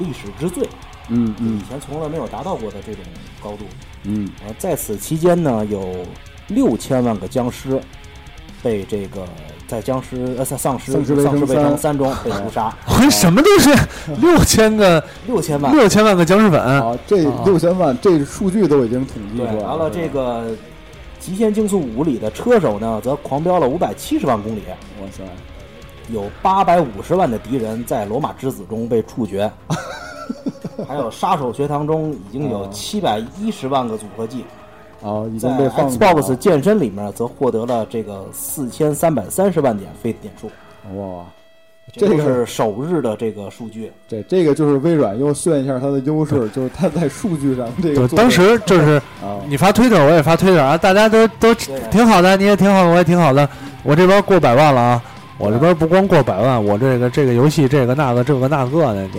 Speaker 6: 历史之最，
Speaker 1: 嗯
Speaker 6: 以
Speaker 1: 嗯
Speaker 6: 前从来没有达到过的这种高度。
Speaker 1: 嗯，
Speaker 6: 呃，在此期间呢，有六千万个僵尸被这个在僵尸呃丧丧尸
Speaker 1: 丧尸围城
Speaker 6: 丧尸围城
Speaker 1: 三
Speaker 6: 三中 被屠杀，
Speaker 2: 我说什么都是六千个
Speaker 6: 六千万。
Speaker 2: 六千万个僵尸粉，
Speaker 1: 好，啊这六千万这数据啊都已经统计出
Speaker 6: 啊对
Speaker 1: 来，了，
Speaker 6: 完了这个《极限竞速五》里的车手呢，则狂飙了五百七十万公里，
Speaker 1: 哇塞，
Speaker 6: 有八百五十万的敌人在罗马之子中被 处决，还有杀手学堂中已经有
Speaker 1: 哦
Speaker 6: 七百一十万个组合技，
Speaker 1: 啊，已
Speaker 6: 在
Speaker 1: 经被放出来了
Speaker 6: Xbox 健身里面则获得了这个四千三百三十万点非点数。
Speaker 1: 哇，
Speaker 6: 这
Speaker 1: 这
Speaker 6: 就
Speaker 1: 个
Speaker 6: 是首日的这个数据，
Speaker 1: 这这个就是微软又炫一下它的优势，就是它在数据上这
Speaker 2: 对
Speaker 1: 个，做得
Speaker 2: 当时就是
Speaker 1: 啊，
Speaker 2: 你发推特，我也发推特啊，大家都都挺好的，你也挺好的，我也挺好的，我这边过百万了啊。我这边不光过百万，我这个这个游戏这个那个这个那个的，你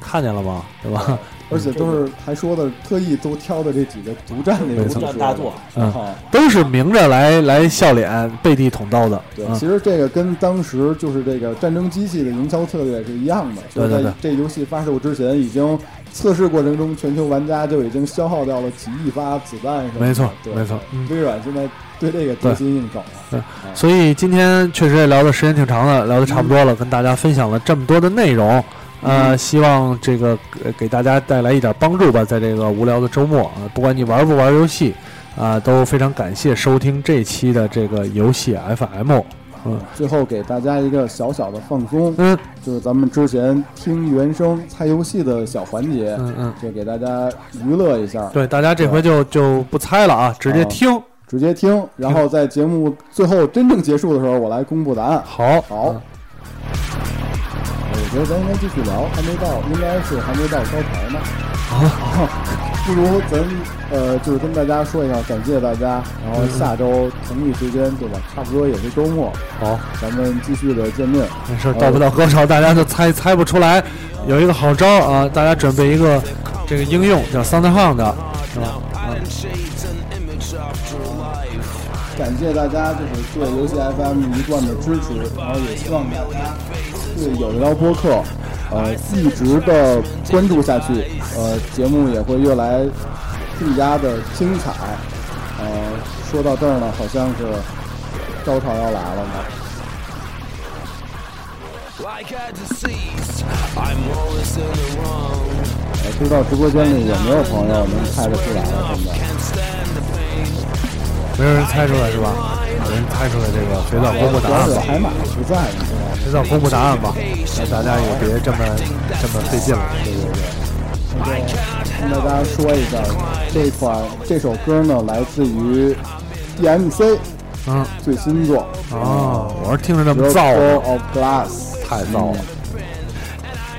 Speaker 2: 看见了吗？对吧？
Speaker 1: 而且都是还说的特意都挑的这几个独占那种
Speaker 2: 没错
Speaker 6: 独占大作，
Speaker 2: 嗯
Speaker 1: 啊，
Speaker 2: 都是明着来来笑脸，背地捅刀的。
Speaker 1: 对，
Speaker 2: 嗯
Speaker 1: 其实这个跟当时就是这个战争机器的营销策略是一样的，就
Speaker 2: 对
Speaker 1: 是
Speaker 2: 对
Speaker 1: 在这游戏发售之前，已经测试过程中，全球玩家就已经消耗掉了几亿发子弹什么的。
Speaker 2: 没错
Speaker 1: 对
Speaker 2: 没错嗯
Speaker 1: 微软现在对这个得心应手了。
Speaker 2: 所以今天确实也聊的时间挺长的，聊的差不多了，跟大家分享了这么多的内容，呃，希望这个呃给大家带来一点帮助吧，在这个无聊的周末啊，不管你玩不玩游戏啊、都非常感谢收听这期的这个游戏 FM。嗯
Speaker 1: 最后给大家一个小小的放松，
Speaker 2: 嗯
Speaker 1: 就是咱们之前听原声猜游戏的小环节，
Speaker 2: 嗯嗯，
Speaker 1: 就给大家娱乐一下，
Speaker 2: 对，大家这回就就不猜了啊，直接听。
Speaker 1: 直接听，然后在节目最后真正结束的时候，我来公布答案。
Speaker 2: 好，
Speaker 1: 好，呃我觉得咱应该继续聊，还没到，应该是还没到高潮呢。 不如咱呃，就是跟大家说一下，感谢大家，然后下周同一时间对吧？差不多也是周末，
Speaker 2: 好，
Speaker 1: 咱们继续的见面。
Speaker 2: 没事，到不到高潮大家就猜猜不出来。有一个好招啊，大家准备一个这个应用叫 SoundHound 的，是吧？
Speaker 1: 感谢大家就是对游戏 FM 一贯的支持，然后也希望大家对有的聊播客，呃，一直的关注下去，呃，节目也会越来更加的精彩。呃，说到这儿呢，好像是高潮要来了呢。
Speaker 8: Like a disease, I'm always in the wrong.
Speaker 1: 呃，不知道直播间里有没有朋友能猜得出来啊了？现在
Speaker 2: 没有人猜出来是吧？有人猜出来这个，谁早公布答
Speaker 1: 主要
Speaker 2: 案
Speaker 1: 是
Speaker 2: 吧？
Speaker 1: 海马不在，你知道吗？
Speaker 2: 谁早公布答案吧？那大家也别这么这么费劲了。
Speaker 1: 对对对。那就跟大家说一下，这款这首歌呢来自于 DMC
Speaker 2: 嗯，
Speaker 1: 最新作
Speaker 2: 哦，我是听着这么
Speaker 1: 《
Speaker 2: 燥
Speaker 1: Girl
Speaker 2: 啊，
Speaker 1: of Glass》，
Speaker 2: 太燥了。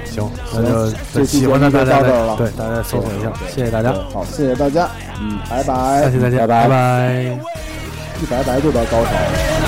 Speaker 2: 行，那
Speaker 1: 行
Speaker 2: 就
Speaker 1: 这
Speaker 2: 对
Speaker 1: 期
Speaker 2: 喜
Speaker 1: 节
Speaker 2: 欢
Speaker 1: 目
Speaker 2: 的
Speaker 1: 就
Speaker 2: 大
Speaker 1: 到
Speaker 2: 家
Speaker 1: 这儿了
Speaker 2: 再对大家搜索一下，谢谢大家，
Speaker 1: 好，谢谢大家，嗯，拜拜，
Speaker 2: 下期再见，
Speaker 1: 拜
Speaker 2: 拜拜
Speaker 1: 一拜拜就到高潮了。